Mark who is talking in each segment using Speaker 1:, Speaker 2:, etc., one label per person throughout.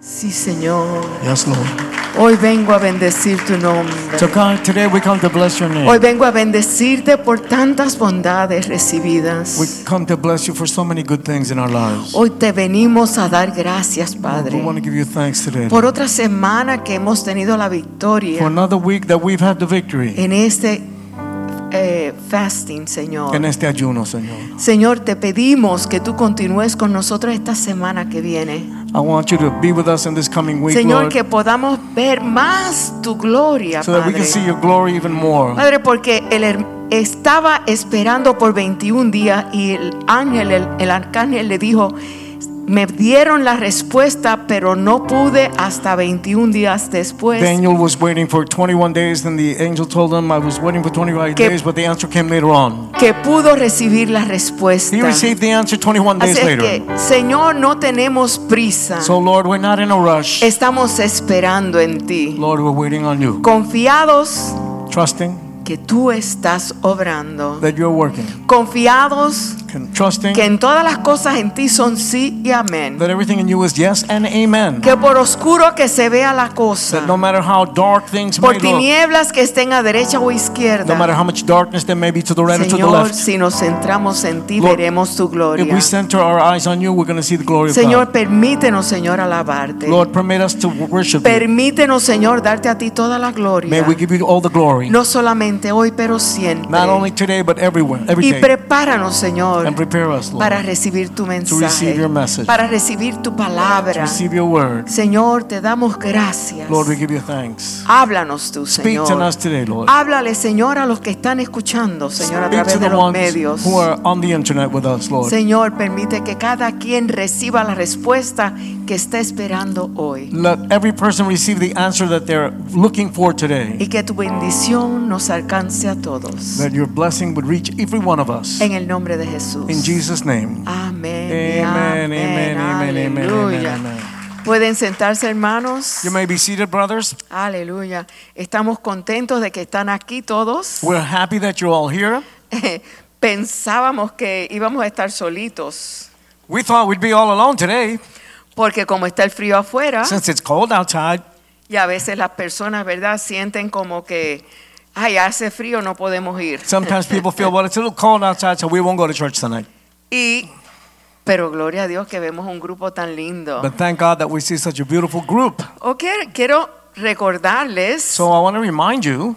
Speaker 1: Sí, Señor.
Speaker 2: Yes, Lord.
Speaker 1: Hoy vengo a bendecir tu nombre.
Speaker 2: So God, today we come to bless your name.
Speaker 1: Hoy vengo a bendecirte por tantas bondades
Speaker 2: We
Speaker 1: recibidas.
Speaker 2: come to bless you for so many good things in our lives.
Speaker 1: Hoy te venimos a dar gracias,
Speaker 2: We
Speaker 1: Padre,
Speaker 2: want to give you thanks today
Speaker 1: por otra semana que hemos tenido la
Speaker 2: for
Speaker 1: victoria
Speaker 2: another week that we've had the victory
Speaker 1: en este eh, fasting, Señor.
Speaker 2: en este ayuno, Señor.
Speaker 1: Señor, te pedimos que tú continúes con nosotros esta semana que viene.
Speaker 2: I want you to be with us in this coming week,
Speaker 1: Señor,
Speaker 2: Lord,
Speaker 1: que podamos ver más tu gloria,
Speaker 2: so that we can
Speaker 1: Padre.
Speaker 2: see your glory even more.
Speaker 1: Padre, porque él her- estaba esperando por 21 días y el ángel, el, el arcángel le dijo, me dieron la respuesta, pero no pude hasta 21 días después.
Speaker 2: Daniel was waiting for 21 days, and the angel told him, "I was waiting for 21
Speaker 1: Que-
Speaker 2: days, but the answer came later on."
Speaker 1: que pudo recibir la respuesta.
Speaker 2: He received the answer 21
Speaker 1: Así
Speaker 2: days
Speaker 1: es
Speaker 2: later.
Speaker 1: que, ah. Señor, no tenemos prisa.
Speaker 2: So, Lord, we're not in a rush.
Speaker 1: Estamos esperando en ti.
Speaker 2: Lord, we're waiting on you,
Speaker 1: Confiados
Speaker 2: trusting
Speaker 1: que tú estás obrando.
Speaker 2: that you're working,
Speaker 1: Confiados
Speaker 2: Con- trusting
Speaker 1: que en todas las cosas en ti son sí y amén.
Speaker 2: that everything in you is yes and amen.
Speaker 1: Que por oscuro que se vea la cosa,
Speaker 2: That no matter how dark things
Speaker 1: por
Speaker 2: may look,
Speaker 1: tinieblas que estén a derecha o
Speaker 2: no matter
Speaker 1: izquierda,
Speaker 2: how much darkness there may be to the right or to the
Speaker 1: Señor,
Speaker 2: left,
Speaker 1: si nos centramos en ti,
Speaker 2: Lord,
Speaker 1: veremos tu
Speaker 2: if
Speaker 1: gloria.
Speaker 2: we center our eyes on you, we're going to see the glory of
Speaker 1: Señor,
Speaker 2: God.
Speaker 1: permítenos, Señor, alabarte.
Speaker 2: Lord, permit us to worship you.
Speaker 1: Permítenos, Señor, darte a ti toda la
Speaker 2: May
Speaker 1: gloria.
Speaker 2: we give you all the glory,
Speaker 1: No solamente hoy, pero siempre.
Speaker 2: not only today, but everywhere, every
Speaker 1: Y
Speaker 2: day.
Speaker 1: prepáranos, Señor,
Speaker 2: And prepare us,
Speaker 1: para
Speaker 2: Lord,
Speaker 1: recibir tu
Speaker 2: receive
Speaker 1: mensaje,
Speaker 2: your message.
Speaker 1: para recibir tu
Speaker 2: to
Speaker 1: palabra.
Speaker 2: receive your word.
Speaker 1: Señor, te damos gracias.
Speaker 2: Lord, we give you thanks.
Speaker 1: Háblanos tú,
Speaker 2: Speak to
Speaker 1: Señor.
Speaker 2: us today, Lord.
Speaker 1: Háblale, Señor, a los que están escuchando, Señor, a
Speaker 2: Speak to
Speaker 1: través de
Speaker 2: the
Speaker 1: los
Speaker 2: ones
Speaker 1: medios.
Speaker 2: who are on the internet with us, Lord.
Speaker 1: Señor, permite que cada quien reciba la respuesta que está esperando hoy.
Speaker 2: Let every person receive the answer that they're looking for today.
Speaker 1: Y que tu bendición nos alcance a todos.
Speaker 2: That your blessing would reach every one of us.
Speaker 1: En el nombre de Jesús.
Speaker 2: In Jesus' name.
Speaker 1: Amén. y
Speaker 2: Amen, amen, amen, amen, amen,
Speaker 1: Aleluya.
Speaker 2: amen.
Speaker 1: Pueden sentarse, hermanos.
Speaker 2: You may be seated, brothers.
Speaker 1: Aleluya. Estamos contentos de que están aquí todos.
Speaker 2: We're happy that you're all here.
Speaker 1: Pensábamos que íbamos a estar solitos.
Speaker 2: We thought we'd be all alone today
Speaker 1: Porque como está el frío afuera,
Speaker 2: since it's cold outside.
Speaker 1: y a veces las personas, ¿verdad?, sienten como que, ay, hace frío, no podemos ir.
Speaker 2: Sometimes people feel, well, it's a little cold outside, so we won't go to church tonight.
Speaker 1: Y, pero gloria a Dios que vemos un grupo tan lindo.
Speaker 2: But thank God that we see such a beautiful group.
Speaker 1: Ok, quiero recordarles
Speaker 2: So I want to remind you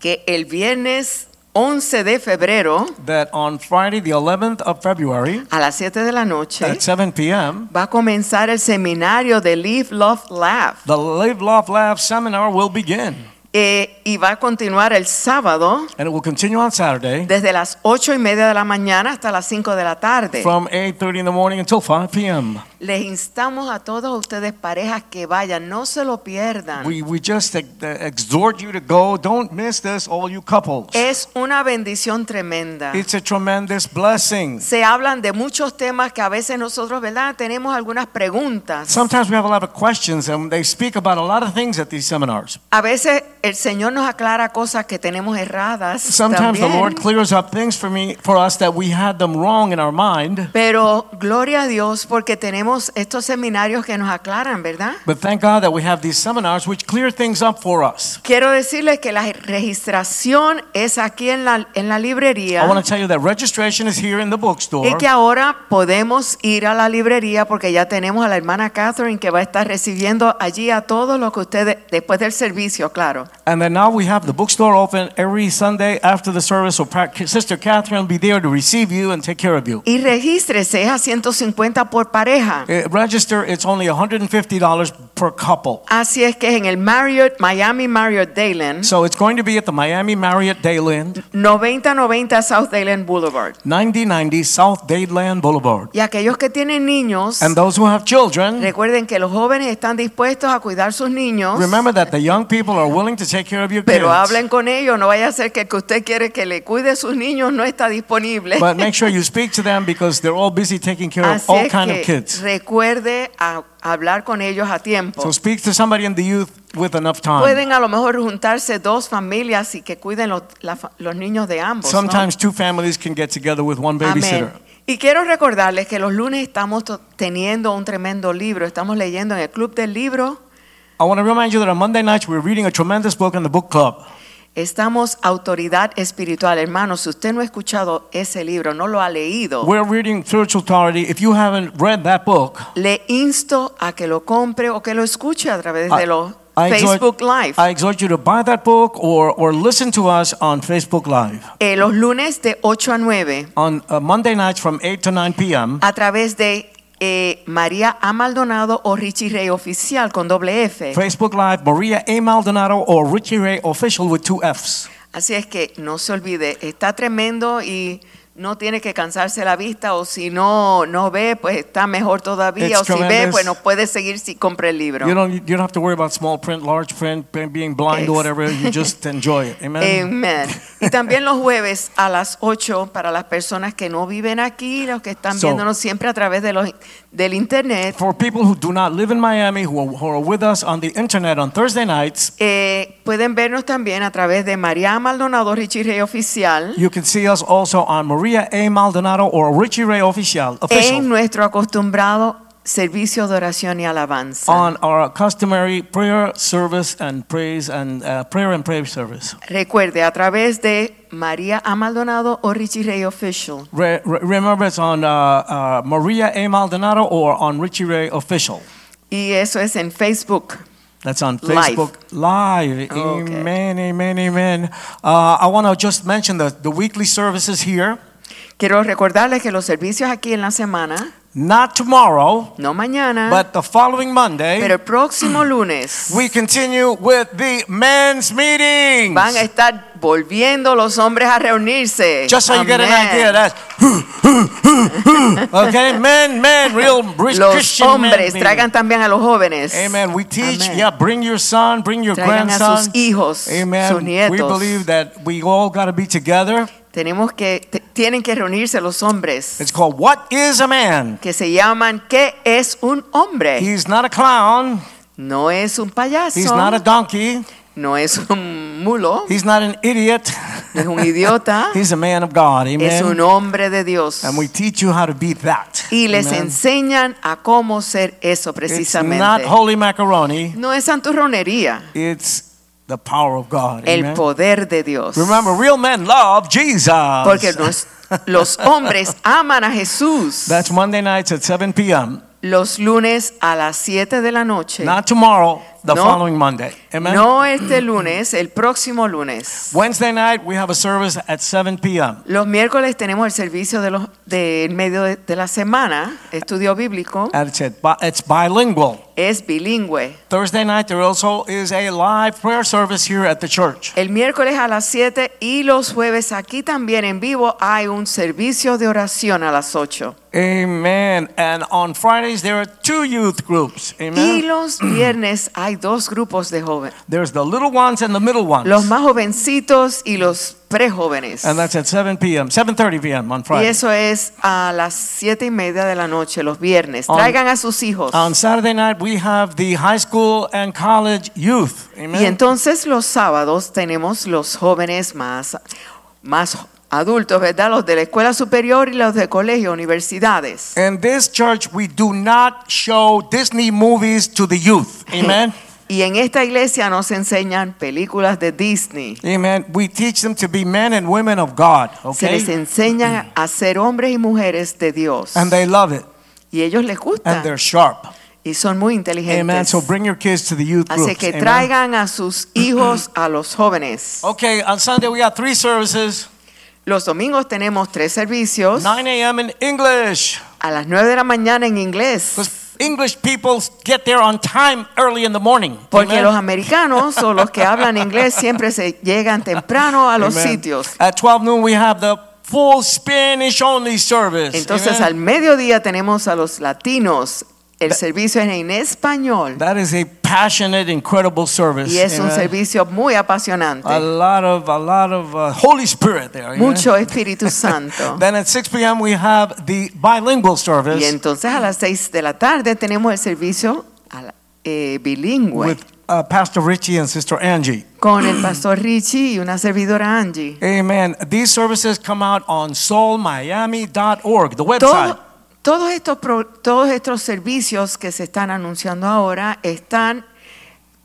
Speaker 1: que el viernes 11 de febrero
Speaker 2: that on Friday, the 11th of February
Speaker 1: a las 7 de la noche
Speaker 2: at 7 p.m.,
Speaker 1: va a comenzar el seminario de Live, Love, Laugh.
Speaker 2: the Live, Love, Laugh seminar will begin.
Speaker 1: Eh, y va a continuar el sábado
Speaker 2: And it will continue on Saturday
Speaker 1: desde las 8 y media de la mañana hasta las 5 de la tarde.
Speaker 2: from 8.30 in the morning until 5 p.m.
Speaker 1: Les instamos a todos ustedes parejas que vayan, no se lo pierdan.
Speaker 2: We, we just ex- exhort you to go. Don't miss this, all you couples.
Speaker 1: es una bendición tremenda.
Speaker 2: It's a tremendous blessing.
Speaker 1: Se hablan de muchos temas que a veces nosotros, ¿verdad? Tenemos algunas preguntas.
Speaker 2: Sometimes we have a lot of questions, and they speak about a lot of things at these seminars.
Speaker 1: a veces el Señor nos aclara cosas que tenemos erradas.
Speaker 2: Sometimes the
Speaker 1: también.
Speaker 2: Lord clears up things for me, for us that we had them wrong in our mind.
Speaker 1: Pero gloria a Dios porque tenemos estos seminarios que nos aclaran, ¿verdad?
Speaker 2: But thank God that we have these seminars which clear things up for us.
Speaker 1: Quiero decirles que la registración es aquí en la, en la librería.
Speaker 2: I want to tell you that registration is here in the
Speaker 1: Y
Speaker 2: bookstore.
Speaker 1: que ahora podemos ir a la librería porque ya tenemos a la hermana Catherine que va a estar recibiendo allí a todos los que ustedes, después del servicio, claro.
Speaker 2: And then now we have the bookstore open every Sunday after the service. So Pra- Sister Catherine will be there to receive you and take care of you.
Speaker 1: Y regístrese, es a 150 por pareja. registra.
Speaker 2: Uh, register, it's only $150 per couple.
Speaker 1: Así es que en el Marriott, Miami Marriott Dayland,
Speaker 2: So it's going to be at the Miami Marriott Dayland,
Speaker 1: 9090 South Dayland Boulevard.
Speaker 2: 9090 South Dayland Boulevard.
Speaker 1: Y aquellos que tienen niños,
Speaker 2: And those who have children,
Speaker 1: recuerden que los jóvenes están dispuestos a cuidar sus niños,
Speaker 2: remember that the young people are willing to take care of your
Speaker 1: pero
Speaker 2: kids.
Speaker 1: hablen con ellos, no vaya a ser que el que usted quiere que le cuide sus niños no está disponible.
Speaker 2: But make sure you speak to them because they're all busy taking care of
Speaker 1: Así
Speaker 2: all
Speaker 1: es
Speaker 2: kind of
Speaker 1: que
Speaker 2: kids.
Speaker 1: recuerde a- hablar con ellos a tiempo.
Speaker 2: So speak to somebody in the youth with enough time.
Speaker 1: Pueden a lo mejor juntarse dos familias y que cuiden los, la fa- los niños de ambos. ¿no?
Speaker 2: Sometimes two families can get together with one
Speaker 1: Amén.
Speaker 2: babysitter.
Speaker 1: Y quiero recordarles que los lunes estamos to- teniendo un tremendo libro. Estamos leyendo en el Club del Libro.
Speaker 2: I want to remind you that on Monday nights we're reading a tremendous book in the book club.
Speaker 1: Estamos autoridad espiritual. Hermanos, si usted no ha escuchado ese libro, no lo ha leído,
Speaker 2: We're reading Spiritual Authority. If you haven't read that book,
Speaker 1: le insto a que lo compre o que lo escuche a través de los
Speaker 2: I exhort-
Speaker 1: Facebook Live.
Speaker 2: I exhort you to buy that book or, or listen to us on Facebook Live
Speaker 1: Eh, los lunes de 8 a 9
Speaker 2: on uh, Monday nights from 8 to 9 p.m.
Speaker 1: a través de eh, María A. Maldonado o Richie Rey Oficial con doble F.
Speaker 2: Facebook Live, Maria A. Maldonado or Richie Ray Official with two F's.
Speaker 1: Así es que no se olvide, está tremendo y no tiene que cansarse la vista o si no no ve, pues está mejor todavía
Speaker 2: It's
Speaker 1: o si ve,
Speaker 2: tremendous.
Speaker 1: pues nos puede seguir si compra el libro.
Speaker 2: You don't, you don't have to worry about small print, large print, b- being blind or
Speaker 1: Ex-
Speaker 2: whatever. You just enjoy it. Amen.
Speaker 1: Amen. Y también los jueves a las 8 para las personas que no viven aquí, los que están
Speaker 2: So-
Speaker 1: viéndonos siempre a través de los del internet.
Speaker 2: For people who do not live in Miami, who are, who are with us on the internet on Thursday nights,
Speaker 1: eh, pueden vernos también a través de María Maldonado Richie Rey Oficial
Speaker 2: you can see us also on Maria A. Maldonado or Richie Ray Official. official.
Speaker 1: en nuestro acostumbrado servicio de oración y alabanza.
Speaker 2: on our customary prayer service and praise and uh, prayer and prayer service.
Speaker 1: Recuerde, a través de María A. Maldonado o Richie Ray Official.
Speaker 2: Re- re- remember, it's on uh, uh, Maria A. Maldonado or on Richie Ray Official.
Speaker 1: Y eso es en Facebook.
Speaker 2: That's on
Speaker 1: Live. Oh,
Speaker 2: Facebook Live.
Speaker 1: Okay.
Speaker 2: Amen, amen, amen. Uh, I want to just mention the, the weekly services here.
Speaker 1: Quiero recordarles que los servicios aquí en la semana,
Speaker 2: Not tomorrow,
Speaker 1: no mañana,
Speaker 2: but the following Monday,
Speaker 1: pero el próximo lunes
Speaker 2: we continue with the men's meetings.
Speaker 1: van a estar volviendo los hombres a reunirse.
Speaker 2: Just so you get an
Speaker 1: Amén.
Speaker 2: idea, that's okay, men, men, real rich
Speaker 1: Los
Speaker 2: Christian
Speaker 1: hombres
Speaker 2: men.
Speaker 1: traigan también a los jóvenes.
Speaker 2: Amen. We teach.
Speaker 1: Amén.
Speaker 2: Yeah, bring your son, bring your
Speaker 1: Traigan a
Speaker 2: grandson.
Speaker 1: sus hijos,
Speaker 2: Amen.
Speaker 1: sus nietos.
Speaker 2: We believe that we all got to be together.
Speaker 1: Tenemos que te- tienen que reunirse los hombres
Speaker 2: It's called "What Is a Man."
Speaker 1: que se llaman ¿Qué es un hombre?
Speaker 2: He's not a clown.
Speaker 1: no es un payaso.
Speaker 2: He's not a donkey.
Speaker 1: no es un mulo,
Speaker 2: He's not an idiot.
Speaker 1: no es un idiota,
Speaker 2: He's a man of God.
Speaker 1: es
Speaker 2: Amen.
Speaker 1: un hombre de Dios.
Speaker 2: And we teach you how to be that.
Speaker 1: Y les
Speaker 2: Amen.
Speaker 1: enseñan a cómo ser eso
Speaker 2: It's not
Speaker 1: precisamente.
Speaker 2: holy macaroni.
Speaker 1: No es santurronería,
Speaker 2: It's the power of God.
Speaker 1: el
Speaker 2: Amen.
Speaker 1: poder de Dios.
Speaker 2: Remember, real men love Jesus.
Speaker 1: Porque los, los hombres aman a Jesús
Speaker 2: That's Monday nights at 7 p.m.
Speaker 1: los lunes a las 7 de la noche.
Speaker 2: Not tomorrow, the
Speaker 1: No.
Speaker 2: following Monday. Amen.
Speaker 1: No este lunes, el próximo lunes.
Speaker 2: Wednesday night, we have a service at 7 p.m.
Speaker 1: Los miércoles tenemos el servicio de los, del medio de, de la semana, estudio bíblico,
Speaker 2: And it's, at, bi- it's bilingual.
Speaker 1: es bilingüe.
Speaker 2: Thursday night, there also is a live prayer service here at the church.
Speaker 1: El miércoles a las 7 y los jueves aquí también en vivo hay un servicio de oración a las 8.
Speaker 2: Amen. And on Fridays, there are two youth groups.
Speaker 1: Y
Speaker 2: Amen.
Speaker 1: los viernes hay dos grupos de jóvenes,
Speaker 2: There's the little ones and the middle ones.
Speaker 1: los más jovencitos y los prejóvenes.
Speaker 2: And that's at 7 p.m., 7.30 p.m. on
Speaker 1: Y
Speaker 2: Friday.
Speaker 1: eso es a las 7 y media de la noche, los viernes.
Speaker 2: On-
Speaker 1: Traigan a sus hijos.
Speaker 2: On Saturday night, we have the high school and college youth. Amen.
Speaker 1: Y entonces los sábados tenemos los jóvenes más, más adultos, ¿verdad? Los de la escuela superior y los de colegio, universidades.
Speaker 2: In this church, we do not show Disney movies to the youth. Amen.
Speaker 1: Y en esta iglesia nos enseñan películas de Disney.
Speaker 2: Amen. We teach them to be men and women of God.
Speaker 1: Se les
Speaker 2: Okay.
Speaker 1: enseña a ser hombres y mujeres de Dios.
Speaker 2: And they love it.
Speaker 1: y ellos les gusta.
Speaker 2: And they're sharp.
Speaker 1: Y son muy
Speaker 2: Amen.
Speaker 1: inteligentes.
Speaker 2: So bring your kids to the youth
Speaker 1: Así
Speaker 2: groups.
Speaker 1: que
Speaker 2: Amen. Oh.
Speaker 1: traigan a sus hijos a los jóvenes.
Speaker 2: Okay. On Sunday, we got three services.
Speaker 1: Los domingos tenemos tres servicios
Speaker 2: 9 a.m. in English.
Speaker 1: a las 9 de la mañana en inglés.
Speaker 2: Because English people get there on time early in the morning.
Speaker 1: Porque
Speaker 2: Amen.
Speaker 1: los americanos o los que hablan inglés siempre se llegan temprano a los
Speaker 2: Amen.
Speaker 1: sitios.
Speaker 2: At 12 noon, we have the full Spanish only service.
Speaker 1: Entonces
Speaker 2: Amen.
Speaker 1: al mediodía tenemos a los latinos. El servicio es en español
Speaker 2: That is a passionate, incredible service.
Speaker 1: y es un
Speaker 2: Amen.
Speaker 1: servicio muy apasionante.
Speaker 2: A lot of, a lot of uh, Holy Spirit there. amen.
Speaker 1: Mucho Espíritu Santo.
Speaker 2: Then at 6 p.m. we have the bilingual service
Speaker 1: Y entonces a las 6 de la tarde tenemos el servicio a la- eh, bilingüe
Speaker 2: with uh, Pastor Richie and Sister Angie.
Speaker 1: con el pastor Richie y una servidora Angie.
Speaker 2: Amen. These services come out on soulmiami.org, the website.
Speaker 1: Todo- todos, estos pro- todos estos servicios que se están anunciando ahora están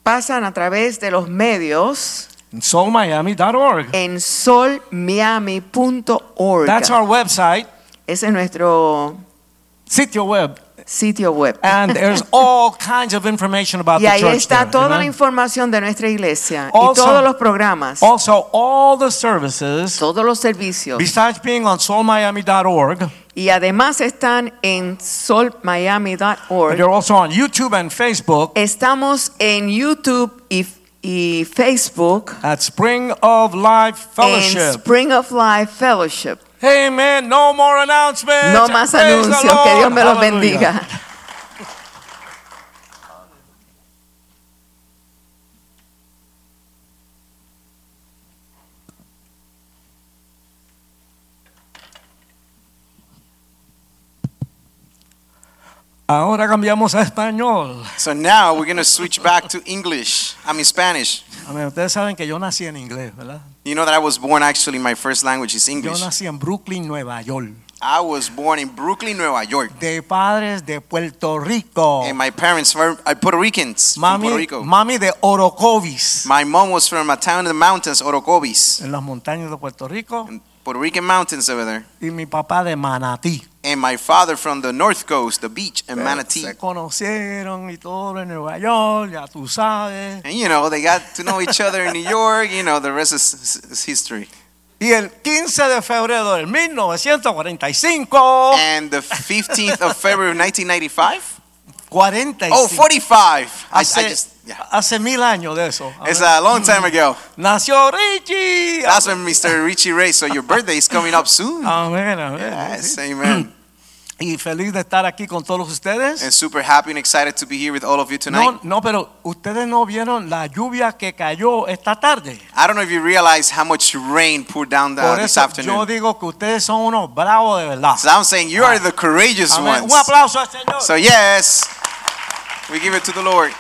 Speaker 1: pasan a través de los medios
Speaker 2: soulmiami.org.
Speaker 1: en solmiami.org.
Speaker 2: That's our website,
Speaker 1: Ese es nuestro
Speaker 2: sitio web.
Speaker 1: sitio web.
Speaker 2: And there's all kinds of information about
Speaker 1: y
Speaker 2: the
Speaker 1: ahí
Speaker 2: church.
Speaker 1: está
Speaker 2: there,
Speaker 1: toda la
Speaker 2: amen.
Speaker 1: información de nuestra iglesia y
Speaker 2: Also-
Speaker 1: todos los programas,
Speaker 2: also, all the services,
Speaker 1: todos los servicios.
Speaker 2: besides being on soulmiami.org,
Speaker 1: Y además están en
Speaker 2: they're
Speaker 1: solmiami.org.
Speaker 2: also on YouTube and Facebook
Speaker 1: Estamos en YouTube y, y Facebook
Speaker 2: at Spring of Life
Speaker 1: en
Speaker 2: Fellowship.
Speaker 1: Spring of Life Fellowship.
Speaker 2: Amen. No more announcements.
Speaker 1: No más
Speaker 2: Praise the
Speaker 1: anuncios. Que
Speaker 2: Lord.
Speaker 1: Dios me los
Speaker 2: Hallelujah.
Speaker 1: bendiga.
Speaker 2: Ahora cambiamos a español.
Speaker 3: So now we're going to switch back to English. I mean, Spanish.
Speaker 2: Amén. Ustedes saben que yo nací en inglés, ¿verdad?
Speaker 3: You know that I was born, actually, my first language is
Speaker 2: Yo
Speaker 3: English.
Speaker 2: nací en Brooklyn, Nueva York,
Speaker 3: I was born in Brooklyn, Nueva York.
Speaker 2: de padres de Puerto Rico.
Speaker 3: And my parents were uh, Puerto Ricans from Puerto
Speaker 2: Oh. Mami,
Speaker 3: Rico.
Speaker 2: mami de Orocovis,
Speaker 3: My mom was from a town in the mountains, Orocovis,
Speaker 2: en las montañas de Puerto Rico,
Speaker 3: Puerto Rican mountains over there.
Speaker 2: y mi papá de Manatí.
Speaker 3: And my father from the north coast, the beach and Manatee.
Speaker 2: Se conocieron y todo en Nueva York, ya tú sabes.
Speaker 3: And you know, they got to know each other in New York. You know, the rest is, is history.
Speaker 2: Y el 15 de febrero de 1945,
Speaker 3: And the 15th of February of 1995?
Speaker 2: 45.
Speaker 3: Oh, 45. I, I
Speaker 2: hace,
Speaker 3: just, yeah.
Speaker 2: hace mil años de eso.
Speaker 3: It's a long time ago.
Speaker 2: Nació Richie.
Speaker 3: That's when Mr. Richie Ray. So your birthday is coming up soon.
Speaker 2: Amén, amén.
Speaker 3: Yes,
Speaker 2: Sí.
Speaker 3: amen.
Speaker 2: Y feliz de estar aquí con todos ustedes.
Speaker 3: And super happy and excited to be here with all of you tonight.
Speaker 2: No, no, pero ustedes no vieron la lluvia que cayó esta tarde.
Speaker 3: I don't know if you realize how much rain poured down the,
Speaker 2: Por
Speaker 3: this
Speaker 2: eso yo
Speaker 3: afternoon.
Speaker 2: digo que ustedes son unos bravos de verdad.
Speaker 3: So I'm saying you are the courageous
Speaker 2: Amén.
Speaker 3: ones.
Speaker 2: Un aplauso al Señor.
Speaker 3: So yes, we give it to the Lord.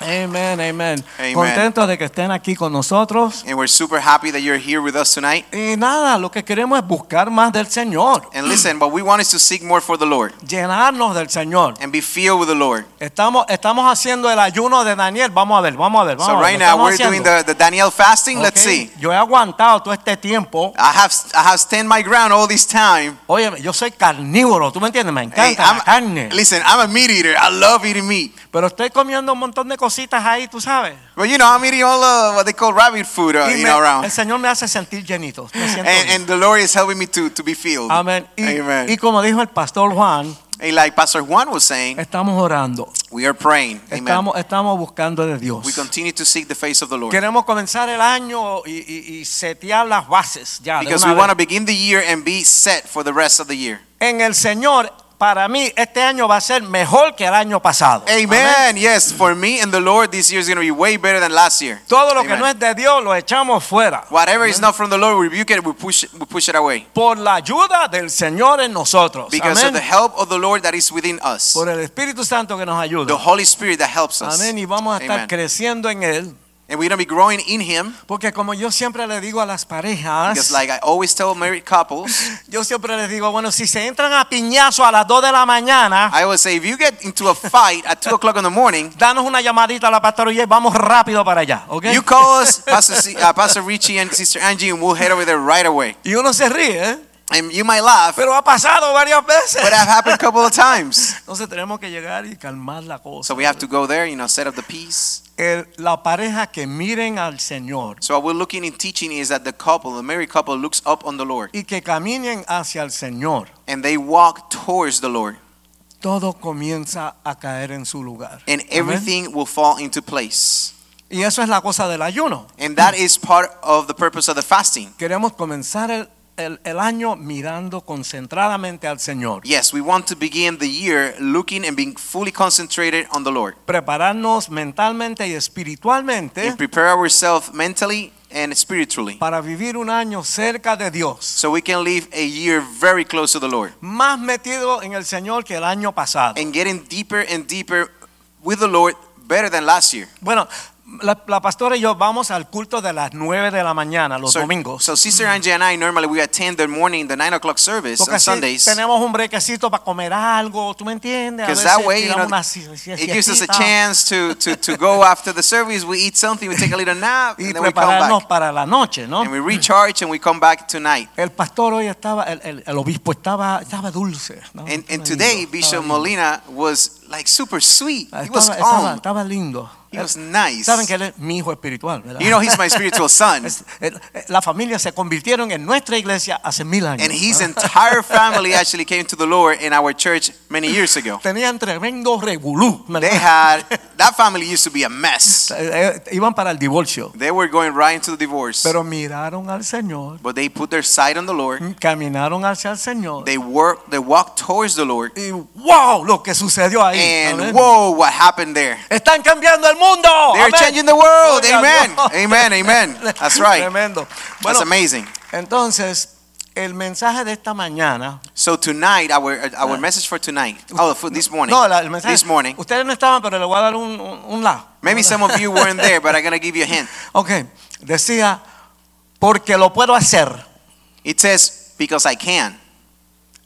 Speaker 2: Amén, amén.
Speaker 3: Amen.
Speaker 2: Contentos de que estén aquí con nosotros.
Speaker 3: And we're super happy that you're here with us tonight.
Speaker 2: Y nada, lo que queremos es buscar más del Señor,
Speaker 3: And listen, what we want is to seek more for the Lord
Speaker 2: llenarnos del Señor.
Speaker 3: and be filled with the Lord.
Speaker 2: Estamos, estamos haciendo el ayuno de Daniel. Vamos a ver, vamos a ver. Vamos
Speaker 3: So
Speaker 2: a ver.
Speaker 3: right
Speaker 2: lo
Speaker 3: now
Speaker 2: estamos
Speaker 3: we're doing
Speaker 2: haciendo.
Speaker 3: the, the Daniel fasting. Let's
Speaker 2: Ok,
Speaker 3: see.
Speaker 2: Yo he aguantado todo este tiempo.
Speaker 3: I have I have stand my ground all this time.
Speaker 2: Oye, yo soy carnívoro, ¿tú me entiendes? Me encanta
Speaker 3: Hey,
Speaker 2: la carne.
Speaker 3: listen, I'm a meat eater. I love eating meat.
Speaker 2: Pero estoy comiendo un montón de cositas ahí, tú sabes.
Speaker 3: But you know, I'm eating all uh, what they call rabbit food, uh,
Speaker 2: Y
Speaker 3: you
Speaker 2: me-
Speaker 3: know,
Speaker 2: el
Speaker 3: around.
Speaker 2: Señor me hace sentir llenito. Me siento
Speaker 3: And,
Speaker 2: bien.
Speaker 3: and the Lord is helping me to, to be filled.
Speaker 2: Amén. Y,
Speaker 3: Amen.
Speaker 2: y como dijo el pastor Juan,
Speaker 3: And like Pastor Juan was saying,
Speaker 2: estamos orando.
Speaker 3: we are praying. Amen.
Speaker 2: Estamos, estamos buscando de Dios.
Speaker 3: We continue to seek the face of the Lord.
Speaker 2: Queremos comenzar el año y, y- y setear las bases ya. de
Speaker 3: Because
Speaker 2: una
Speaker 3: we
Speaker 2: vez.
Speaker 3: want to begin the year and be set for the rest of the year.
Speaker 2: En el Señor, para mí, este año va a ser mejor que el año pasado.
Speaker 3: Amen. Yes, for me and the Lord, this year is going to be way better than last year.
Speaker 2: Todo lo que
Speaker 3: Amen.
Speaker 2: no es de Dios lo echamos fuera.
Speaker 3: Whatever is not from the Lord, we rebuke it, we push it, we push it away.
Speaker 2: Por la ayuda del Señor en nosotros.
Speaker 3: Because
Speaker 2: Amén.
Speaker 3: of the help of the Lord that is within us.
Speaker 2: Por el Espíritu Santo que nos
Speaker 3: The
Speaker 2: ayuda.
Speaker 3: Holy Spirit that helps us.
Speaker 2: Amén. Y vamos a estar
Speaker 3: Amen.
Speaker 2: creciendo en Él.
Speaker 3: And we're going to be growing in Him.
Speaker 2: Porque como yo siempre le digo a las parejas,
Speaker 3: Because like I always tell married couples,
Speaker 2: yo siempre les digo, bueno, si se entran a piñazo a las 2 de la mañana,
Speaker 3: I always say, if you get into a fight at 2 o'clock in the morning,
Speaker 2: danos una llamadita a la pastoría y vamos rápido para allá. ¿ok?
Speaker 3: you call us, Pastor, C- uh, Pastor Richie and Sister Angie, and we'll head over there right away.
Speaker 2: y uno se ríe, ¿eh?
Speaker 3: And you might laugh,
Speaker 2: Pero ha pasado varias veces.
Speaker 3: but it happened a couple of times.
Speaker 2: Entonces tenemos que llegar y calmar la cosa.
Speaker 3: So we have to go there, you know, set up the peace.
Speaker 2: El- la pareja que miren al Señor
Speaker 3: So what we're looking and teaching is that the couple, the married couple, looks up on the Lord
Speaker 2: y que caminen hacia el Señor,
Speaker 3: and they walk towards the Lord,
Speaker 2: todo comienza a caer en su lugar.
Speaker 3: and
Speaker 2: Amén.
Speaker 3: everything will fall into place.
Speaker 2: Y eso es la cosa del ayuno.
Speaker 3: And that is part of the purpose of the fasting.
Speaker 2: Queremos comenzar el, el- el año mirando concentradamente al Señor,
Speaker 3: Yes, we want to begin the year looking and being fully concentrated on the Lord
Speaker 2: prepararnos mentalmente y espiritualmente
Speaker 3: and prepare ourselves mentally and spiritually
Speaker 2: para vivir un año cerca de Dios,
Speaker 3: so we can live a year very close to the Lord
Speaker 2: más metido en el Señor que el año pasado.
Speaker 3: and getting deeper and deeper with the Lord better than last year.
Speaker 2: Bueno, la, la pastora y yo vamos al culto de las 9 de la mañana, los
Speaker 3: so,
Speaker 2: domingos.
Speaker 3: so Sister Angie and I normally we attend the morning, the nine o'clock service
Speaker 2: Porque
Speaker 3: on
Speaker 2: así
Speaker 3: Sundays.
Speaker 2: tenemos un brequecito para comer algo, ¿tú me entiendes? A
Speaker 3: Because
Speaker 2: veces
Speaker 3: that way, you
Speaker 2: tiramos
Speaker 3: know,
Speaker 2: una si- si-
Speaker 3: it gives us a
Speaker 2: siestita
Speaker 3: chance to, to, to go after the service. We eat something, we take a little nap,
Speaker 2: y
Speaker 3: and then we come
Speaker 2: prepararnos
Speaker 3: back.
Speaker 2: para la noche, ¿no?
Speaker 3: And we recharge and we come back tonight.
Speaker 2: El pastor hoy estaba, el, el- el obispo estaba, estaba dulce. ¿no?
Speaker 3: And, and
Speaker 2: Estaba Oh,
Speaker 3: today,
Speaker 2: lindo,
Speaker 3: Bishop
Speaker 2: estaba lindo.
Speaker 3: Molina was like super sweet.
Speaker 2: Ah,
Speaker 3: He was
Speaker 2: estaba, estaba,
Speaker 3: calm.
Speaker 2: estaba lindo.
Speaker 3: He
Speaker 2: Él-
Speaker 3: was nice.
Speaker 2: Saben que él es mi hijo espiritual, ¿verdad?
Speaker 3: You know, he's my spiritual son.
Speaker 2: Es- el- eh, la familia se convirtieron en nuestra iglesia hace mil años.
Speaker 3: And his
Speaker 2: ¿no?
Speaker 3: entire family actually came to the Lord in our church many years ago.
Speaker 2: Tenían tremendo regulú. ¿verdad?
Speaker 3: They had, that family used to be a mess.
Speaker 2: Eh, eh, Iban para el divorcio.
Speaker 3: They were going right into the divorce.
Speaker 2: Pero miraron al Señor,
Speaker 3: But they put their sight on the Lord.
Speaker 2: caminaron hacia el Señor.
Speaker 3: They work. They walked towards the Lord.
Speaker 2: Y wow, lo que sucedió ahí. Amén.
Speaker 3: And whoa, what happened there?
Speaker 2: Están cambiando el mundo.
Speaker 3: They're
Speaker 2: Amén.
Speaker 3: changing the world.
Speaker 2: Gloria a
Speaker 3: Amen.
Speaker 2: Dios.
Speaker 3: Amen. Amen. That's right.
Speaker 2: Tremendo.
Speaker 3: That's
Speaker 2: Bueno,
Speaker 3: amazing.
Speaker 2: entonces, el mensaje de esta mañana.
Speaker 3: So tonight, our uh, our message for tonight. Oh, for this morning.
Speaker 2: Ah. No, la- el mensaje.
Speaker 3: This morning.
Speaker 2: Ustedes no estaban, pero le voy a dar un, un, un la.
Speaker 3: Maybe some of you weren't there, but I'm gonna give you a hint.
Speaker 2: Ok, decía, porque lo puedo hacer.
Speaker 3: It says because I can.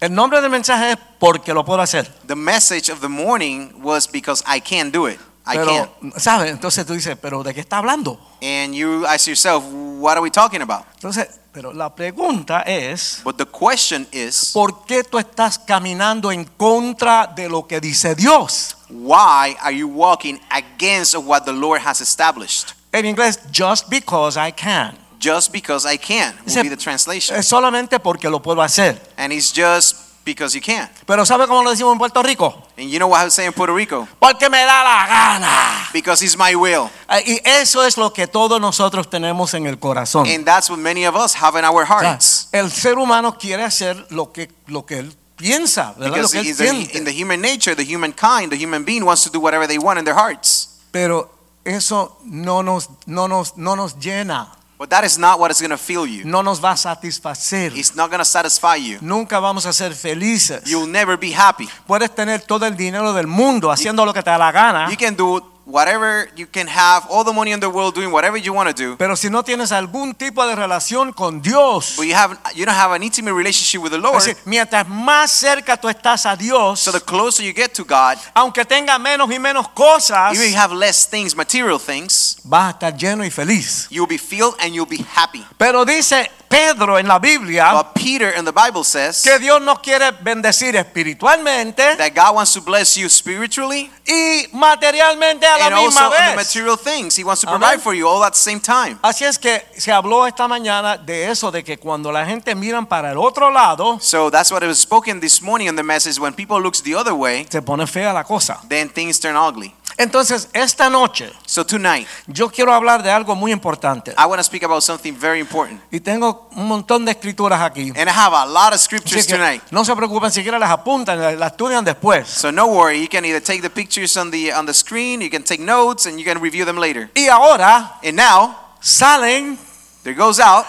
Speaker 2: El nombre del mensaje es porque lo puedo hacer.
Speaker 3: The message of the morning was because I can do it. I can.
Speaker 2: Pero, ¿sabes? Entonces tú dices, ¿pero de qué está hablando?
Speaker 3: And you ask yourself, what are we talking about?
Speaker 2: Entonces, pero la pregunta es,
Speaker 3: But the question is,
Speaker 2: ¿por qué tú estás caminando en contra de lo que dice Dios?
Speaker 3: why are you walking against what the Lord has established?
Speaker 2: En inglés, just because I can.
Speaker 3: Just because I can
Speaker 2: Dice,
Speaker 3: would be the translation.
Speaker 2: Es solamente porque lo puedo hacer.
Speaker 3: And it's just because you can.
Speaker 2: Pero ¿sabe cómo lo decimos en Puerto Rico?
Speaker 3: And you know what I was saying in Puerto Rico?
Speaker 2: Porque me da la gana.
Speaker 3: Because it's my will.
Speaker 2: Eh, Y eso es lo que todos nosotros tenemos en el corazón.
Speaker 3: And that's what many of us have in our
Speaker 2: O sea,
Speaker 3: hearts.
Speaker 2: el ser humano quiere hacer lo que, lo que él piensa, ¿verdad? Lo que
Speaker 3: Because
Speaker 2: él
Speaker 3: in the,
Speaker 2: siente.
Speaker 3: in the human nature, the humankind, the human being wants to do whatever they want in their hearts.
Speaker 2: Pero eso no nos, no nos, no nos llena,
Speaker 3: But that is not what is going to fill you.
Speaker 2: no nos va a satisfacer.
Speaker 3: It's not going to satisfy you.
Speaker 2: Nunca vamos a ser felices.
Speaker 3: You'll never be happy.
Speaker 2: Puedes tener todo el dinero del mundo haciendo lo que te da la gana,
Speaker 3: You can do whatever you can have, all the money in the world doing whatever you want to do.
Speaker 2: pero si no tienes algún tipo de relación con Dios,
Speaker 3: But you have you don't have an intimate relationship with the Lord.
Speaker 2: es decir, mientras más cerca tú estás a Dios,
Speaker 3: So the closer you get to God,
Speaker 2: aunque tenga menos y menos cosas,
Speaker 3: even if you have less things, material things,
Speaker 2: vas a estar lleno y feliz.
Speaker 3: you'll be filled and you'll be happy.
Speaker 2: Pero dice Pedro en la Biblia
Speaker 3: But Peter in the Bible says
Speaker 2: que Dios nos quiere bendecir espiritualmente
Speaker 3: that God wants to bless you spiritually
Speaker 2: y materialmente a la
Speaker 3: and also
Speaker 2: misma
Speaker 3: in the
Speaker 2: vez.
Speaker 3: material things. He wants to provide
Speaker 2: Amen.
Speaker 3: for you all at the same time.
Speaker 2: Así es que se habló esta mañana de eso, de que cuando la gente miran para el otro lado,
Speaker 3: So that's what it was spoken this morning in the message. When people looks the other way,
Speaker 2: se pone fea la cosa.
Speaker 3: then things turn ugly.
Speaker 2: Entonces, esta noche
Speaker 3: So tonight,
Speaker 2: yo quiero hablar de algo muy importante.
Speaker 3: I want to speak about something very important.
Speaker 2: Y tengo un montón de escrituras aquí.
Speaker 3: And I have a lot of
Speaker 2: Así
Speaker 3: scriptures
Speaker 2: que
Speaker 3: tonight.
Speaker 2: no se preocupen, siquiera las apuntan, las las estudian después.
Speaker 3: So no worry, you can either take the pictures on the on the screen, you can take notes and you can review them later.
Speaker 2: Y ahora
Speaker 3: And now,
Speaker 2: salen
Speaker 3: there goes out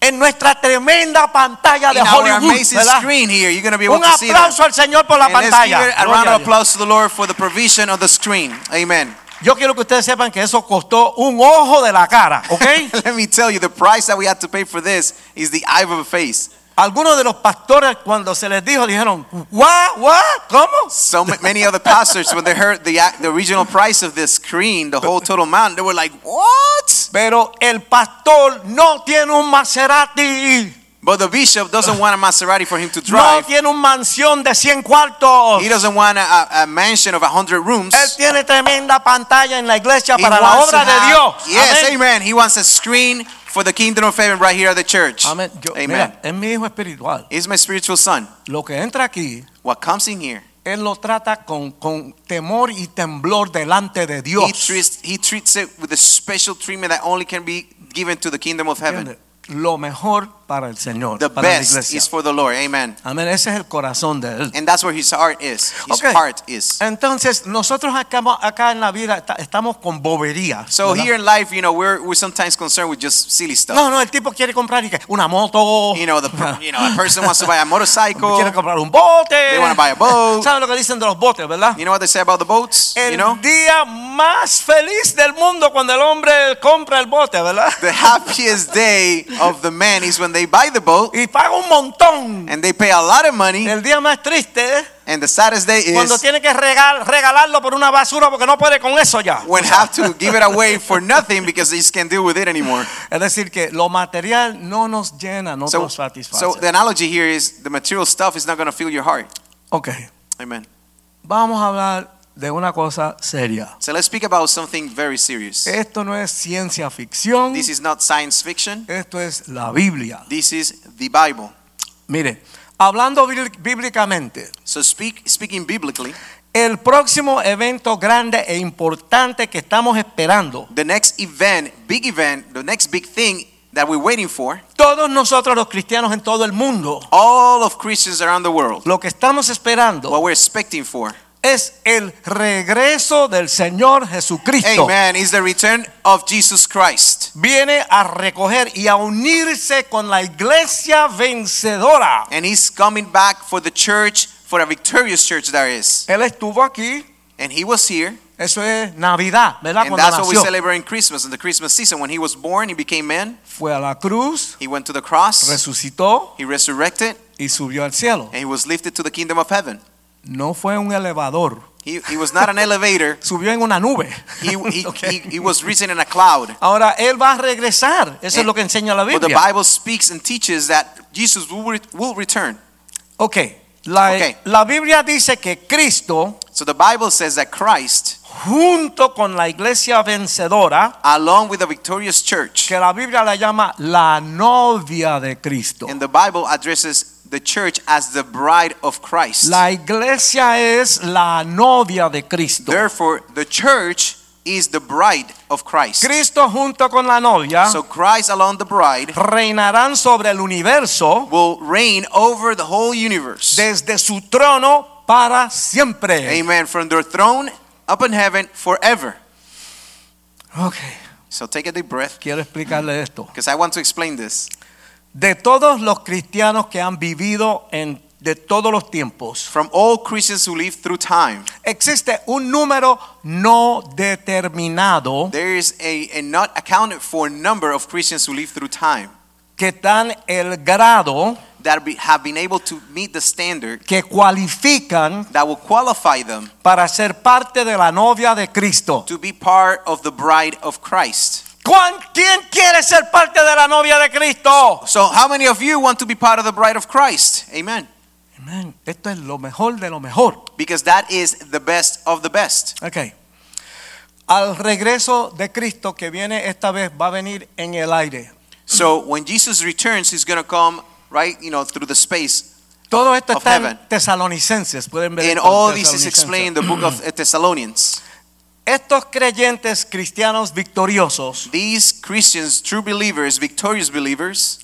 Speaker 2: en nuestra tremenda pantalla de
Speaker 3: in our
Speaker 2: Hollywood.
Speaker 3: amazing
Speaker 2: ¿verdad?
Speaker 3: screen here. You're going to be able
Speaker 2: Un
Speaker 3: to see them.
Speaker 2: aplauso al Señor por la
Speaker 3: And let's give
Speaker 2: pantalla.
Speaker 3: a
Speaker 2: Gloria
Speaker 3: round
Speaker 2: a
Speaker 3: of
Speaker 2: Dios.
Speaker 3: applause to the Lord for the provision of the screen. Amen.
Speaker 2: Yo quiero que ustedes sepan que eso costó un ojo de la cara, ¿ok?
Speaker 3: Let me tell you, the price that we had to pay for this is the eye of a face.
Speaker 2: Algunos de los pastores cuando se les dijo dijeron, "What? What? ¿Cómo?"
Speaker 3: So ma- many other pastors, when they heard the the original price of this screen, the whole total amount, they were like, "What?"
Speaker 2: Pero el pastor no tiene un Maserati.
Speaker 3: But the bishop doesn't want a Maserati for him to
Speaker 2: No
Speaker 3: drive.
Speaker 2: tiene una mansión de 100 cuartos.
Speaker 3: He doesn't want a, a- a mansion of 100 rooms.
Speaker 2: Oh. Él tiene tremenda pantalla en la iglesia
Speaker 3: He
Speaker 2: para la
Speaker 3: wants to
Speaker 2: obra de
Speaker 3: have-
Speaker 2: Dios.
Speaker 3: Yes,
Speaker 2: Amén.
Speaker 3: amen. He wants a screen for the kingdom of heaven right here at the church.
Speaker 2: Amén. Yo-
Speaker 3: amen.
Speaker 2: mira, es mi hijo espiritual.
Speaker 3: He's my spiritual son.
Speaker 2: Lo que entra aquí,
Speaker 3: What comes in here,
Speaker 2: él lo trata con, con temor y temblor delante de
Speaker 3: he
Speaker 2: Dios.
Speaker 3: treats, he treats it with a special treatment that only can be given to the kingdom of heaven.
Speaker 2: ¿Entiende? Lo mejor para el Señor,
Speaker 3: The
Speaker 2: para la
Speaker 3: best
Speaker 2: iglesia.
Speaker 3: is for the Lord. Amen.
Speaker 2: Amén. Ese es el corazón de él.
Speaker 3: And that's where his heart is. His
Speaker 2: Okay.
Speaker 3: heart is.
Speaker 2: Entonces, nosotros acá, acá en la vida esta- estamos con bobería.
Speaker 3: So
Speaker 2: ¿verdad?
Speaker 3: here in life, you know, we're, we're sometimes concerned with just silly stuff.
Speaker 2: No, no, el tipo quiere comprar ¿y qué? una moto.
Speaker 3: You know, the per, you know, a person wants to buy a motorcycle.
Speaker 2: quiere comprar un bote.
Speaker 3: They wanna buy a boat.
Speaker 2: ¿Saben lo que dicen de los botes, verdad?
Speaker 3: You know what they say about the boats?
Speaker 2: El
Speaker 3: You know?
Speaker 2: día más feliz del mundo cuando el hombre compra el bote, ¿verdad?
Speaker 3: The happiest day of the man is when they buy the boat
Speaker 2: Y paga un montón.
Speaker 3: and they pay a lot of money.
Speaker 2: El día más triste es
Speaker 3: And the saddest day
Speaker 2: cuando
Speaker 3: is
Speaker 2: tiene que regal- regalarlo por una basura porque no puede con eso ya.
Speaker 3: when have to give it away for nothing because they just can't deal with it anymore.
Speaker 2: Es decir, que lo material no nos llena, no
Speaker 3: So,
Speaker 2: nos satisface.
Speaker 3: so the analogy here is the material stuff is not going to fill your heart.
Speaker 2: ok,
Speaker 3: Amen.
Speaker 2: vamos a hablar de una cosa seria.
Speaker 3: So let's speak about something very serious.
Speaker 2: Esto no es ciencia ficción,
Speaker 3: This is not science fiction.
Speaker 2: esto es la Biblia.
Speaker 3: This is the Bible.
Speaker 2: Mire, hablando bí- bíblicamente,
Speaker 3: So speak, speaking biblically,
Speaker 2: el próximo evento grande e importante que estamos esperando,
Speaker 3: the next event, big event, the next big thing that we're waiting for,
Speaker 2: todos nosotros los cristianos en todo el mundo,
Speaker 3: all of Christians around the world,
Speaker 2: lo que estamos esperando
Speaker 3: what we're expecting for,
Speaker 2: es el regreso del Señor Jesucristo.
Speaker 3: amen, is the return of Jesus Christ.
Speaker 2: Viene a recoger y a unirse con la iglesia vencedora.
Speaker 3: And he's coming back for the church, for a victorious church there is.
Speaker 2: Él estuvo aquí,
Speaker 3: And he was here.
Speaker 2: eso es Navidad, ¿verdad?
Speaker 3: And
Speaker 2: Cuando
Speaker 3: that's what we
Speaker 2: nació.
Speaker 3: celebrate in Christmas, in the Christmas season. When he was born, he became man.
Speaker 2: Fue a la cruz,
Speaker 3: He went to the cross.
Speaker 2: resucitó
Speaker 3: He resurrected.
Speaker 2: y subió al cielo.
Speaker 3: And he was lifted to the kingdom of heaven.
Speaker 2: No fue un elevador,
Speaker 3: He, he was not an elevator.
Speaker 2: subió en una nube.
Speaker 3: He, he,
Speaker 2: Ok.
Speaker 3: he, he was risen in a cloud.
Speaker 2: Ahora él va a regresar, eso es
Speaker 3: And-
Speaker 2: lo que enseña la
Speaker 3: But Eh, the
Speaker 2: Biblia.
Speaker 3: Bible speaks and teaches that Jesus will, re- will return.
Speaker 2: Ok, la,
Speaker 3: Ok.
Speaker 2: la Biblia dice que Cristo,
Speaker 3: So the Bible says that Christ,
Speaker 2: junto con la iglesia vencedora,
Speaker 3: along with the victorious church,
Speaker 2: que la Biblia la llama la novia de Cristo.
Speaker 3: and the Bible addresses the church as the bride of Christ.
Speaker 2: La iglesia es la novia de Cristo.
Speaker 3: Therefore, the church is the bride of Christ.
Speaker 2: Cristo junto con la novia
Speaker 3: So Christ along the bride
Speaker 2: reinarán sobre el universo
Speaker 3: will reign over the whole universe.
Speaker 2: desde su trono para siempre.
Speaker 3: Amen. From their throne up in heaven forever.
Speaker 2: Ok,
Speaker 3: So take a deep breath
Speaker 2: quiero explicarle esto.
Speaker 3: because I want to explain this.
Speaker 2: De todos los cristianos que han vivido en de todos los tiempos,
Speaker 3: From all Christians who live through time,
Speaker 2: existe un número no determinado
Speaker 3: there is a, a not accounted for number of Christians who live through time
Speaker 2: que dan el grado
Speaker 3: that be, have been able to meet the standard
Speaker 2: que cualifican
Speaker 3: that will qualify them
Speaker 2: para ser parte de la novia de Cristo.
Speaker 3: to be part of the bride of Christ.
Speaker 2: ¿Cuán- ¿Quién quiere ser parte de la novia de Cristo?
Speaker 3: So, how many of you want to be part of the bride of Christ? Amen.
Speaker 2: Amén. Esto es lo mejor de lo mejor.
Speaker 3: Because that is the best of the best.
Speaker 2: Ok. Al regreso de Cristo que viene esta vez va a venir en el aire.
Speaker 3: So, when Jesus returns, he's going to come right, you know, through the space.
Speaker 2: Todo esto
Speaker 3: Of
Speaker 2: está en
Speaker 3: heaven.
Speaker 2: Tesalonicenses, pueden ver.
Speaker 3: And
Speaker 2: esto en
Speaker 3: all this is
Speaker 2: Tesalonicenses.
Speaker 3: explained in the book of Thessalonians.
Speaker 2: Estos creyentes cristianos victoriosos,
Speaker 3: These Christians, true believers, victorious believers,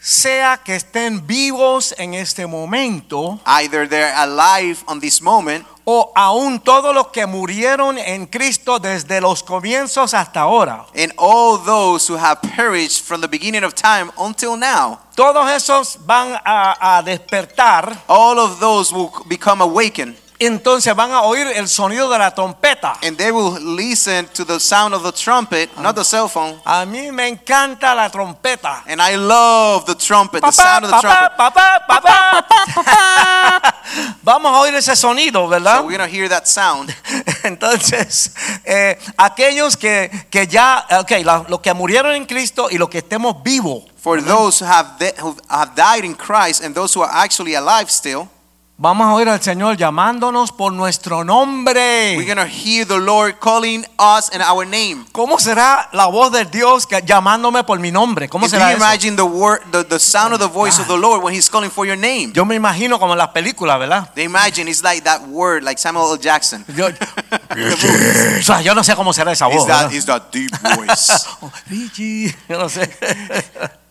Speaker 2: sea que estén vivos en este momento
Speaker 3: either they're alive on this moment
Speaker 2: o aún todos los que murieron en Cristo desde los comienzos hasta ahora,
Speaker 3: and all those who have perished from the beginning of time until now.
Speaker 2: todos esos van a, a despertar
Speaker 3: All of those will become awakened
Speaker 2: entonces van a oír el sonido de la trompeta.
Speaker 3: and they will listen to the sound of the trumpet, not the cell phone.
Speaker 2: A mí me encanta la trompeta.
Speaker 3: And I love the trumpet, the sound of the
Speaker 2: Papá,
Speaker 3: trumpet.
Speaker 2: papá, papá, papá. Vamos a oír ese sonido, ¿verdad?
Speaker 3: So we're gonna hear that sound.
Speaker 2: Entonces, eh, aquellos que, que ya, ok, la- los que murieron en Cristo y los que estemos vivos,
Speaker 3: For those who have de- who have died in Christ and those who are actually alive still,
Speaker 2: vamos a oír al Señor llamándonos por nuestro
Speaker 3: we're
Speaker 2: nombre.
Speaker 3: gonna hear the Lord calling us and our name.
Speaker 2: ¿Cómo será la voz de Dios que- llamándome por mi nombre? ¿Cómo
Speaker 3: Can
Speaker 2: será
Speaker 3: you
Speaker 2: eso? Oh
Speaker 3: imagine the word, the, the sound of the voice of the Lord when He's calling for your name?
Speaker 2: Yo me imagino como en las películas, ¿verdad?
Speaker 3: They imagine it's like that word, like Samuel L. Jackson.
Speaker 2: Yo, o sea, yo no sé cómo será esa voz.
Speaker 3: It's that,
Speaker 2: ¿verdad?
Speaker 3: it's that deep voice.
Speaker 2: Oh, Richie, yo no sé.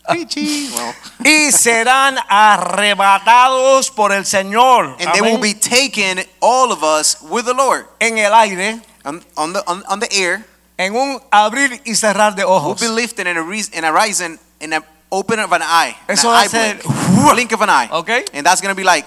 Speaker 3: Well,
Speaker 2: Y serán arrebatados por el Señor.
Speaker 3: and they will
Speaker 2: Amén.
Speaker 3: be taken, all of us, with the Lord
Speaker 2: en el aire.
Speaker 3: on, on the on, on the air.
Speaker 2: en un abrir y cerrar de
Speaker 3: We'll
Speaker 2: ojos.
Speaker 3: be lifted and, a re- and arisen in an open of an eye, an
Speaker 2: Eso va a
Speaker 3: eye
Speaker 2: ser-
Speaker 3: blink, blink of an eye.
Speaker 2: Okay.
Speaker 3: and that's gonna be like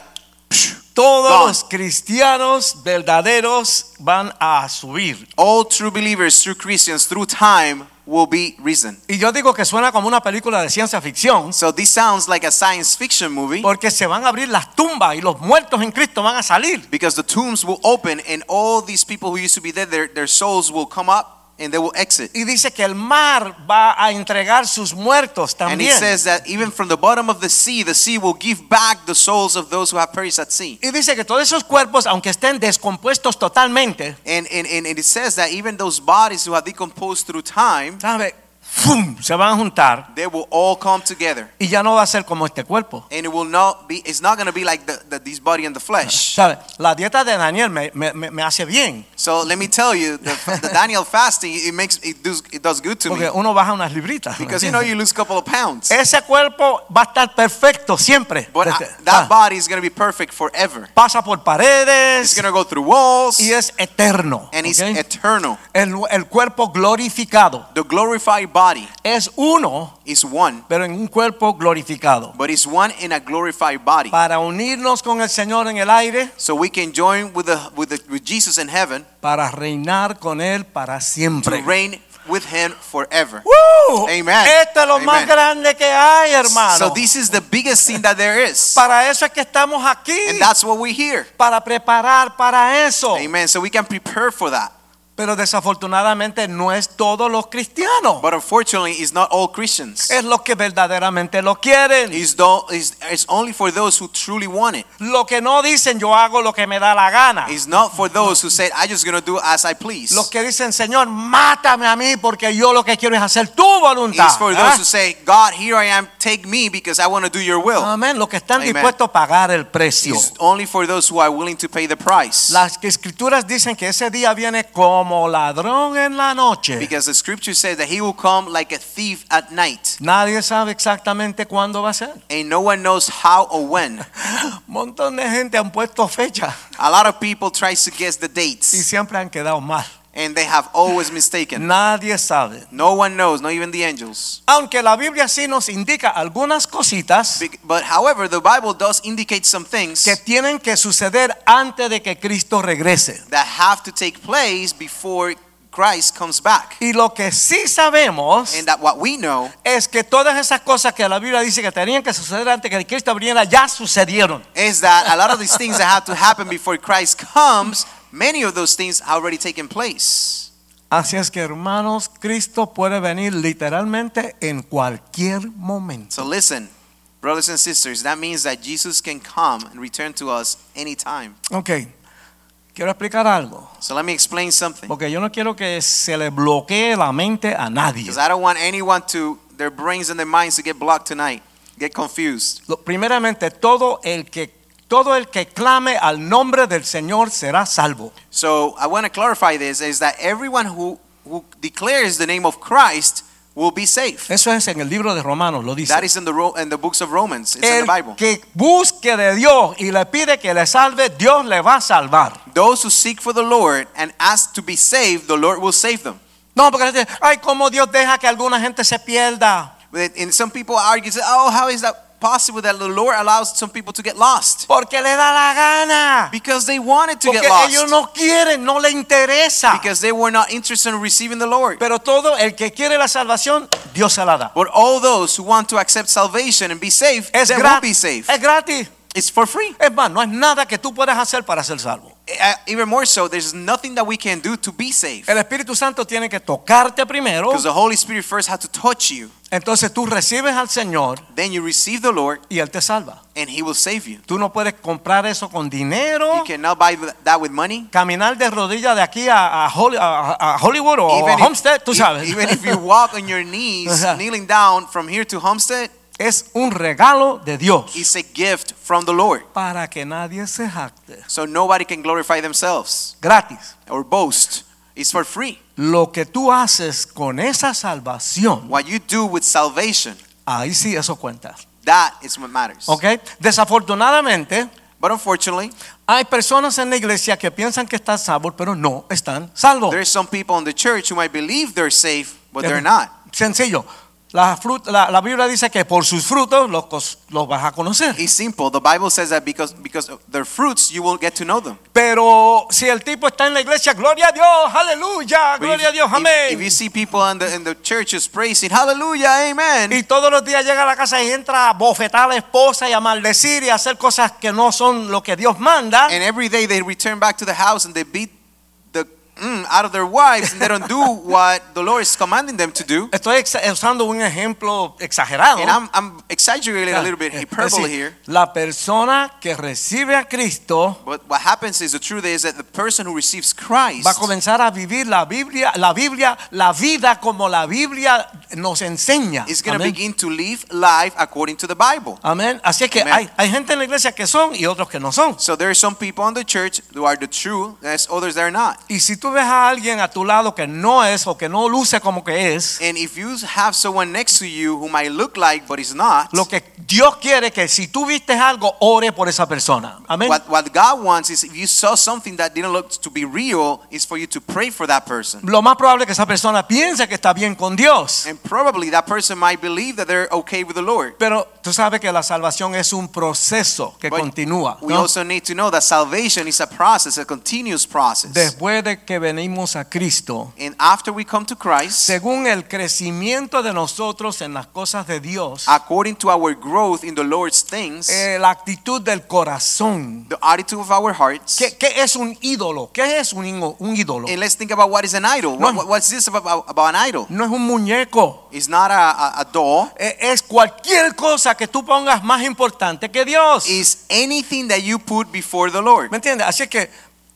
Speaker 2: Todos
Speaker 3: Gone.
Speaker 2: los cristianos verdaderos van a subir.
Speaker 3: all true believers, true Christians, through time will be risen.
Speaker 2: Y yo digo que suena como una película de ciencia ficción,
Speaker 3: So this sounds like a science fiction movie
Speaker 2: porque se van a abrir las tumbas y los muertos en Cristo van a salir.
Speaker 3: because the tombs will open and all these people who used to be dead, their, their souls will come up and they will exit.
Speaker 2: Y dice que el mar va a entregar sus muertos
Speaker 3: And it
Speaker 2: también.
Speaker 3: says that even from the bottom of the sea, the sea will give back the souls of those who have perished at sea.
Speaker 2: Y dice que todos esos cuerpos, aunque estén descompuestos totalmente,
Speaker 3: And, and, and it says that even those bodies who have decomposed through time,
Speaker 2: ¿sabe? ¡Fum! Se van a juntar
Speaker 3: they will all come together.
Speaker 2: y ya no va a ser como este cuerpo.
Speaker 3: And it will not be, it's not going to be like the, the, this body and the flesh.
Speaker 2: ¿Sabe? La dieta de Daniel me- me- me- me hace bien.
Speaker 3: So let me tell you, the, the Daniel fasting, it makes, it does, it does good to
Speaker 2: Porque
Speaker 3: me.
Speaker 2: uno baja unas libritas.
Speaker 3: Because you know, you lose a couple of pounds.
Speaker 2: Ese cuerpo va a estar perfecto siempre.
Speaker 3: But I-
Speaker 2: Desde-
Speaker 3: that
Speaker 2: ah,
Speaker 3: body is going to be perfect forever.
Speaker 2: pasa por
Speaker 3: It's
Speaker 2: paredes
Speaker 3: going to go through walls
Speaker 2: y es eterno.
Speaker 3: and it's
Speaker 2: ¿ok?
Speaker 3: eternal.
Speaker 2: el, el cuerpo glorificado
Speaker 3: The glorified body
Speaker 2: es uno,
Speaker 3: is one,
Speaker 2: pero en un cuerpo glorificado.
Speaker 3: but it's one in a glorified body.
Speaker 2: Para unirnos con el Señor en el aire,
Speaker 3: So we can join with the with the with Jesus in heaven
Speaker 2: para reinar con Él para
Speaker 3: to
Speaker 2: siempre.
Speaker 3: reign with him forever.
Speaker 2: ¡Woo!
Speaker 3: Amen.
Speaker 2: Esto es lo más
Speaker 3: Amen.
Speaker 2: grande que hay, hermano.
Speaker 3: So this is the biggest thing that there is.
Speaker 2: para eso es que estamos aquí.
Speaker 3: And that's what we hear.
Speaker 2: Para preparar para eso.
Speaker 3: Amen. So we can prepare for that.
Speaker 2: Pero desafortunadamente no es todos los cristianos.
Speaker 3: But unfortunately, it's not all Christians.
Speaker 2: Es los que verdaderamente lo quieren.
Speaker 3: It's, do, it's, it's only for those who truly want it.
Speaker 2: Lo que no dicen yo hago lo que me da la gana.
Speaker 3: It's not for those who said, i just going to do as I please.
Speaker 2: Los Ah. que dicen, Señor, mátame a mí porque yo lo que quiero es hacer tu voluntad.
Speaker 3: It's for
Speaker 2: ¿Ah?
Speaker 3: those who say, God, here I am, take me because I want to do your will.
Speaker 2: Amén. Los que están
Speaker 3: Amen.
Speaker 2: dispuestos a pagar el precio.
Speaker 3: It's only for those who are willing to pay the price.
Speaker 2: Las escrituras dicen que ese día viene como ladrón en la noche.
Speaker 3: Because the scripture says that he will come like a thief at night,
Speaker 2: Nadie sabe exactamente cuándo va a ser.
Speaker 3: and no one knows how or when.
Speaker 2: Un montón de gente han puesto fecha
Speaker 3: A lot of people try to guess the
Speaker 2: y
Speaker 3: dates,
Speaker 2: siempre han quedado mal.
Speaker 3: and they have always mistaken.
Speaker 2: Nadie sabe.
Speaker 3: No one knows, not even the angels.
Speaker 2: Aunque la Biblia sí nos indica algunas cositas
Speaker 3: Bec- But however, the Bible does indicate some things
Speaker 2: que tienen que suceder antes de que Cristo regrese.
Speaker 3: that have to take place before Christ comes back.
Speaker 2: Y lo que sí sabemos
Speaker 3: And that what we know
Speaker 2: es que todas esas cosas que la Biblia dice que tenían que suceder antes de que Cristo viniera ya sucedieron.
Speaker 3: is that a lot of these things that have to happen before Christ comes, many of those things have already taken place.
Speaker 2: Así es que hermanos, Cristo puede venir literalmente en cualquier momento.
Speaker 3: So listen, brothers and sisters, that means that Jesus can come and return to us anytime.
Speaker 2: Ok, quiero explicar algo,
Speaker 3: So let me explain something.
Speaker 2: porque yo no quiero que se le bloquee la mente a nadie.
Speaker 3: Because I don't want anyone to their brains and their minds to get blocked tonight, get confused.
Speaker 2: Lo- Primeramente, todo el que todo el que clame al nombre del Señor será salvo.
Speaker 3: So I want to clarify this is that everyone who who declares the name of Christ will be safe.
Speaker 2: Eso es en el libro de Romanos, lo dice.
Speaker 3: That is in the Ro- in the books of Romans. It's in the
Speaker 2: el
Speaker 3: Bible.
Speaker 2: que busque de Dios y le pide que le salve, Dios le va a salvar.
Speaker 3: Those who seek for the Lord and ask to be saved, the Lord will save them.
Speaker 2: No, porque dice, ay, cómo Dios deja que alguna gente se pierda.
Speaker 3: But- And some people argue, say, "Oh, how is that possible that the Lord allows some people to get lost
Speaker 2: Porque le da la gana.
Speaker 3: because they wanted to
Speaker 2: Porque
Speaker 3: get lost.
Speaker 2: ellos no quieren, no le interesa.
Speaker 3: because they were not interested in receiving the Lord.
Speaker 2: Pero todo el que quiere la salvación, Dios se la da.
Speaker 3: But all those who want to accept salvation and be saved,
Speaker 2: Es,
Speaker 3: they
Speaker 2: grat-
Speaker 3: will be saved.
Speaker 2: es gratis.
Speaker 3: It's for free.
Speaker 2: Es más, no es nada que tú puedas hacer para ser salvo.
Speaker 3: Uh, Even more so, there's nothing that we can do to be saved.
Speaker 2: El Espíritu Santo tiene que tocarte primero.
Speaker 3: Because the Holy Spirit first had to touch you.
Speaker 2: Entonces tú recibes al Señor
Speaker 3: Then you receive the Lord
Speaker 2: y Él te salva.
Speaker 3: and He will save you.
Speaker 2: Tú no puedes comprar eso con dinero.
Speaker 3: You cannot buy th- that with money.
Speaker 2: Caminar de rodillas de aquí a, a Holly- a- a Hollywood o a Oh, Homestead, tú
Speaker 3: e-
Speaker 2: sabes.
Speaker 3: even if you walk on your knees,
Speaker 2: Ajá.
Speaker 3: kneeling down from here to Homestead,
Speaker 2: es un regalo de Dios
Speaker 3: it's a gift from the Lord.
Speaker 2: para que nadie se jacte.
Speaker 3: So nobody can glorify themselves
Speaker 2: Gratis.
Speaker 3: or boast. It's for free.
Speaker 2: Lo que tú haces con esa salvación,
Speaker 3: What you do with salvation,
Speaker 2: ahí sí eso cuenta.
Speaker 3: that is what matters.
Speaker 2: ¿Ok? Desafortunadamente,
Speaker 3: But unfortunately,
Speaker 2: hay personas en la iglesia que piensan que están salvos, pero no están salvos.
Speaker 3: there's some people in the church who might believe they're safe, but they're not.
Speaker 2: Sencillo. La, frut- la, la Biblia dice que por sus frutos los, cos- los vas a conocer.
Speaker 3: It's simple. The Bible says that because because of their fruits you will get to know them.
Speaker 2: Pero si el tipo está en la iglesia, gloria a Dios, aleluya,
Speaker 3: But
Speaker 2: gloria a
Speaker 3: if,
Speaker 2: Dios,
Speaker 3: if-
Speaker 2: amén.
Speaker 3: if you see people in the in the churches praising hallelujah, amen,
Speaker 2: Y todos los días llega a la casa y entra a bofetar a la esposa y a maldecir y a hacer cosas que no son lo que Dios manda.
Speaker 3: and every day they return back to the house and they beat the mm, out of their wives and they don't do what the Lord is commanding them to do.
Speaker 2: Estoy exa- usando un ejemplo exagerado.
Speaker 3: And I'm I'm exaggerating a little bit
Speaker 2: Es
Speaker 3: hyperbole
Speaker 2: decir,
Speaker 3: here,
Speaker 2: La persona que recibe a Cristo
Speaker 3: but what happens is the truth is that the person who receives Christ
Speaker 2: va a comenzar a vivir la Biblia, la Biblia, la vida como la Biblia nos enseña.
Speaker 3: is going to
Speaker 2: Amén.
Speaker 3: begin to live life according to the Bible.
Speaker 2: Amén. Así es que
Speaker 3: Amén.
Speaker 2: hay, hay gente en la iglesia que son y otros que no son.
Speaker 3: So there are some people in the church who are the true, there's others that are not.
Speaker 2: Y si tú ves a alguien a tu lado que no es o que no luce como que es,
Speaker 3: And if you have someone next to you who might look like but is not,
Speaker 2: lo que Dios quiere que si tú viste algo, ore por esa persona. Amén.
Speaker 3: what, what God wants is if you saw something that didn't look to be real, is for you to pray for that person.
Speaker 2: Lo más probable es que esa persona piense que está bien con Dios.
Speaker 3: And probably that person might believe that they're okay with the Lord.
Speaker 2: Pero tú sabes que la salvación es un proceso que
Speaker 3: But
Speaker 2: continúa.
Speaker 3: We
Speaker 2: ¿no?
Speaker 3: also need to know that salvation is a process, a continuous process.
Speaker 2: Después de que venimos a Cristo,
Speaker 3: and after we come to Christ,
Speaker 2: según el crecimiento de nosotros en las cosas de Dios,
Speaker 3: according to our growth in the Lord's things,
Speaker 2: eh, la actitud del corazón.
Speaker 3: the attitude of our hearts.
Speaker 2: ¿Qué, qué es un ídolo? ¿Qué es un, ingo- un ídolo?
Speaker 3: and let's think about what is an idol.
Speaker 2: No.
Speaker 3: What- what's this about, about an idol?
Speaker 2: No es un muñeco.
Speaker 3: It's not a, a, a doll.
Speaker 2: Eh, Es cualquier cosa que tú pongas más importante que Dios.
Speaker 3: is anything that you put before the Lord.
Speaker 2: ¿Me entiendes? Así que,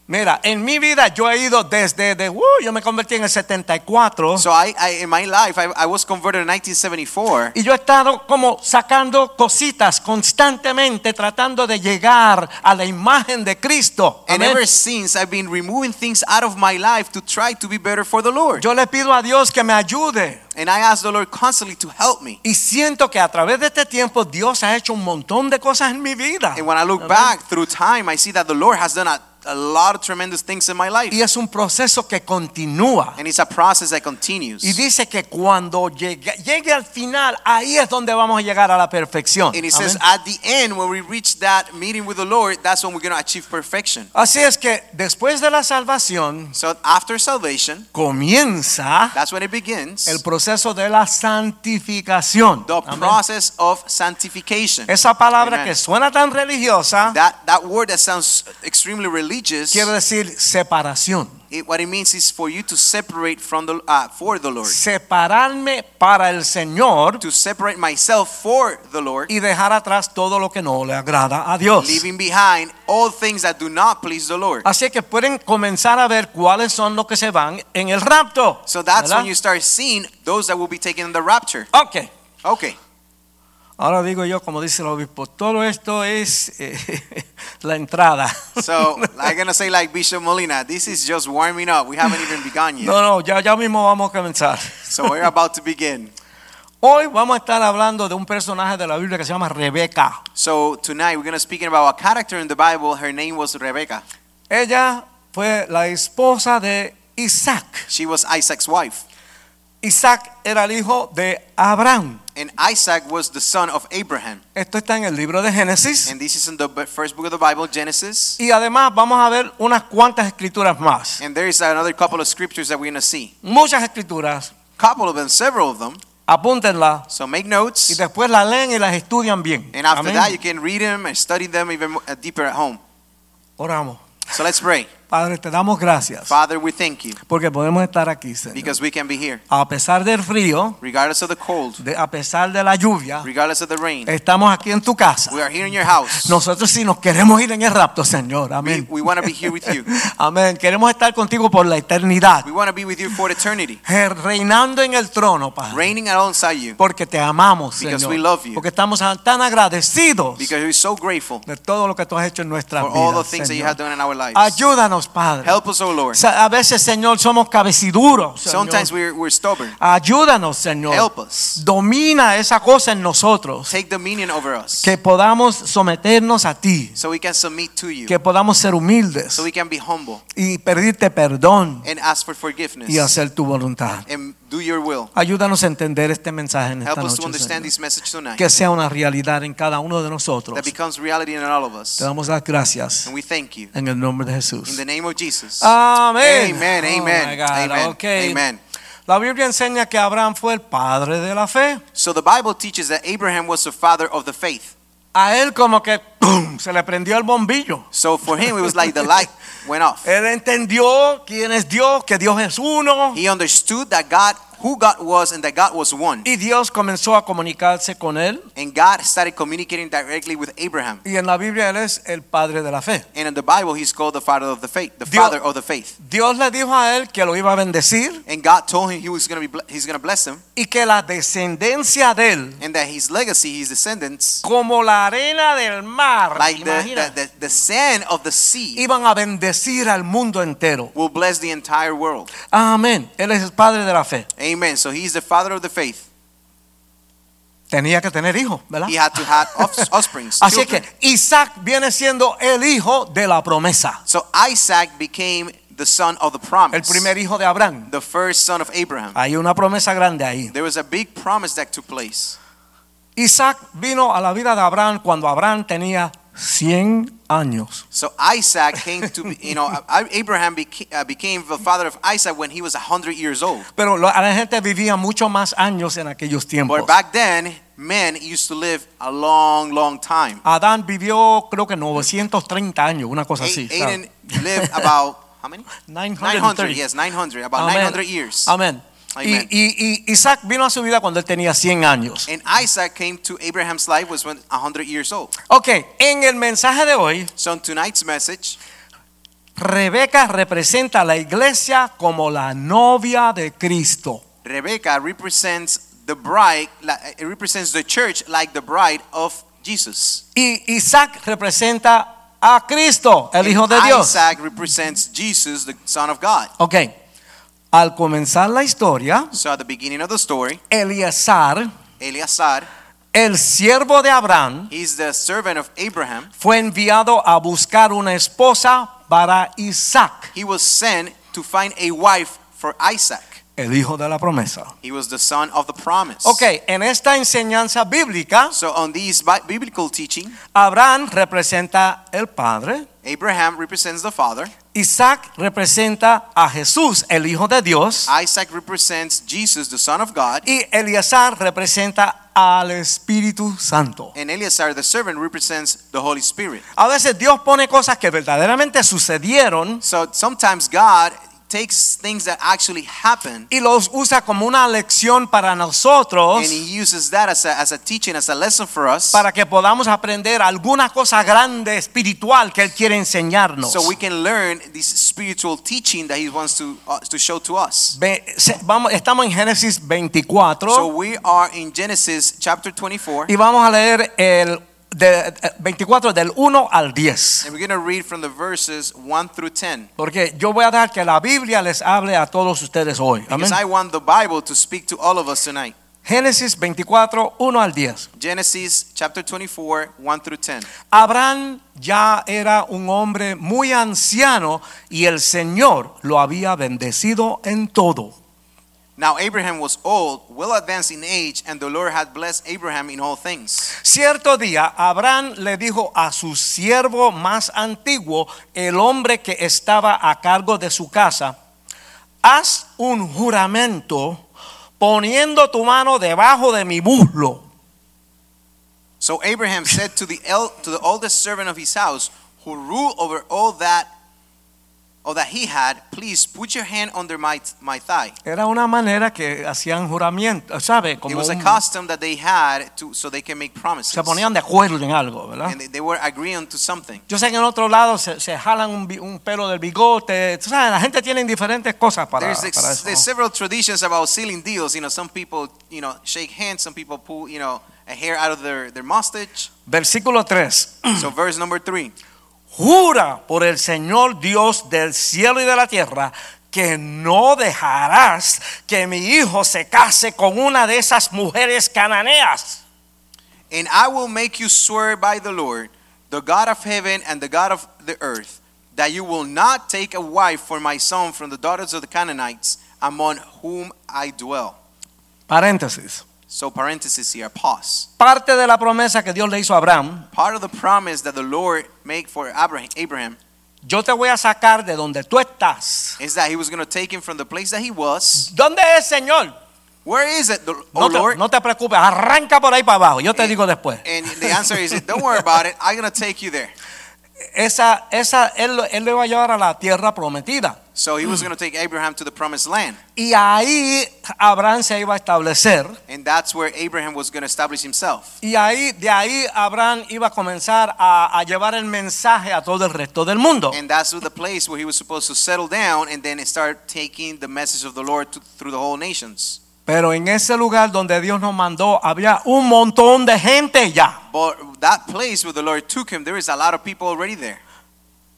Speaker 2: mira, en mi vida yo he ido desde, de, uh, yo me convertí en el 74.
Speaker 3: So I, I in my life, I, I was converted in 1974,
Speaker 2: y yo he estado como sacando cositas constantemente tratando de llegar a la imagen de Cristo.
Speaker 3: and
Speaker 2: Amén.
Speaker 3: ever since I've been removing things out of my life to try to be better for the Lord.
Speaker 2: Yo le pido a Dios que me ayude.
Speaker 3: And I ask the Lord constantly to help me.
Speaker 2: Y siento que a través de este tiempo Dios ha hecho un montón de cosas en mi vida.
Speaker 3: And when I look
Speaker 2: Amén.
Speaker 3: back through time, I see that the Lord has done a, a lot of tremendous things in my life,
Speaker 2: Y es un proceso que continúa.
Speaker 3: and it's a process
Speaker 2: Y
Speaker 3: that continues.
Speaker 2: dice que cuando llegue, llegue al final, ahí es donde vamos a llegar a la perfección.
Speaker 3: And it
Speaker 2: Amén.
Speaker 3: says at the end, when we reach that meeting with the Lord, that's when we're going to achieve perfection.
Speaker 2: Así es que después de la salvación
Speaker 3: So after salvation,
Speaker 2: comienza
Speaker 3: that's when it begins
Speaker 2: el proceso de la santificación.
Speaker 3: the
Speaker 2: Amén.
Speaker 3: process of sanctification.
Speaker 2: Esa palabra
Speaker 3: Amen.
Speaker 2: que suena tan religiosa
Speaker 3: That that word that sounds extremely religious,
Speaker 2: quiere decir separación.
Speaker 3: it- what it means is for you to separate from the uh, for the Lord,
Speaker 2: Separarme para el Señor
Speaker 3: to separate myself for the Lord,
Speaker 2: y dejar atrás todo lo que no le agrada a Dios.
Speaker 3: leaving behind all things that do not please the Lord.
Speaker 2: Así que pueden comenzar a ver cuáles son los que se van en el rapto.
Speaker 3: So that's
Speaker 2: ¿verdad?
Speaker 3: when you start seeing those that will be taken in the rapture.
Speaker 2: Ok.
Speaker 3: Okay,
Speaker 2: Ahora digo yo, como dice el obispo, todo esto es eh, la entrada.
Speaker 3: so I'm gonna say like Bishop Molina, this is just warming up. We haven't even begun yet,
Speaker 2: No, no, ya, ya mismo vamos a comenzar.
Speaker 3: so we're about to begin.
Speaker 2: Hoy vamos a estar hablando de un personaje de la Biblia que se llama Rebeca.
Speaker 3: So tonight we're gonna speak about a character in the Bible. Her name was Rebecca.
Speaker 2: Ella fue la esposa de Isaac.
Speaker 3: She was Isaac's wife,
Speaker 2: Isaac era el hijo de Abraham.
Speaker 3: and Isaac was the son of Abraham.
Speaker 2: Esto está en el libro de Génesis.
Speaker 3: And this is in the b- first book of the Bible, Genesis.
Speaker 2: Y además vamos a ver unas cuantas escrituras más.
Speaker 3: And there is another couple of scriptures that we're going to see.
Speaker 2: Muchas escrituras.
Speaker 3: Couple of them, several of them.
Speaker 2: Apúntenlas
Speaker 3: So make
Speaker 2: y
Speaker 3: notes.
Speaker 2: después las leen y las estudian bien.
Speaker 3: And after
Speaker 2: Amén.
Speaker 3: that, you can read them and study them even mo- uh, deeper at home.
Speaker 2: Oramos.
Speaker 3: So let's pray.
Speaker 2: Padre, te damos gracias
Speaker 3: Father, we thank you
Speaker 2: porque podemos estar aquí, Señor.
Speaker 3: because we can be here.
Speaker 2: A pesar del frío,
Speaker 3: Regardless of the cold,
Speaker 2: de- a pesar de la lluvia,
Speaker 3: regardless of the rain,
Speaker 2: estamos aquí en tu casa.
Speaker 3: we are here in your house.
Speaker 2: Nosotros sí nos queremos ir en el rapto, Señor. Amén.
Speaker 3: We- we wanna be here with you.
Speaker 2: Amén. Queremos estar contigo por la eternidad.
Speaker 3: We want to be with you for eternity,
Speaker 2: Eh, Reinando en el trono, Padre.
Speaker 3: reigning alongside you
Speaker 2: Porque te amamos,
Speaker 3: Because
Speaker 2: Señor.
Speaker 3: we love you.
Speaker 2: Porque estamos tan agradecidos
Speaker 3: because we're so grateful
Speaker 2: de todo lo que tú has hecho en nuestra
Speaker 3: for
Speaker 2: vida.
Speaker 3: all the things that you
Speaker 2: Señor.
Speaker 3: have done in our lives.
Speaker 2: Ayúdanos, Padre.
Speaker 3: Help us, O Lord.
Speaker 2: Sa- A veces, Señor, somos cabeciduros. Señor.
Speaker 3: Sometimes we're, we're stubborn.
Speaker 2: Ayúdanos, Señor.
Speaker 3: Help us.
Speaker 2: Domina esa cosa en nosotros.
Speaker 3: Take dominion over us
Speaker 2: Que podamos someternos a ti.
Speaker 3: so we can submit to you,
Speaker 2: Que podamos ser humildes.
Speaker 3: so we can be humble
Speaker 2: Y pedirte perdón.
Speaker 3: and ask for
Speaker 2: Y
Speaker 3: forgiveness
Speaker 2: hacer tu voluntad.
Speaker 3: and do your will.
Speaker 2: Ayúdanos a entender este mensaje en esta
Speaker 3: Help us to
Speaker 2: noche.
Speaker 3: understand
Speaker 2: Señor.
Speaker 3: this message tonight
Speaker 2: Que sea una realidad en cada uno de nosotros.
Speaker 3: that becomes reality in all of us.
Speaker 2: Te damos las gracias.
Speaker 3: And we thank you.
Speaker 2: En el nombre de
Speaker 3: In
Speaker 2: Jesús.
Speaker 3: the name of Jesus.
Speaker 2: Amén.
Speaker 3: Amen.
Speaker 2: Oh, my
Speaker 3: Amen.
Speaker 2: God.
Speaker 3: Amen.
Speaker 2: Okay.
Speaker 3: Amen.
Speaker 2: La Biblia enseña que Abraham fue el padre de la fe.
Speaker 3: So the Bible teaches that Abraham was the father of the faith.
Speaker 2: A él como que ¡pum! se le prendió el bombillo.
Speaker 3: So for him, it was like the light went off.
Speaker 2: Él entendió quién es Dios, que Dios es uno.
Speaker 3: He understood that God, who God was, and that God was one.
Speaker 2: Y Dios comenzó a comunicarse con él.
Speaker 3: And God started communicating directly with Abraham.
Speaker 2: Y en la Biblia él es el padre de la fe.
Speaker 3: And in the Bible, he's called the father of the faith, the
Speaker 2: Dios-
Speaker 3: father of the faith.
Speaker 2: Dios le dijo a él que lo iba a bendecir
Speaker 3: And God told him he was going to be, ble- he's going to bless him,
Speaker 2: y que la descendencia de él,
Speaker 3: and that his legacy, his descendants,
Speaker 2: como la arena del mar,
Speaker 3: like the,
Speaker 2: imagina,
Speaker 3: the, the, the sand of the sea,
Speaker 2: iban a bendecir al mundo entero.
Speaker 3: will bless the entire world.
Speaker 2: Amén. Él es el padre de la fe.
Speaker 3: Amen. So he's the father of the faith.
Speaker 2: Tenía que tener hijos, ¿verdad?
Speaker 3: He had to have off- offsprings.
Speaker 2: Así es
Speaker 3: children.
Speaker 2: que Isaac viene siendo el hijo de la promesa,
Speaker 3: So Isaac became the son of the
Speaker 2: el
Speaker 3: promise,
Speaker 2: primer hijo de Abraham.
Speaker 3: the first son of Abraham.
Speaker 2: Hay una promesa grande ahí.
Speaker 3: There was a big promise that took place.
Speaker 2: Isaac vino a la vida de Abraham cuando Abraham tenía 100 años.
Speaker 3: So Isaac came to, be- you know, I- Abraham became, uh, became the father of Isaac when he was 100 years old.
Speaker 2: Pero lo- la gente vivía mucho más años en aquellos tiempos.
Speaker 3: But back then, men used to live a long, long time.
Speaker 2: Adán vivió creo que 930 años, una cosa así.
Speaker 3: A-
Speaker 2: ¿sabe?
Speaker 3: Aiden lived about, how many? 900,
Speaker 2: 930.
Speaker 3: yes, 900, about
Speaker 2: Amén.
Speaker 3: 900 years.
Speaker 2: Amén. Y,
Speaker 3: Amen.
Speaker 2: y- y Isaac vino a su vida cuando él tenía 100 años.
Speaker 3: And Isaac came to Abraham's life was when 100 years old.
Speaker 2: Ok, en el mensaje de hoy,
Speaker 3: So in tonight's message,
Speaker 2: Rebeca representa a la iglesia como la novia de Cristo.
Speaker 3: Rebecca represents the bride, like, it represents the church like the bride of Jesus.
Speaker 2: Y Isaac representa a Cristo, el
Speaker 3: And
Speaker 2: Hijo de Dios.
Speaker 3: Isaac represents Jesus, the Son of God.
Speaker 2: Ok, al comenzar la historia,
Speaker 3: So at the beginning of the story,
Speaker 2: Eleazar,
Speaker 3: Eleazar,
Speaker 2: el siervo de Abraham,
Speaker 3: he's the servant of Abraham.
Speaker 2: fue enviado a buscar una esposa para Isaac,
Speaker 3: He was sent to find a wife for Isaac.
Speaker 2: el hijo de la promesa.
Speaker 3: He was the son of the promise.
Speaker 2: Ok, en esta enseñanza bíblica,
Speaker 3: So on these bi- biblical teaching,
Speaker 2: Abraham representa el padre,
Speaker 3: Abraham represents the father.
Speaker 2: Isaac representa a Jesús, el hijo de Dios.
Speaker 3: Isaac represents Jesus, the son of God.
Speaker 2: Y Eleazar representa al Espíritu Santo.
Speaker 3: And Eleazar, the servant, represents the Holy Spirit.
Speaker 2: A veces Dios pone cosas que verdaderamente sucedieron
Speaker 3: So sometimes God takes things that actually happen
Speaker 2: y los usa como una lección para
Speaker 3: and
Speaker 2: nosotros
Speaker 3: he uses that as a, as a teaching, as a lesson for us.
Speaker 2: para que podamos aprender alguna cosa grande espiritual que Él quiere enseñarnos.
Speaker 3: So we can learn this spiritual teaching that he wants to, uh, to show to us.
Speaker 2: Ve- se- vamos, estamos en Génesis
Speaker 3: So
Speaker 2: 24
Speaker 3: we are in Genesis chapter 24,
Speaker 2: y vamos a leer el de- eh, 24 del 1 al 10.
Speaker 3: and we're going to read from the verses 1 through 10.
Speaker 2: Porque yo voy a dejar que la Biblia les hable a todos ustedes hoy. Amén.
Speaker 3: Because I want the Bible to speak to all of us tonight.
Speaker 2: Génesis 24, 1 al 10.
Speaker 3: Genesis chapter 24, 1 through 10.
Speaker 2: Abraham ya era un hombre muy anciano y el Señor lo había bendecido en todo.
Speaker 3: Now Abraham was old, well advanced in age, and the Lord had blessed Abraham in all things.
Speaker 2: Cierto día, Abraham le dijo a su siervo más antiguo, el hombre que estaba a cargo de su casa, haz un juramento poniendo tu mano debajo de mi muslo.
Speaker 3: So Abraham said to the el- to the oldest servant of his house, who ruled over all that all that he had, please put your hand under my my thigh.
Speaker 2: Era una manera que hacían juramento, ¿sabe?
Speaker 3: It
Speaker 2: Como
Speaker 3: was a
Speaker 2: un-
Speaker 3: custom that they had to so they can make promises.
Speaker 2: se ponían de acuerdo en algo, ¿verdad?
Speaker 3: And they- they were agreeing to something.
Speaker 2: Yo sé que en otro lado se, se jalan un, bi- un pelo del bigote. Tú sabes, la gente tiene diferentes cosas para,
Speaker 3: There's, ex-
Speaker 2: para eso.
Speaker 3: there's several traditions about sealing deals. You know, some people, you know, shake hands. Some people pull, you know, a hair out of their, their mustache.
Speaker 2: Versículo 3.
Speaker 3: so verse number three.
Speaker 2: Jura por el Señor Dios del cielo y de la tierra que no dejarás que mi hijo se case con una de esas mujeres cananeas.
Speaker 3: And I will make you swear by the Lord, the God of heaven and the God of the earth, that you will not take a wife for my son from the daughters of the Canaanites, among whom I dwell.
Speaker 2: Paréntesis.
Speaker 3: So parenthesis here, pause.
Speaker 2: Parte de la promesa que Dios le hizo a Abraham,
Speaker 3: Part of the promise that the Lord made for Abraham, Abraham
Speaker 2: yo te voy a sacar de donde tú estás.
Speaker 3: is that he was going to take him from the place that he was.
Speaker 2: ¿Dónde es, Señor?
Speaker 3: Where is it, the, oh
Speaker 2: No
Speaker 3: Lord?
Speaker 2: te, no te preocupes, arranca por ahí para abajo, yo te digo después.
Speaker 3: And the answer is, don't worry about it. I'm going to take you there.
Speaker 2: Esa, esa, él, lo- él le iba a llevar a la tierra prometida.
Speaker 3: So he was going to take Abraham to the promised land.
Speaker 2: Y ahí Abraham se iba a establecer.
Speaker 3: And that's where Abraham was going to establish himself.
Speaker 2: Y ahí, de ahí Abraham iba a comenzar a, a llevar el mensaje a todo el resto del mundo.
Speaker 3: And that's the place where he was supposed to settle down and then start taking the message of the Lord to, through the whole nations.
Speaker 2: Pero en ese lugar donde Dios nos mandó había un montón de gente ya.
Speaker 3: But that place where the Lord took him, there is a lot of people already there.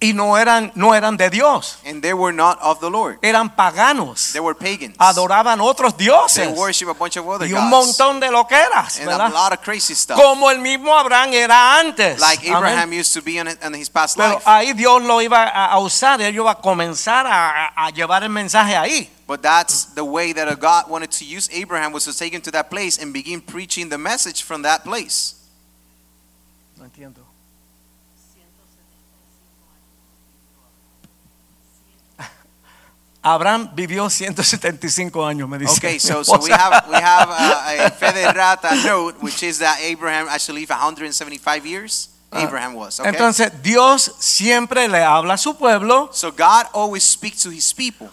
Speaker 2: Y no eran, no eran de Dios,
Speaker 3: And they were not of the Lord.
Speaker 2: eran paganos.
Speaker 3: They were pagans.
Speaker 2: Adoraban otros dioses.
Speaker 3: They worship a bunch of other
Speaker 2: Y un
Speaker 3: gods.
Speaker 2: montón de loqueras,
Speaker 3: And
Speaker 2: ¿verdad?
Speaker 3: a lot of crazy stuff.
Speaker 2: Como el mismo Abraham era antes.
Speaker 3: Like
Speaker 2: Amén.
Speaker 3: Abraham used to be in, in his past
Speaker 2: Pero ah.
Speaker 3: life.
Speaker 2: ahí Dios lo iba a a usar, él iba a comenzar a, a- a llevar el mensaje ahí.
Speaker 3: But that's the way that a God wanted to use Abraham was to take him to that place and begin preaching the message from that place.
Speaker 2: No entiendo. Abraham vivió 175 años, me dice.
Speaker 3: Okay,
Speaker 2: mi
Speaker 3: so, so we
Speaker 2: esposa.
Speaker 3: have we have uh, a, a Fede Rata note, which is that Abraham actually lived 175 years. Abraham was. Okay.
Speaker 2: Uh, Entonces, Dios siempre le habla a su pueblo.
Speaker 3: so God always speaks to His people.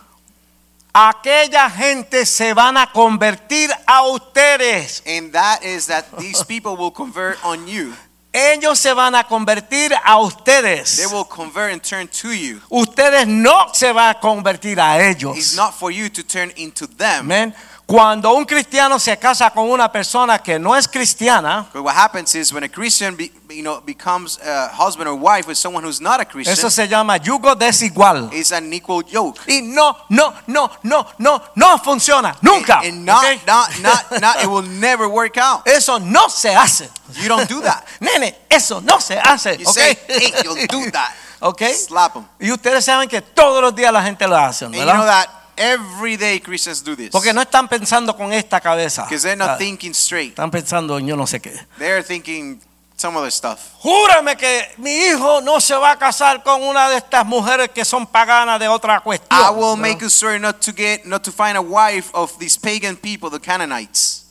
Speaker 2: Aquella gente se van a convertir a ustedes.
Speaker 3: And that is that these people will convert on you.
Speaker 2: Ellos se van a convertir a
Speaker 3: They
Speaker 2: ustedes.
Speaker 3: will convert and turn to you.
Speaker 2: Ustedes no se van a convertir a ellos.
Speaker 3: It's not for you to turn into them.
Speaker 2: Amén. Cuando un cristiano se casa con una persona que no es cristiana,
Speaker 3: But what happens is when a Christian, be, you know, becomes a husband or wife with someone who's not a Christian,
Speaker 2: eso se llama yugo desigual.
Speaker 3: it's an equal yoke.
Speaker 2: Y no, no, no, no, no, no
Speaker 3: Eh,
Speaker 2: funciona nunca.
Speaker 3: And not,
Speaker 2: ¿ok?
Speaker 3: not, not, not, it will never work out.
Speaker 2: Eso no se hace.
Speaker 3: You don't do that.
Speaker 2: Nene, eso no se hace.
Speaker 3: You
Speaker 2: ¿ok?
Speaker 3: say, hey, you'll do that.
Speaker 2: ¿ok?
Speaker 3: Slap them.
Speaker 2: Y ustedes saben que todos los días la gente lo hace,
Speaker 3: And you know
Speaker 2: ¿verdad?
Speaker 3: that every day Christians do this.
Speaker 2: Porque no están pensando con esta cabeza.
Speaker 3: Because they're
Speaker 2: Ah,
Speaker 3: not thinking straight.
Speaker 2: Están pensando en yo no sé qué.
Speaker 3: They're thinking some other stuff.
Speaker 2: Júrame que mi hijo no se va a casar con una de estas mujeres que son paganas de otra cuestión.
Speaker 3: I will
Speaker 2: ¿verdad?
Speaker 3: make you swear not to get, not to find a wife of these pagan people, the Canaanites.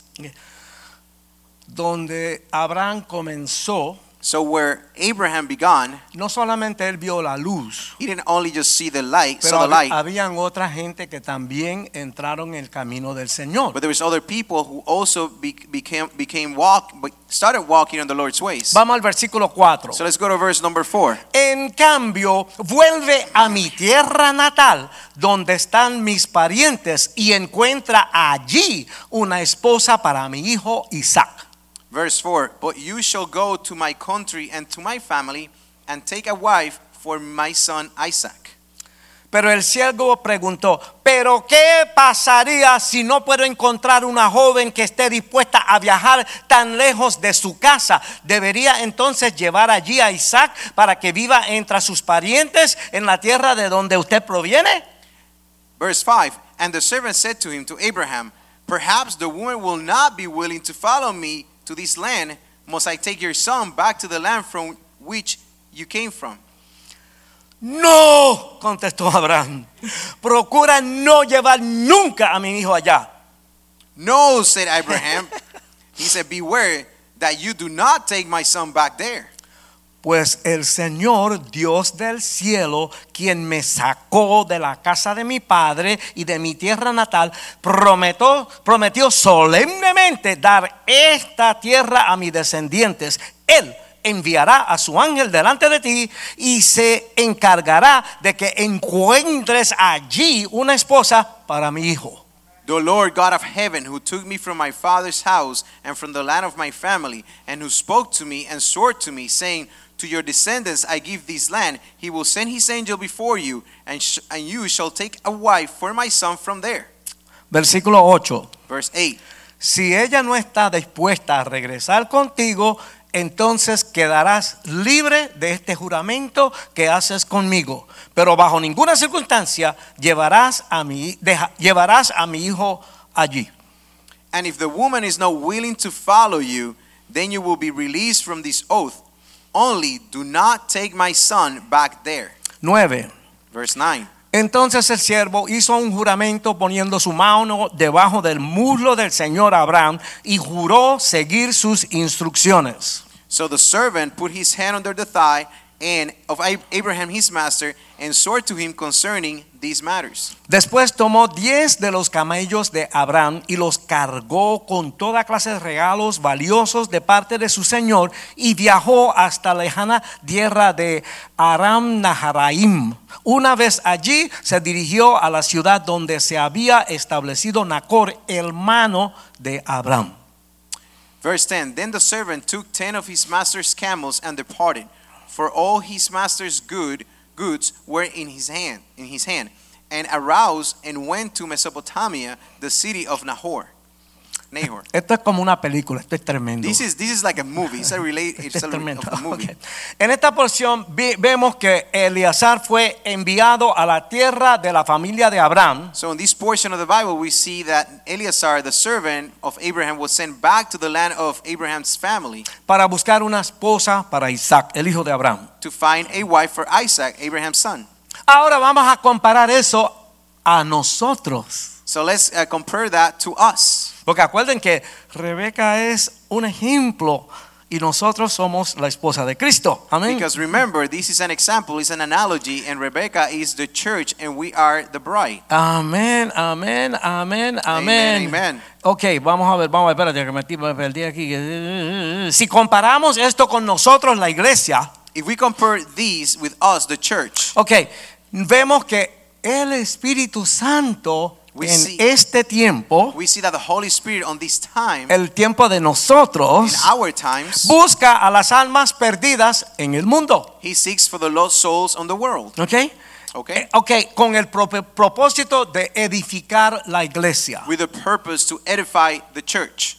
Speaker 2: donde Abraham comenzó,
Speaker 3: So where Abraham began,
Speaker 2: no solamente él vio la luz,
Speaker 3: he didn't only just see the light,
Speaker 2: pero
Speaker 3: saw the
Speaker 2: hab-
Speaker 3: light,
Speaker 2: habían otra gente que también entraron en el camino del Señor.
Speaker 3: but there was other people who also be, became became walk, but started walking on the Lord's ways.
Speaker 2: Vamos al versículo 4.
Speaker 3: So let's go to verse number four.
Speaker 2: En cambio, vuelve a mi tierra natal, donde están mis parientes, y encuentra allí una esposa para mi hijo Isaac.
Speaker 3: Verse 4 But you shall go to my country and to my family and take a wife for my son Isaac.
Speaker 2: Pero el siervo preguntó, ¿pero qué pasaría si no puedo encontrar una joven que esté dispuesta a viajar tan lejos de su casa? ¿Debería entonces llevar allí a Isaac para que viva entre sus parientes en la tierra de donde usted proviene?
Speaker 3: Verse 5 And the servant said to him, to Abraham, Perhaps the woman will not be willing to follow me to this land. Must I take your son back to the land from which you came from?
Speaker 2: No, contestó Abraham. Procura no llevar nunca a mi hijo allá.
Speaker 3: No, said Abraham. he said, Beware that you do not take my son back there.
Speaker 2: Pues el Señor Dios del cielo, quien me sacó de la casa de mi padre y de mi tierra natal, prometió, prometió solemnemente dar esta tierra a mis descendientes. Él enviará a su ángel delante de ti y se encargará de que encuentres allí una esposa para mi hijo.
Speaker 3: The Lord God of heaven, who took me from my father's house and from the land of my family, and who spoke to me and swore to me, saying, To your descendants I give this land, he will send his angel before you, and, sh- and you shall take a wife for my son from there.
Speaker 2: Versículo 8.
Speaker 3: Verse 8
Speaker 2: Si ella no está dispuesta a regresar contigo, entonces quedarás libre de este juramento que haces conmigo. Pero bajo ninguna circunstancia llevarás a mi, deja- llevarás a mi hijo allí.
Speaker 3: And if the woman is not willing to follow you, then you will be released from this oath. Only do not take my son back there.
Speaker 2: 9.
Speaker 3: Verse 9
Speaker 2: Entonces el siervo hizo un juramento poniendo su mano debajo del muslo del señor Abraham y juró seguir sus instrucciones.
Speaker 3: So the servant put his hand under the thigh and of Ab- Abraham his master and swore to him concerning these matters.
Speaker 2: Después tomó diez de los camellos de Abraham y los cargó con toda clase de regalos valiosos de parte de su señor y viajó hasta la lejana tierra de Aram Naharaim. Una vez allí se dirigió a la ciudad donde se había establecido Nacor, hermano de Abraham.
Speaker 3: Verse 10 Then the servant took ten of his master's camels and departed, for all his master's good goods were in his hand in his hand, and aroused and went to Mesopotamia, the city of Nahor. Nahor.
Speaker 2: Esto es como una película, esto es tremendo.
Speaker 3: This is this is like a movie. It's a relate it's
Speaker 2: Este
Speaker 3: a,
Speaker 2: es
Speaker 3: of
Speaker 2: tormento.
Speaker 3: a movie.
Speaker 2: Ok. En esta porción vi- vemos que Eleazar fue enviado a la tierra de la familia de Abraham.
Speaker 3: So in this portion of the Bible we see that Eleazar, the servant of Abraham, was sent back to the land of Abraham's family
Speaker 2: para buscar una esposa para Isaac, el hijo de Abraham.
Speaker 3: to find a wife for Isaac, Abraham's son.
Speaker 2: Ahora vamos a comparar eso a nosotros.
Speaker 3: So let's uh, compare that to us.
Speaker 2: Porque acuerden que Rebeca es un ejemplo y nosotros somos la esposa de Cristo. Amén.
Speaker 3: Because remember, this is an example, it's an analogy, and Rebecca is the church and we are the bride.
Speaker 2: Amén, amén, amén, amén.
Speaker 3: Amen, amen.
Speaker 2: Ok, vamos a ver, vamos a ver, espérate, que me- me perdí aquí. Si comparamos esto con nosotros, la iglesia,
Speaker 3: If we compare these with us, the church,
Speaker 2: ok, vemos que el Espíritu Santo
Speaker 3: We
Speaker 2: en
Speaker 3: see-
Speaker 2: este tiempo
Speaker 3: we see that the Holy Spirit on this time,
Speaker 2: el tiempo de
Speaker 3: in
Speaker 2: nosotros,
Speaker 3: our times,
Speaker 2: busca a las almas perdidas en el mundo.
Speaker 3: he seeks for the lost souls on the world.
Speaker 2: ¿Ok?
Speaker 3: Okay?
Speaker 2: Eh, Ok, con el prop- propósito de edificar la iglesia.
Speaker 3: With a purpose to edify the church.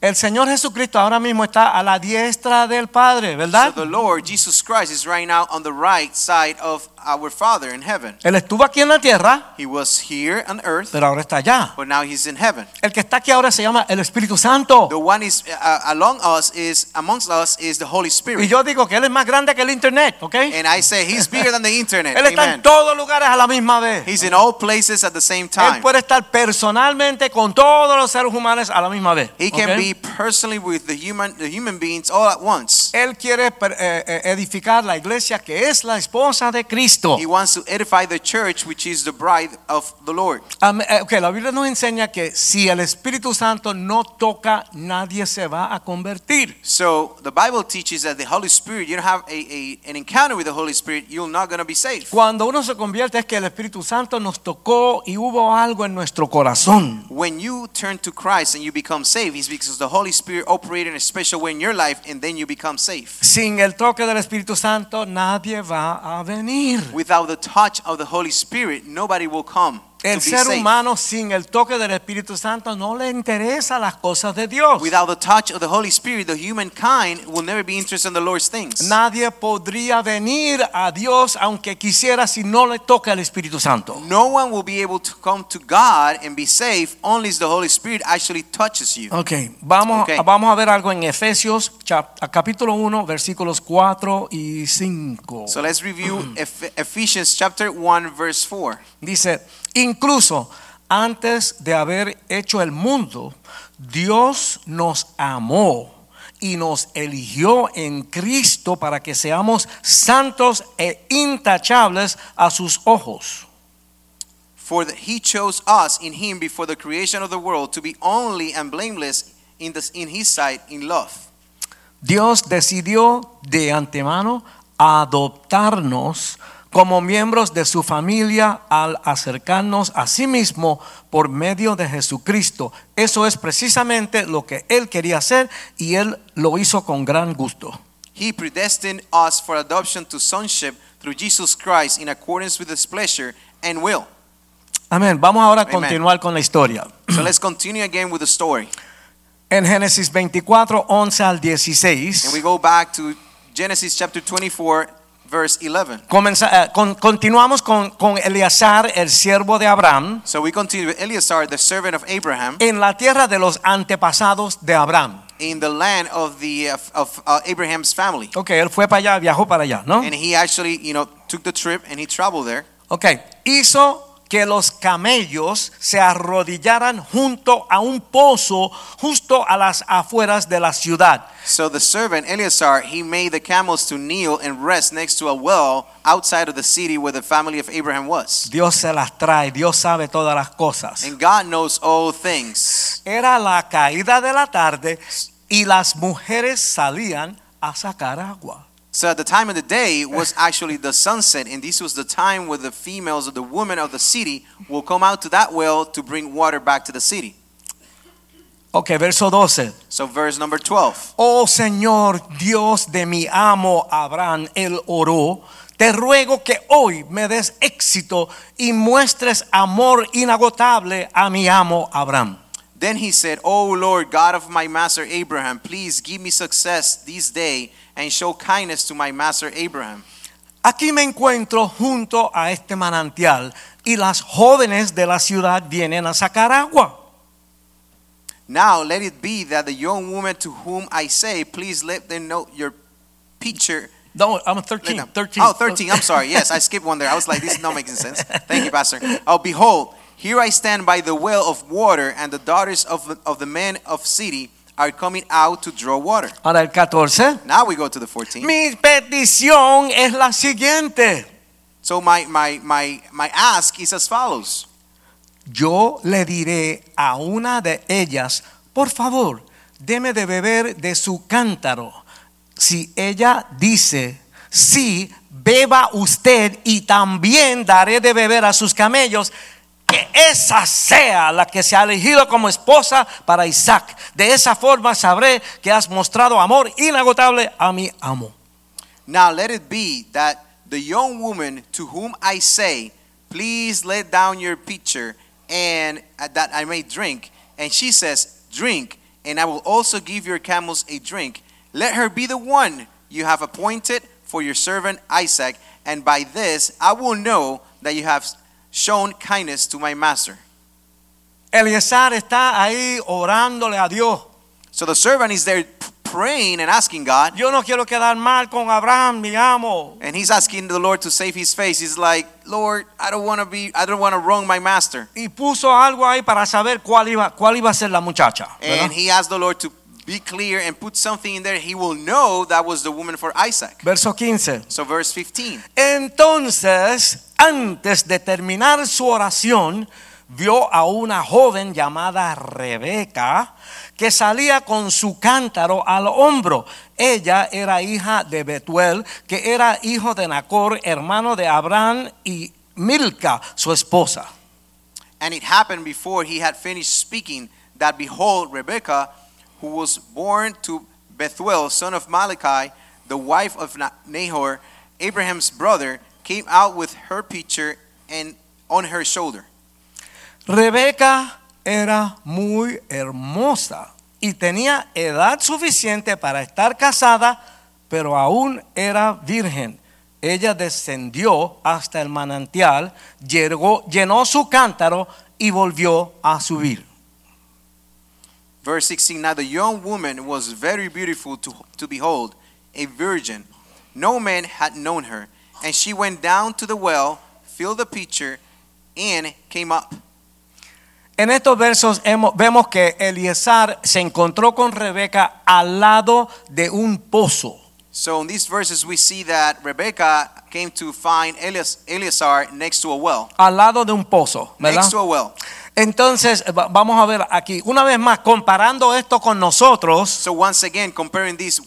Speaker 2: El Señor Jesucristo ahora mismo está a la diestra del Padre,
Speaker 3: So
Speaker 2: ¿verdad?
Speaker 3: the Lord Jesus Christ is right now on the right side of our Father in heaven.
Speaker 2: Él estuvo aquí en la tierra,
Speaker 3: He was here on earth,
Speaker 2: pero ahora está allá.
Speaker 3: but now he's in heaven.
Speaker 2: El que está aquí ahora se llama el Espíritu Santo.
Speaker 3: The one is uh, along us is amongst us is the Holy
Speaker 2: Y
Speaker 3: Spirit.
Speaker 2: yo digo que Él es más grande que el Internet, ¿ok?
Speaker 3: And I say he's bigger than the internet.
Speaker 2: Él está en
Speaker 3: Amen.
Speaker 2: todos lugares a la misma vez.
Speaker 3: He's in all places at the same
Speaker 2: Él
Speaker 3: time.
Speaker 2: puede estar personalmente con todos los seres humanos a la misma vez.
Speaker 3: He can
Speaker 2: ¿ok?
Speaker 3: be personally with the human the human beings all at once.
Speaker 2: Él quiere per- eh, eh, edificar la iglesia que es la esposa de Cristo.
Speaker 3: He wants to edify the church which is the bride of the Lord.
Speaker 2: Am- eh, ok, la Biblia nos enseña que si el Espíritu Santo no toca, nadie se va a convertir.
Speaker 3: So the Bible teaches that the Holy Spirit, you don't have a, a an encounter with the Holy Spirit, you're not going to be saved.
Speaker 2: Cuando uno se convierte es que el Espíritu Santo nos tocó y hubo algo en nuestro corazón.
Speaker 3: when you turn to Christ and you become saved, it's because the Holy Spirit operated in a special way in your life, and then you become safe.
Speaker 2: Sin el toque del Espíritu Santo, nadie va a venir.
Speaker 3: Without the touch of the Holy Spirit, nobody will come.
Speaker 2: El
Speaker 3: to be
Speaker 2: ser
Speaker 3: saved.
Speaker 2: humano sin el toque del Espíritu Santo no le interesa las cosas de Dios.
Speaker 3: Without the touch of the Holy Spirit, the humankind will never be interested in the Lord's things.
Speaker 2: Nadie podría venir a Dios aunque quisiera si no le toca el Espíritu Santo.
Speaker 3: No one will be able to come to God and be safe unless the Holy Spirit actually touches you.
Speaker 2: Ok, vamos,
Speaker 3: Ok.
Speaker 2: vamos a ver algo en Efesios chap- capítulo 1 versículos 4 y 5.
Speaker 3: So let's review Eph- Ephesians chapter 1 verse 4.
Speaker 2: Dice, incluso antes de haber hecho el mundo, Dios nos amó y nos eligió en Cristo para que seamos santos e intachables a sus ojos.
Speaker 3: For that he chose us in him before the creation of the world to be only and blameless in, the, in his sight in love.
Speaker 2: Dios decidió de antemano adoptarnos como miembros de su familia al acercarnos a sí mismo por medio de Jesucristo. Eso es precisamente lo que Él quería hacer y Él lo hizo con gran gusto.
Speaker 3: He predestined us for adoption to sonship through Jesus Christ in accordance with his pleasure and will.
Speaker 2: Amén. Vamos ahora a
Speaker 3: Amen.
Speaker 2: continuar con la historia.
Speaker 3: So let's continue again with the story.
Speaker 2: En Génesis 24, 11 al
Speaker 3: And we
Speaker 2: 16,
Speaker 3: go back to Genesis chapter 24 verse 11.
Speaker 2: comenza- eh, con- continuamos con, con Eleazar, el siervo de Abraham,
Speaker 3: So we continue with Eleazar, the servant of Abraham,
Speaker 2: en la tierra de los antepasados de Abraham.
Speaker 3: in the land of the of, of uh, Abraham's family.
Speaker 2: Ok, él fue para allá, viajó para allá, ¿no?
Speaker 3: And he actually, you know, took the trip and he traveled there.
Speaker 2: Ok, hizo que los camellos se arrodillaran junto a un pozo, justo a las afueras de la ciudad.
Speaker 3: So the servant Eleazar, he made the camels to kneel and rest next to a well outside of the city where the family of Abraham was.
Speaker 2: Dios se las trae, Dios sabe todas las cosas.
Speaker 3: And God knows all things.
Speaker 2: Era la caída de la tarde y las mujeres salían a sacar agua.
Speaker 3: So at the time of the day was actually the sunset, and this was the time where the females of the women of the city will come out to that well to bring water back to the city.
Speaker 2: Ok, verso 12.
Speaker 3: So verse number 12.
Speaker 2: Oh Señor, Dios de mi amo Abraham, él oró. Te ruego que hoy me des éxito y muestres amor inagotable a mi amo Abraham.
Speaker 3: Then he said, O Lord God of my master Abraham, please give me success this day and show kindness to my master Abraham.
Speaker 2: Aquí me encuentro junto a este manantial y las jóvenes de la ciudad vienen a sacar agua.
Speaker 3: Now let it be that the young woman to whom I say, please let them know your picture.
Speaker 2: No, I'm
Speaker 3: Let
Speaker 2: 13,
Speaker 3: them-
Speaker 2: 13.
Speaker 3: Oh, 13. I'm sorry. Yes, I skipped one there. I was like, this is not making sense. Thank you, Pastor. Oh, behold, here I stand by the well of water, and the daughters of the, of the men of city are coming out to draw water.
Speaker 2: Ahora el 14.
Speaker 3: Now we go to the 14.
Speaker 2: Mi petición es la siguiente.
Speaker 3: So my, my, my, my ask is as follows.
Speaker 2: Yo le diré a una de ellas, por favor, deme de beber de su cántaro. Si ella dice, sí, beba usted y también daré de beber a sus camellos, que esa sea la que se ha elegido como esposa para Isaac. De esa forma sabré que has mostrado amor inagotable a mi amo.
Speaker 3: Now let it be that the young woman to whom I say, Please let down your pitcher, and uh, that I may drink, and she says, Drink, and I will also give your camels a drink. Let her be the one you have appointed for your servant Isaac, and by this I will know that you have shown kindness to my master.
Speaker 2: Eleazar está ahí orándole a Dios.
Speaker 3: So the servant is there p- praying and asking God,
Speaker 2: Yo no quiero quedar mal con Abraham, mi amo.
Speaker 3: and he's asking the Lord to save his face. He's like, Lord, I don't want to be, I don't want to wrong my master.
Speaker 2: Y puso algo ahí para saber cuál iba, cuál iba a ser la muchacha. ¿verdad?
Speaker 3: And he asked the Lord to be clear and put something in there. He will know that was the woman for Isaac.
Speaker 2: Verso 15.
Speaker 3: So verse 15.
Speaker 2: Entonces, antes de terminar su oración, vio a una joven llamada Rebeca que salía con su cántaro al hombro. Ella era hija de Betuel, que era hijo de Nacor, hermano de Abraham y Milca, su esposa.
Speaker 3: And it happened before he had finished speaking that behold Rebekah, who was born to Bethuel, son of Malachi, the wife of Na- Nahor, Abraham's brother, came out with her pitcher and on her shoulder.
Speaker 2: Rebeca era muy hermosa y tenía edad suficiente para estar casada, pero aún era virgen. Ella descendió hasta el manantial, llegó- llenó su cántaro y volvió a subir.
Speaker 3: Verse 16 Now the young woman was very beautiful to, to behold, a virgin. No man had known her. And she went down to the well, filled the pitcher, and came up.
Speaker 2: En estos versos hemos- vemos que Eleazar se encontró con Rebeca al lado de un pozo.
Speaker 3: So in these verses, we see that Rebecca came to find Elias, Eleazar next to a well.
Speaker 2: Al lado de un pozo, ¿verdad?
Speaker 3: Next to a well.
Speaker 2: Entonces, va- vamos a ver aquí, una vez más, comparando esto con nosotros,
Speaker 3: So once again, comparing these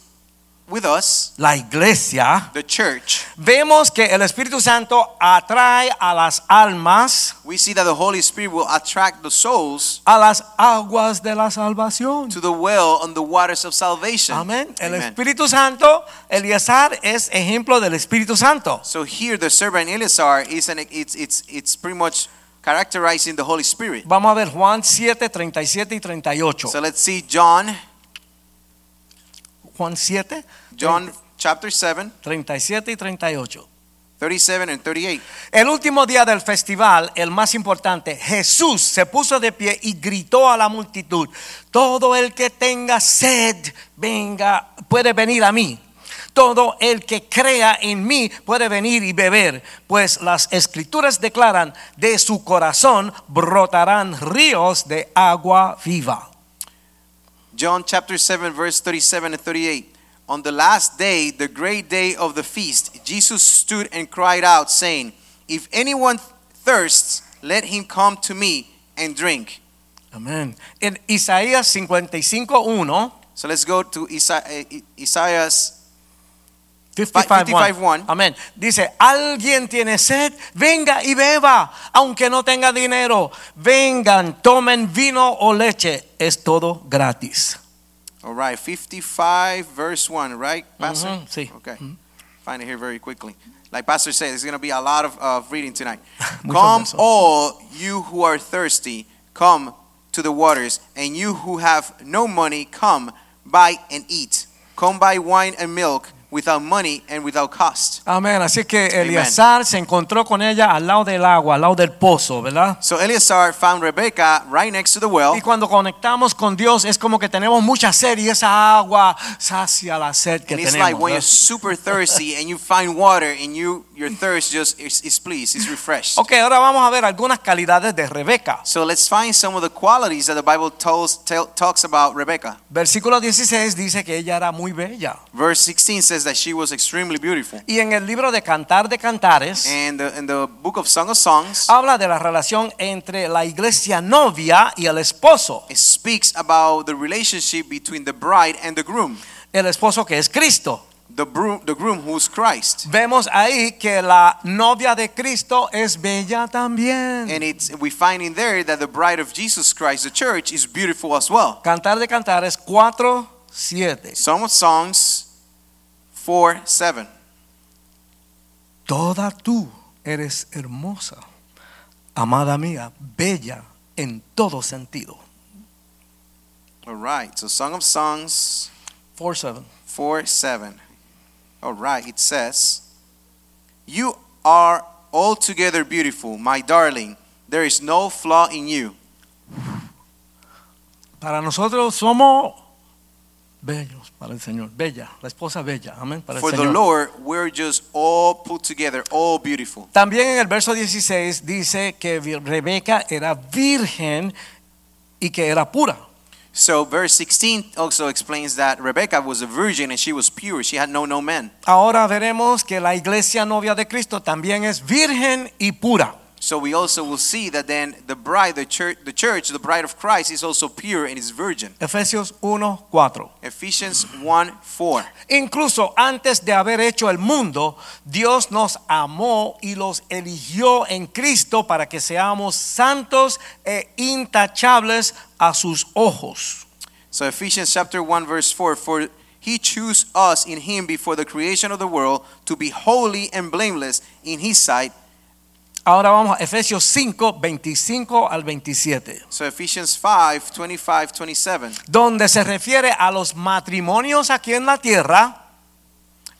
Speaker 3: with us,
Speaker 2: la iglesia,
Speaker 3: the church,
Speaker 2: vemos que el Espíritu Santo atrae a las almas
Speaker 3: we see that the Holy Spirit will attract the souls
Speaker 2: a las aguas de la salvación.
Speaker 3: to the well on the waters of salvation.
Speaker 2: Amén. El
Speaker 3: Amen.
Speaker 2: Espíritu Santo, Eleazar es ejemplo del Espíritu Santo.
Speaker 3: So here, the servant Eleazar is an it's it's it's pretty much characterizing the Holy Spirit.
Speaker 2: Vamos a ver Juan 7, 37 y 38.
Speaker 3: So let's see John,
Speaker 2: Juan 7,
Speaker 3: John chapter 7,
Speaker 2: 37 y 38.
Speaker 3: 37 and 38.
Speaker 2: El último día del festival, el más importante, Jesús se puso de pie y gritó a la multitud, todo el que tenga sed, venga, puede venir a mí. Todo el que crea en mí puede venir y beber, pues las escrituras declaran, de su corazón brotarán ríos de agua viva.
Speaker 3: John chapter 7, verse 37 and 38. On the last day, the great day of the feast, Jesus stood and cried out, saying, If anyone thirsts, let him come to me and drink.
Speaker 2: Amén. En Isaías 55.1.
Speaker 3: So let's go to Isa- eh, Isaiah
Speaker 2: 55.1.
Speaker 3: 55.1.
Speaker 2: Amén. Dice, alguien tiene sed, venga y beba, aunque no tenga dinero. Vengan, tomen vino o leche. Es todo gratis.
Speaker 3: All right, 55 verse 1, right, Pastor?
Speaker 2: Mhm, sí.
Speaker 3: Okay. Find it here very quickly. Like Pastor said, there's going to be a lot of uh, reading tonight.
Speaker 2: Muchos
Speaker 3: come,
Speaker 2: versos.
Speaker 3: all you who are thirsty, come to the waters, and you who have no money, come buy and eat. Come buy wine and milk without money and without cost.
Speaker 2: Amén. Así que Eleazar se encontró con ella al lado del agua, al lado del pozo, ¿verdad?
Speaker 3: So Eleazar found Rebecca right next to the well.
Speaker 2: Y cuando conectamos con Dios es como que tenemos mucha sed y esa agua sacia la sed que
Speaker 3: And it's
Speaker 2: tenemos.
Speaker 3: like when
Speaker 2: ¿verdad?
Speaker 3: you're super thirsty and you find water and you your thirst just is, is pleased, is refreshed.
Speaker 2: Ok, ahora vamos a ver algunas calidades de Rebeca.
Speaker 3: So let's find some of the qualities that the Bible tells, tell, talks about Rebecca.
Speaker 2: Versículo 16 dice que ella era muy bella.
Speaker 3: Verse 16 says that she was extremely beautiful.
Speaker 2: Y en el libro de Cantar de Cantares
Speaker 3: And the, in the book of Song of Songs,
Speaker 2: habla de la relación entre la iglesia novia y el esposo,
Speaker 3: it speaks about the relationship between the bride and the groom,
Speaker 2: el esposo que es Cristo.
Speaker 3: the groom, the groom who's Christ.
Speaker 2: Vemos ahí que la novia de Cristo es bella también.
Speaker 3: And it's, we find in there that the bride of Jesus Christ, the church, is beautiful as well.
Speaker 2: Cantar de Cantares 4, 7.
Speaker 3: Song of Songs 4 7.
Speaker 2: Toda tú eres hermosa, amada mía, bella en todo sentido.
Speaker 3: All right, so Song of Songs
Speaker 2: 4, 7.
Speaker 3: 4 7. All right, it says, You are altogether beautiful, my darling. There is no flaw in you.
Speaker 2: Para nosotros somos bellos, para el Señor, bella, la esposa bella, amén, para
Speaker 3: For
Speaker 2: el
Speaker 3: the
Speaker 2: Señor.
Speaker 3: Lord, we're just all put together, all beautiful.
Speaker 2: También en el verso 16 dice que vi- Rebeca era virgen y que era pura.
Speaker 3: So, verse 16 also explains that Rebecca was a virgin and she was pure. She had known no man.
Speaker 2: Ahora veremos que la iglesia novia de Cristo también es virgen y pura.
Speaker 3: So, we also will see that then the bride, the church, the church, the bride of Christ is also pure and is virgin.
Speaker 2: Efesios 1:4.
Speaker 3: Ephesians 1 4.
Speaker 2: Incluso antes de haber hecho el mundo, Dios nos amó y los eligió en Cristo para que seamos santos e intachables a sus ojos.
Speaker 3: So Ephesians chapter 1 verse 4 for he chose us in him before the creation of the world to be holy and blameless in his sight
Speaker 2: Ahora vamos a Efesios 5, 25 al 27,
Speaker 3: So Ephesians 5, 25, 27.
Speaker 2: donde se refiere a los matrimonios aquí en la tierra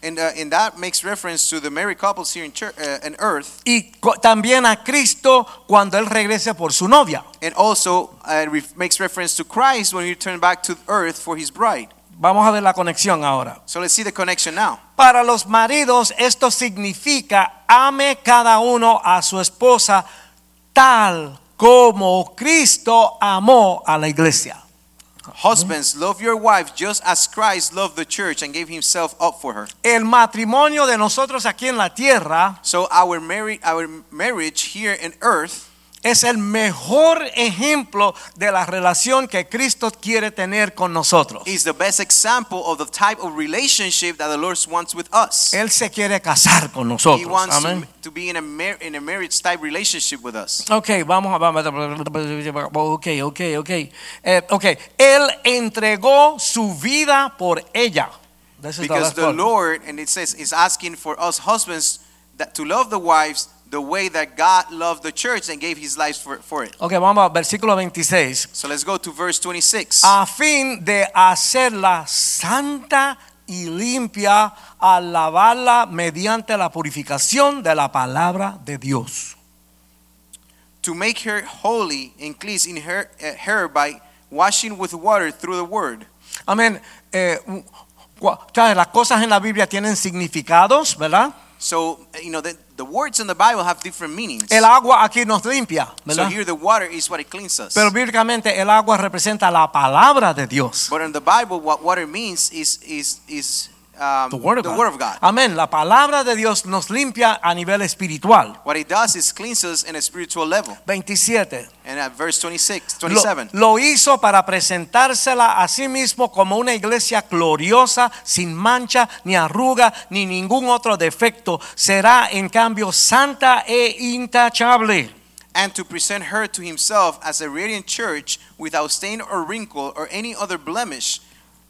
Speaker 3: And, uh, and that makes reference to the married couples here in, church, uh, in earth
Speaker 2: y co- también a Cristo cuando Él regrese por su novia.
Speaker 3: and also uh, re- makes reference to Christ when he returned back to earth for his bride.
Speaker 2: Vamos a ver la conexión ahora.
Speaker 3: So let's see the connection now.
Speaker 2: Para los maridos esto significa ame cada uno a su esposa tal como Cristo amó a la iglesia.
Speaker 3: Husbands, love your wife just as Christ loved the church and gave himself up for her.
Speaker 2: El matrimonio de nosotros aquí en la tierra
Speaker 3: So our, marri- our marriage here in earth
Speaker 2: es el mejor ejemplo de la relación que Cristo quiere tener con nosotros.
Speaker 3: is the best example of the type of relationship that the Lord wants with us.
Speaker 2: Él se quiere casar con
Speaker 3: He
Speaker 2: nosotros.
Speaker 3: wants to,
Speaker 2: Amén.
Speaker 3: to be in a, mar- in a marriage type relationship with us.
Speaker 2: Ok, vamos a... vamos a- Ok, ok, ok. Eh, ok, Él entregó su vida por ella. This is the
Speaker 3: Because
Speaker 2: last
Speaker 3: the
Speaker 2: part.
Speaker 3: Lord, and it says, is asking for us husbands that to love the wives the way that God loved the church and gave his life for, for it.
Speaker 2: Ok, vamos a versículo 26.
Speaker 3: So let's go to verse 26.
Speaker 2: A fin de hacerla santa y limpia al lavarla mediante la purificación de la palabra de Dios.
Speaker 3: to make her holy and cleanse in her, uh, her by washing with water through the word.
Speaker 2: Amén. Eh, u- cua- ¿sabes? las cosas en la Biblia tienen significados, ¿verdad?
Speaker 3: So, you know, the, the words in the Bible have different meanings.
Speaker 2: El agua aquí nos limpia,
Speaker 3: So
Speaker 2: ¿verdad?
Speaker 3: here the water is what it cleans us.
Speaker 2: Pero bíblicamente el agua representa la palabra de Dios.
Speaker 3: but in the Bible, what water means is, is, is um,
Speaker 2: Amén. La palabra de Dios nos limpia a nivel espiritual.
Speaker 3: What it does is cleans us in a spiritual level.
Speaker 2: 27.
Speaker 3: And at verse 26,
Speaker 2: Lo,
Speaker 3: 27.
Speaker 2: lo hizo para presentársela a sí mismo como una iglesia gloriosa, sin mancha, ni arruga, ni ningún otro defecto. Será en cambio santa e intachable.
Speaker 3: and to present her to himself as a radiant church without stain or wrinkle or any other blemish,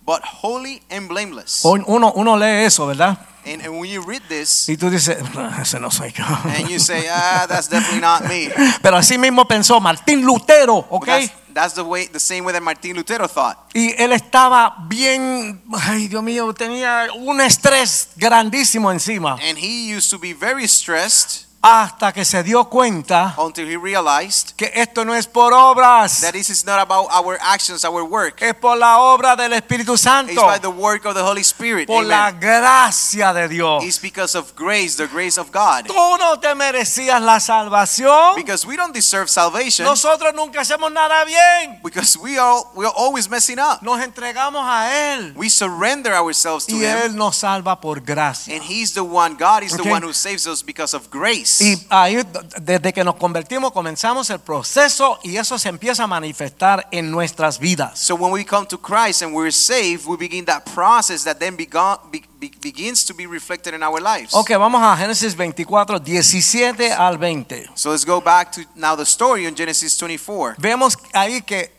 Speaker 3: but holy and blameless.
Speaker 2: Un- Uno, uno lee eso, ¿verdad?
Speaker 3: And, and when you read this,
Speaker 2: Y tú dices, "Ah, ese no soy yo.
Speaker 3: and you say, ah, that's definitely not me.
Speaker 2: Pero así mismo pensó Martín Lutero,
Speaker 3: But
Speaker 2: ¿ok?
Speaker 3: That's, that's the way, the same way that Martin Lutero thought.
Speaker 2: Y él estaba bien, ay Dios mío, tenía un estrés grandísimo encima.
Speaker 3: And he used to be very stressed
Speaker 2: Hasta que se dio cuenta
Speaker 3: until he realized
Speaker 2: que esto no es por obras.
Speaker 3: that this is not about our actions, our work.
Speaker 2: Es por la obra del Espíritu
Speaker 3: It's
Speaker 2: Santo,
Speaker 3: by the work of the Holy Spirit.
Speaker 2: por la
Speaker 3: Amen.
Speaker 2: gracia de Dios.
Speaker 3: It's because of grace, the grace of God.
Speaker 2: Tú no te merecías la salvación.
Speaker 3: Because we don't deserve salvation.
Speaker 2: Nosotros nunca hacemos nada bien.
Speaker 3: Because we are we are always messing up.
Speaker 2: Nos entregamos a Él
Speaker 3: We surrender ourselves to
Speaker 2: y
Speaker 3: Him,
Speaker 2: Él nos salva por gracia.
Speaker 3: and He's the one. God is
Speaker 2: Okay.
Speaker 3: the one who saves us because of grace.
Speaker 2: Y ahí, desde que nos convertimos, comenzamos el proceso y eso se empieza a manifestar en nuestras vidas.
Speaker 3: So when we come to Christ and we're saved, we begin that process that then begun, be, be- begins to be reflected in our lives.
Speaker 2: Ok, vamos a Génesis 24, 17 al 20.
Speaker 3: So let's go back to now the story in Genesis 24.
Speaker 2: Vemos ahí que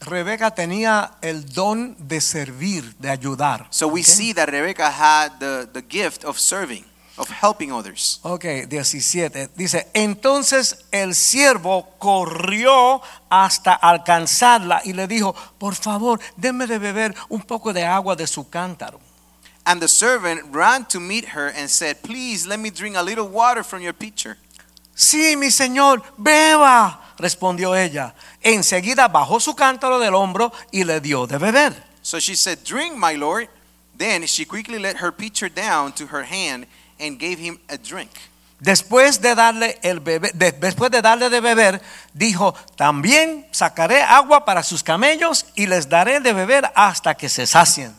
Speaker 2: Rebeca tenía el don de servir, de ayudar.
Speaker 3: So we
Speaker 2: Ok.
Speaker 3: see that Rebecca had the, the gift of serving, of helping others.
Speaker 2: Ok, 17. Dice, entonces el siervo corrió hasta alcanzarla y le dijo, por favor, denme de beber un poco de agua de su cántaro.
Speaker 3: And the servant ran to meet her and said, Please let me drink a little water from your pitcher.
Speaker 2: Sí, mi señor, beba, respondió ella. Enseguida bajó su cántaro del hombro y le dio de beber.
Speaker 3: So she said, Drink, my lord. Then she quickly let her pitcher down to her hand and gave him a drink.
Speaker 2: Después de darle el bebe- de- después de darle de beber, dijo, también sacaré agua para sus camellos y les daré de beber hasta que se sacien.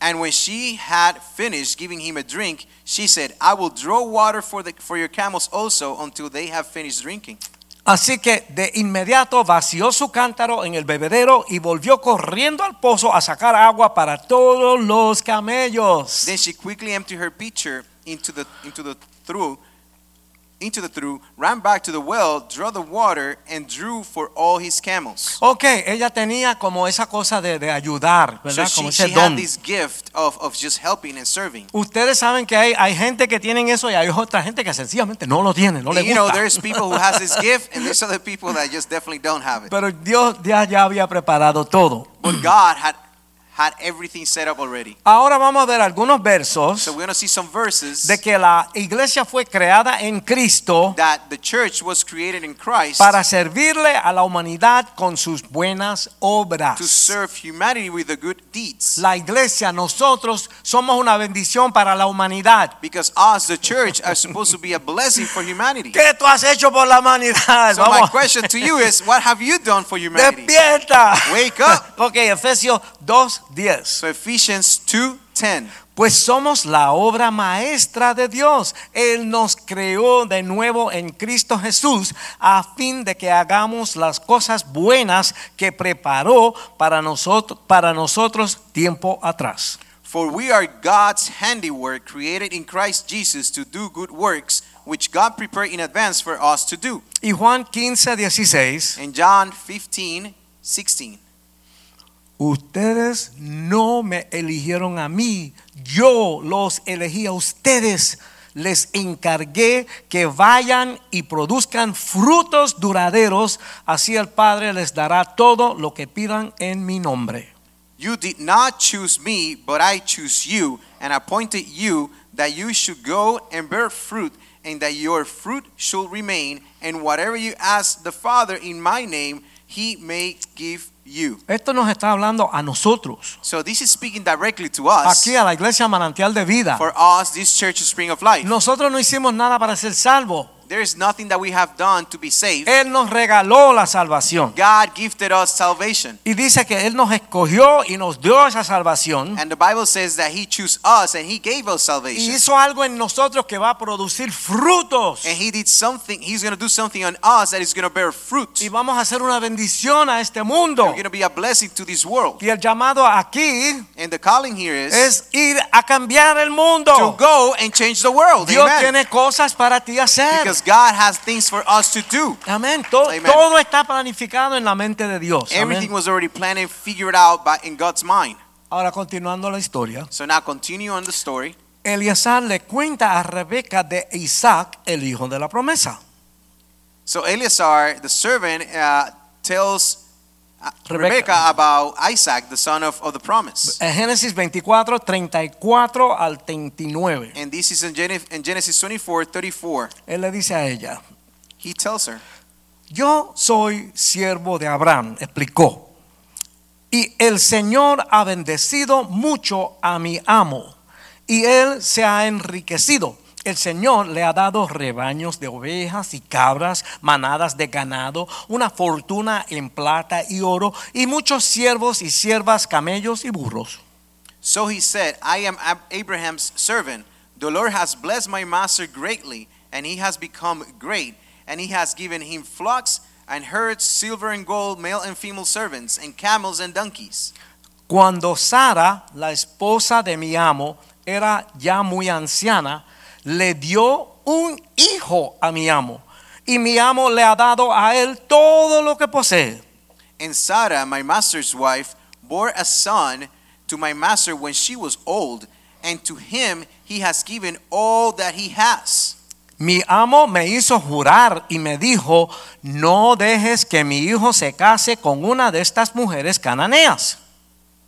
Speaker 3: And when she had finished giving him a drink, she said, I will draw water for, the, for your camels also until they have finished drinking.
Speaker 2: Así que de inmediato vació su cántaro en el bebedero y volvió corriendo al pozo a sacar agua para todos los camellos.
Speaker 3: Then she quickly emptied her pitcher into the, into the through, into the trough, ran back to the well, drew the water, and drew for all his camels.
Speaker 2: Ok, ella tenía como esa cosa de, de ayudar,
Speaker 3: So
Speaker 2: ¿verdad?
Speaker 3: she,
Speaker 2: como ese
Speaker 3: she had
Speaker 2: don.
Speaker 3: this gift of, of just helping and serving.
Speaker 2: Ustedes saben que hay, hay gente que tienen eso y hay otra gente que sencillamente no lo tiene, no le
Speaker 3: And you know,
Speaker 2: gusta.
Speaker 3: there's people who has this gift, and there's other people that just definitely don't have it.
Speaker 2: Pero Dios ya, ya había preparado todo.
Speaker 3: But God had had everything set up already.
Speaker 2: Ahora vamos a ver algunos versos
Speaker 3: So we're gonna see some verses
Speaker 2: de que la iglesia fue creada en Cristo
Speaker 3: that the church was created in Christ
Speaker 2: para servirle a la humanidad con sus buenas
Speaker 3: to
Speaker 2: obras.
Speaker 3: serve humanity with the good deeds.
Speaker 2: La iglesia, nosotros somos una bendición para la humanidad.
Speaker 3: Because us, the church, are supposed to be a blessing for humanity.
Speaker 2: ¿Qué tú has hecho por la humanidad?
Speaker 3: So my
Speaker 2: Vamos.
Speaker 3: question to you is, what have you done for humanity?
Speaker 2: Despierta.
Speaker 3: Wake up.
Speaker 2: Ok, Efesios 2:10.
Speaker 3: So Ephesians 2:10.
Speaker 2: Pues somos la obra maestra de Dios. Él nos creó de nuevo en Cristo Jesús a fin de que hagamos las cosas buenas que preparó para nosotros, para nosotros tiempo atrás.
Speaker 3: For we are God's handiwork, created in Christ Jesus to do good works, which God prepared in advance for us to do.
Speaker 2: Y Juan 15, 16.
Speaker 3: In John 15, 16.
Speaker 2: Ustedes no me eligieron a mí, yo los elegí a ustedes. Les encargué que vayan y produzcan frutos duraderos, así el Padre les dará todo lo que pidan en mi nombre.
Speaker 3: You did not choose me, but I choose you, and appointed you that you should go and bear fruit, and that your fruit should remain, and whatever you ask the Father in my name, he may give you.
Speaker 2: Esto nos está hablando a nosotros,
Speaker 3: So this is speaking directly to us.
Speaker 2: aquí a la iglesia manantial de vida.
Speaker 3: For us, this church is spring of life.
Speaker 2: Nosotros no hicimos nada para ser salvos.
Speaker 3: There is nothing that we have done to be saved.
Speaker 2: Él nos regaló la salvación.
Speaker 3: God gifted us salvation.
Speaker 2: Y dice que Él nos escogió y nos dio esa salvación.
Speaker 3: And the Bible says that he chose us and he gave us
Speaker 2: Y
Speaker 3: salvation.
Speaker 2: hizo algo en nosotros que va a producir frutos.
Speaker 3: And he did something, he's going to do something on us that is going to bear fruit.
Speaker 2: Y vamos a hacer una bendición a este mundo.
Speaker 3: You're going to be a blessing to this world.
Speaker 2: Y el llamado aquí
Speaker 3: And the calling here is
Speaker 2: es ir a cambiar el
Speaker 3: to
Speaker 2: mundo.
Speaker 3: go and change the world.
Speaker 2: Dios
Speaker 3: Amen.
Speaker 2: tiene cosas para ti hacer.
Speaker 3: Because God has things for us to do.
Speaker 2: Amén. To-
Speaker 3: Amen.
Speaker 2: Todo está planificado en la mente de Dios. Amén.
Speaker 3: Everything was already planned and figured out by in God's mind.
Speaker 2: Ahora continuando la historia,
Speaker 3: So now continue on the story.
Speaker 2: Eleazar le cuenta a Rebeca de Isaac, el hijo de la promesa.
Speaker 3: So Eleazar, the servant, uh, tells uh,
Speaker 2: Rebecca.
Speaker 3: Rebecca about Isaac, the son of, of the promise.
Speaker 2: En Génesis 24, 34 al 39.
Speaker 3: And this is in, Gen- in Genesis 24, 34.
Speaker 2: Él le dice a ella,
Speaker 3: He tells her,
Speaker 2: Yo soy siervo de Abraham, explicó. Y el Señor ha bendecido mucho a mi amo, y él se ha enriquecido. El Señor le ha dado rebaños de ovejas y cabras, manadas de ganado, una fortuna en plata y oro, y muchos siervos y siervas, camellos y burros.
Speaker 3: So he said, I am Ab- Abraham's servant. The Lord has blessed my master greatly, and he has become great, and he has given him flocks and herds, silver and gold, male and female servants, and camels and donkeys.
Speaker 2: Cuando Sara, la esposa de mi amo, era ya muy anciana, le dio un hijo a mi amo. Y mi amo le ha dado a él todo lo que posee.
Speaker 3: And Sarah, my master's wife, bore a son to my master when she was old, and to him he has given all that he has.
Speaker 2: Mi amo me hizo jurar y me dijo, no dejes que mi hijo se case con una de estas mujeres cananeas.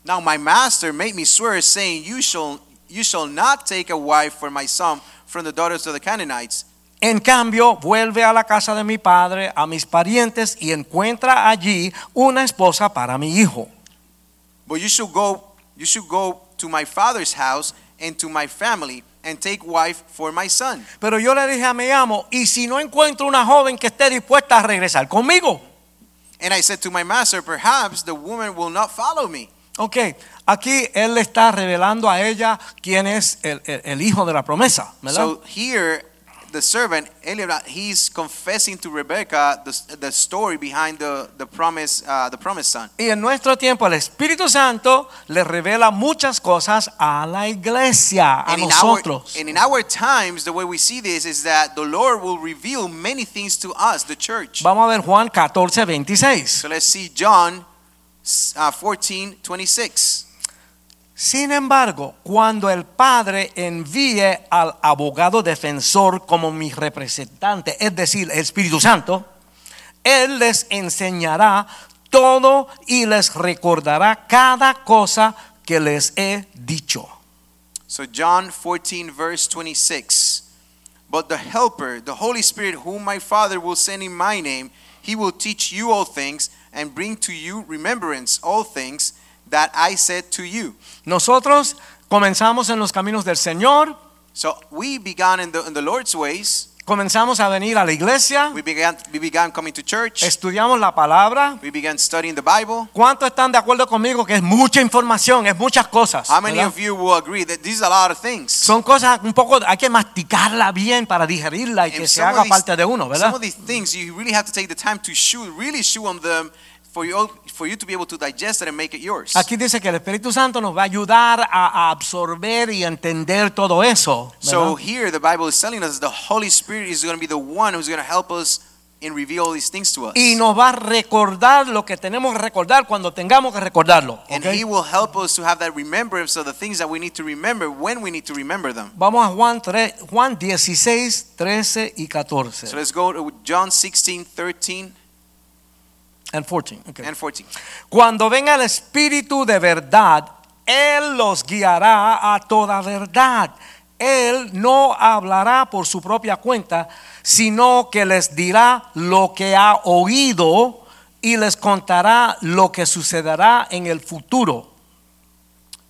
Speaker 3: Now my master made me swear, saying, You shall you shall not take a wife for my son from the daughters of the Canaanites.
Speaker 2: En cambio, vuelve a la casa de mi padre, a mis parientes, y encuentra allí una esposa para mi hijo.
Speaker 3: But you should go you should go to my father's house and to my family and take wife for my son.
Speaker 2: Pero yo le dije a mi amo, ¿y si no encuentro una joven que esté dispuesta a regresar conmigo?
Speaker 3: And I said to my master, Perhaps the woman will not follow me.
Speaker 2: Ok, aquí él le está revelando a ella quién es el, el- el hijo de la promesa, ¿verdad?
Speaker 3: So here the servant, Eliab, he's confessing to Rebecca the, the story behind the, the promise, uh, the promised son.
Speaker 2: Y en nuestro tiempo el Espíritu Santo le revela muchas cosas a la iglesia, a
Speaker 3: And in, our,
Speaker 2: nosotros.
Speaker 3: and in our times, the way we see this is that the Lord will reveal many things to us, the church.
Speaker 2: Vamos a ver Juan 14, 26.
Speaker 3: So let's see John uh, 14, 26.
Speaker 2: Sin embargo, cuando el Padre envíe al abogado defensor como mi representante, es decir, el Espíritu Santo, Él les enseñará todo y les recordará cada cosa que les he dicho.
Speaker 3: So John 14 verse 26. But the helper, the Holy Spirit whom my Father will send in my name, he will teach you all things and bring to you remembrance all things that I said to you.
Speaker 2: Nosotros comenzamos en los caminos del Señor,
Speaker 3: So we began in the, in the Lord's ways.
Speaker 2: comenzamos a venir a la iglesia,
Speaker 3: We began we began coming to church.
Speaker 2: estudiamos la palabra.
Speaker 3: We began studying the Bible.
Speaker 2: ¿Cuántos están de acuerdo conmigo que es mucha información, es muchas cosas?
Speaker 3: How many
Speaker 2: ¿verdad?
Speaker 3: of you will agree that these are a lot of things?
Speaker 2: Son cosas un poco, hay que masticarla bien para digerirla y que
Speaker 3: And
Speaker 2: se
Speaker 3: some of
Speaker 2: haga
Speaker 3: these-
Speaker 2: parte de uno,
Speaker 3: Some
Speaker 2: ¿verdad?
Speaker 3: of these things you really have to take the time to chew, really chew on them for you for you to be able to digest it and make it yours.
Speaker 2: Aquí dice que el Espíritu Santo nos va a ayudar a, a absorber y entender todo eso.
Speaker 3: So
Speaker 2: ¿verdad?
Speaker 3: here the Bible is telling us the Holy Spirit is going to be the one who's going to help us and reveal all these things to us.
Speaker 2: y nos va a recordar lo que tenemos que recordar cuando tengamos que recordarlo.
Speaker 3: and
Speaker 2: ¿ok?
Speaker 3: he will help us to have that remembrance of the things that we need to remember when we need to remember them.
Speaker 2: Vamos a Juan, 3, Juan 16, 13 y 14.
Speaker 3: So let's go to John 16, 13
Speaker 2: and 14, ok.
Speaker 3: and 14.
Speaker 2: Cuando venga el Espíritu de verdad, Él los guiará a toda verdad. Él no hablará por su propia cuenta, sino que les dirá lo que ha oído y les contará lo que sucederá en el futuro.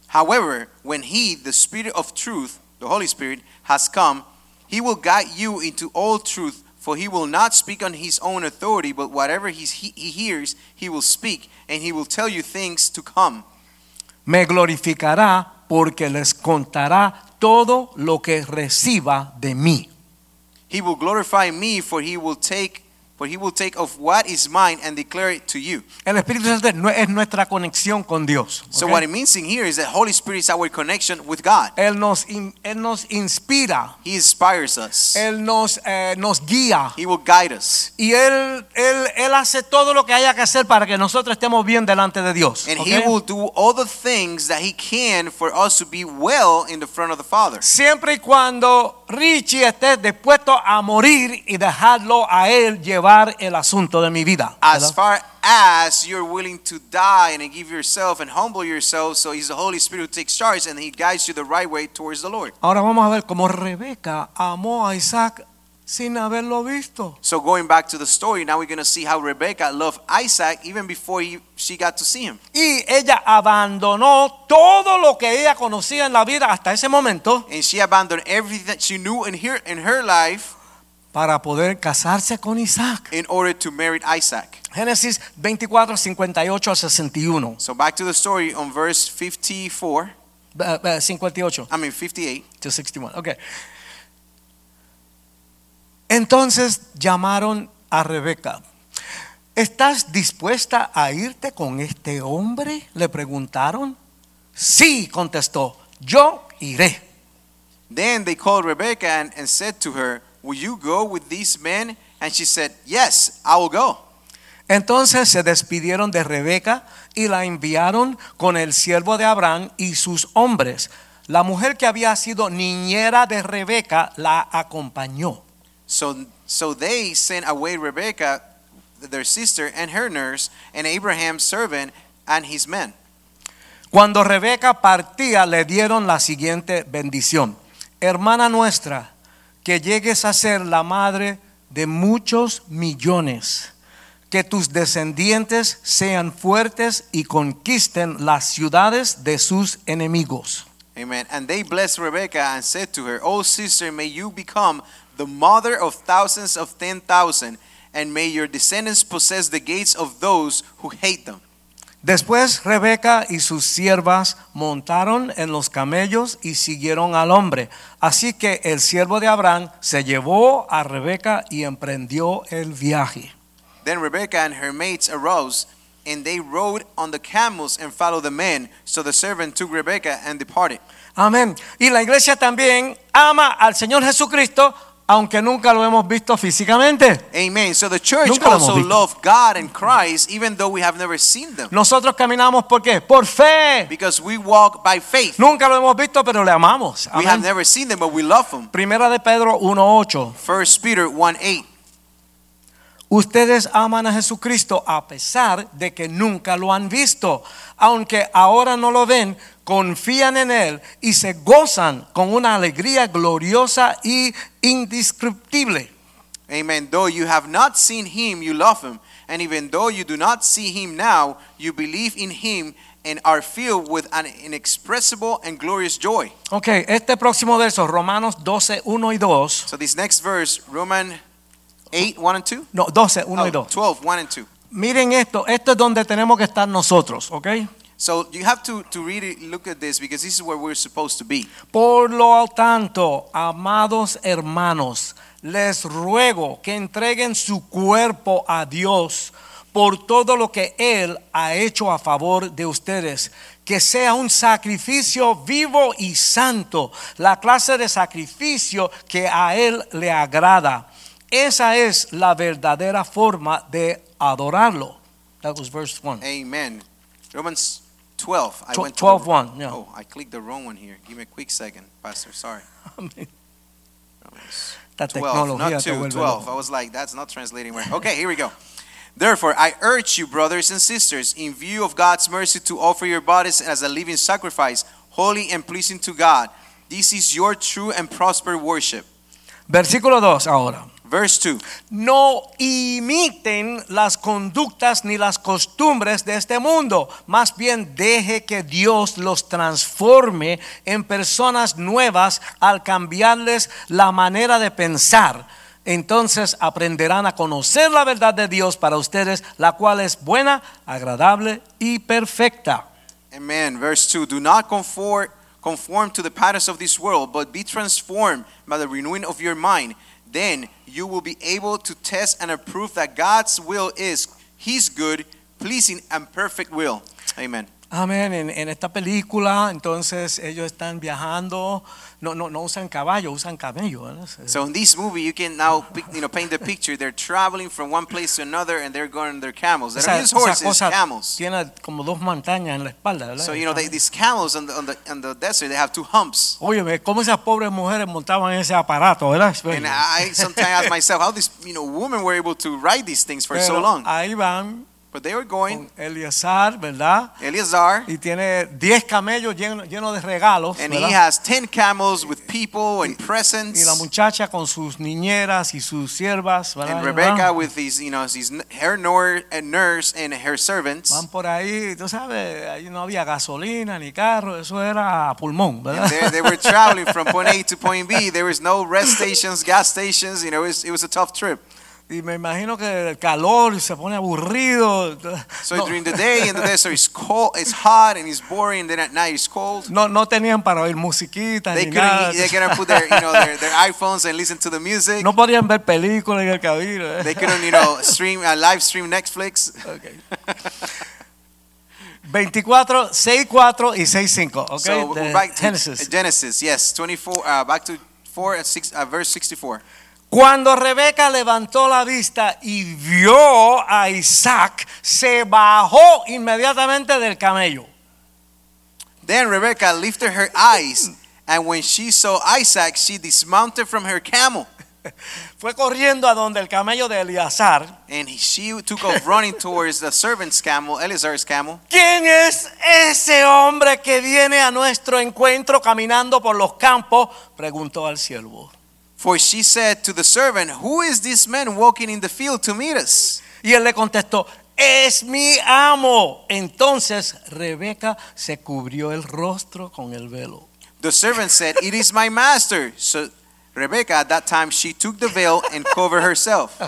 Speaker 3: However, when he, the Spirit of truth, the Holy Spirit, has come, he will guide you into all truth, for he will not speak on his own authority, but whatever he's, he, he hears, he will speak, and he will tell you things to come.
Speaker 2: Me glorificará porque les contará todo lo que reciba de mí.
Speaker 3: He will glorify me, for he will take, for he will take of what is mine and declare it to you.
Speaker 2: El Espíritu Santo es nue- es nuestra conexión con Dios.
Speaker 3: So
Speaker 2: ¿ok?
Speaker 3: what it means in here is that Holy Spirit is our connection with God.
Speaker 2: él, nos in- él nos inspira.
Speaker 3: He inspires us.
Speaker 2: Él nos, eh, nos guía
Speaker 3: He will guide us,
Speaker 2: y él, él, él hace todo lo que haya que hacer para que nosotros estemos bien delante de Dios.
Speaker 3: and
Speaker 2: ¿ok?
Speaker 3: he will do all the things that he can for us to be well in the front of the Father.
Speaker 2: Siempre y cuando Richie esté dispuesto a morir y dejarlo a él llevar el asunto de mi vida.
Speaker 3: As
Speaker 2: ¿verdad?
Speaker 3: far as you're willing to die and give yourself and humble yourself, so he's the Holy Spirit who takes charge and he guides you the right way towards the Lord.
Speaker 2: Ahora vamos a ver cómo Rebeca amó a Isaac sin haberlo visto.
Speaker 3: So going back to the story, now we're going to see how Rebecca loved Isaac even before he, she got to see him.
Speaker 2: Y ella abandonó todo lo que ella conocía en la vida hasta ese momento
Speaker 3: and she abandoned everything that she knew in her in her life
Speaker 2: para poder casarse con Isaac.
Speaker 3: in order to marry Isaac.
Speaker 2: Génesis 24, 58 al 61.
Speaker 3: So back to the story on verse 54,
Speaker 2: Eh, eh, 58
Speaker 3: I mean 58.
Speaker 2: to 61. Okay. Entonces llamaron a Rebeca. ¿Estás dispuesta a irte con este hombre? Le preguntaron. Sí, contestó. Yo iré.
Speaker 3: Then they called Rebekah and, and said to her, "Will you go with these men?" And she said, "Yes, I will go."
Speaker 2: Entonces se despidieron de Rebeca y la enviaron con el siervo de Abraham y sus hombres. La mujer que había sido niñera de Rebeca la acompañó.
Speaker 3: So so they sent away Rebekah, their sister and her nurse, and Abraham's servant and his men.
Speaker 2: Cuando Rebeca partía, le dieron la siguiente bendición. Hermana nuestra, que llegues a ser la madre de muchos millones, que tus descendientes sean fuertes y conquisten las ciudades de sus enemigos.
Speaker 3: Amen. And they blessed Rebekah and said to her, O sister, may you become the mother of thousands of ten thousand, and may your descendants possess the gates of those who hate them.
Speaker 2: Después Rebeca y sus siervas montaron en los camellos y siguieron al hombre. Así que el siervo de Abraham se llevó a Rebeca y emprendió el viaje.
Speaker 3: Then Rebekah and her maids arose, and they rode on the camels and followed the men. So the servant took Rebekah and departed.
Speaker 2: Amén. Y la iglesia también ama al Señor Jesucristo, aunque nunca lo hemos visto físicamente.
Speaker 3: Amen. So the church
Speaker 2: Nunca lo hemos
Speaker 3: also
Speaker 2: visto.
Speaker 3: loved God and Christ, even though we have never seen them,
Speaker 2: Nosotros caminamos por qué? Por fe.
Speaker 3: because we walk by faith.
Speaker 2: Nunca lo hemos visto, pero le amamos.
Speaker 3: We
Speaker 2: Amén.
Speaker 3: have never seen them, but we love them.
Speaker 2: Primera de Pedro 1:8.
Speaker 3: First Peter 1 8.
Speaker 2: Ustedes aman a Jesucristo a pesar de que nunca lo han visto. Aunque ahora no lo ven, confían en Él y se gozan con una alegría gloriosa y indescriptible.
Speaker 3: Amen. Though you have not seen him, you love him. And even though you do not see him now, you believe in him and are filled with an inexpressible and glorious joy.
Speaker 2: Ok, este próximo verso, Romanos 12, 1 y 2.
Speaker 3: So this next verse, Roman 8, 1 and 2?
Speaker 2: No, 12, 1 y
Speaker 3: Oh,
Speaker 2: 2.
Speaker 3: 12, 1 and 2.
Speaker 2: Miren esto, esto es donde tenemos que estar nosotros, ¿ok?
Speaker 3: So you have to, to really look at this because this is where we're supposed to be.
Speaker 2: Por lo tanto, amados hermanos, les ruego que entreguen su cuerpo a Dios por todo lo que Él ha hecho a favor de ustedes, que sea un sacrificio vivo y santo, la clase de sacrificio que a Él le agrada. Esa es la verdadera forma de adorarlo. That was verse 1.
Speaker 3: Amen. Romans 12. I
Speaker 2: Tw-
Speaker 3: went to
Speaker 2: 12,
Speaker 3: the-
Speaker 2: 1, yeah.
Speaker 3: Oh, I clicked the wrong one here. Give me a quick second, Pastor. Sorry. Romans
Speaker 2: Esta
Speaker 3: 12,
Speaker 2: tecnología
Speaker 3: not
Speaker 2: te
Speaker 3: 2,
Speaker 2: vuelve
Speaker 3: 12.
Speaker 2: loco.
Speaker 3: I was like, that's not translating right. Okay, here we go. Therefore, I urge you, brothers and sisters, in view of God's mercy, to offer your bodies as a living sacrifice, holy and pleasing to God. This is your true and prosper worship.
Speaker 2: Versículo 2 ahora.
Speaker 3: Verse 2.
Speaker 2: No imiten las conductas ni las costumbres de este mundo. Más bien deje que Dios los transforme en personas nuevas al cambiarles la manera de pensar. Entonces aprenderán a conocer la verdad de Dios para ustedes, la cual es buena, agradable y perfecta.
Speaker 3: Amen. Verse 2 Do not conform, conform to the patterns of this world, but be transformed by the renewing of your mind. Then you will be able to test and approve that God's will is His good, pleasing, and perfect will. Amen.
Speaker 2: Amén. En, en esta película, entonces ellos están viajando, no, no, no usan caballo, usan camello. ¿verdad?
Speaker 3: So in this movie, you can now pic- you know paint the picture. They're traveling from one place to another, and they're going on their camels. They
Speaker 2: Esa-
Speaker 3: don't use
Speaker 2: esa
Speaker 3: horses,
Speaker 2: cosa
Speaker 3: camels.
Speaker 2: Tiene como dos montañas en la espalda, ¿verdad?
Speaker 3: So you know they, these camels on the, on the on the desert, they have two humps.
Speaker 2: Óyeme, cómo esas pobres mujeres montaban ese aparato, ¿verdad?
Speaker 3: And I sometimes ask myself how these you know women were able to ride these things for so
Speaker 2: Pero
Speaker 3: long.
Speaker 2: Ahí van
Speaker 3: But they were going.
Speaker 2: con Eleazar, ¿verdad?
Speaker 3: Eleazar,
Speaker 2: Y tiene 10 camellos lleno- llenos de regalos,
Speaker 3: and
Speaker 2: ¿verdad?
Speaker 3: he has ten camels with people and
Speaker 2: y la
Speaker 3: presents.
Speaker 2: muchacha con sus niñeras y sus siervas, ¿verdad?
Speaker 3: And
Speaker 2: Ellos
Speaker 3: Rebecca
Speaker 2: van-
Speaker 3: with these, you know, his her nor- and nurse and her servants.
Speaker 2: Van por ahí, tú sabes, ahí no había gasolina ni carro, eso era a pulmón, ¿verdad?
Speaker 3: And they, they were traveling from point A to point B. There was no rest stations, gas stations. You know, it was, it was a tough trip.
Speaker 2: y me imagino que el calor y se pone aburrido.
Speaker 3: So
Speaker 2: No.
Speaker 3: during the day in the desert, it's cold, it's hot, and it's boring. And then at night, it's cold.
Speaker 2: No, no tenían para oír musiquita
Speaker 3: They
Speaker 2: ni
Speaker 3: couldn't.
Speaker 2: nada.
Speaker 3: They couldn't put their, you know, their, their iPhones and listen to the music.
Speaker 2: no podían ver películas en el camino. ¿eh?
Speaker 3: They couldn't, you know, stream uh, live stream Netflix.
Speaker 2: Ok. 24, 6, 4 y 6, 5. Okay?
Speaker 3: So
Speaker 2: de
Speaker 3: we're back to uh,
Speaker 2: Génesis.
Speaker 3: Genesis, yes, 24, uh, back to 4 and 6, uh, verse 64.
Speaker 2: Cuando Rebeca levantó la vista y vio a Isaac, se bajó inmediatamente del camello.
Speaker 3: Then Rebekah lifted her eyes, and when she saw Isaac, she dismounted from her camel,
Speaker 2: Fue corriendo a donde el camello de Eleazar.
Speaker 3: and she took off running towards the servant's camel, Eleazar's camel.
Speaker 2: ¿Quién es ese hombre que viene a nuestro encuentro caminando por los campos? Preguntó al siervo.
Speaker 3: For she said to the servant, Who is this man walking in the field to meet us?
Speaker 2: Y él le contestó, es mi amo. Entonces Rebeca se cubrió el rostro con el velo.
Speaker 3: The servant said, It is my master. So Rebekah, at that time, she took the veil and covered herself.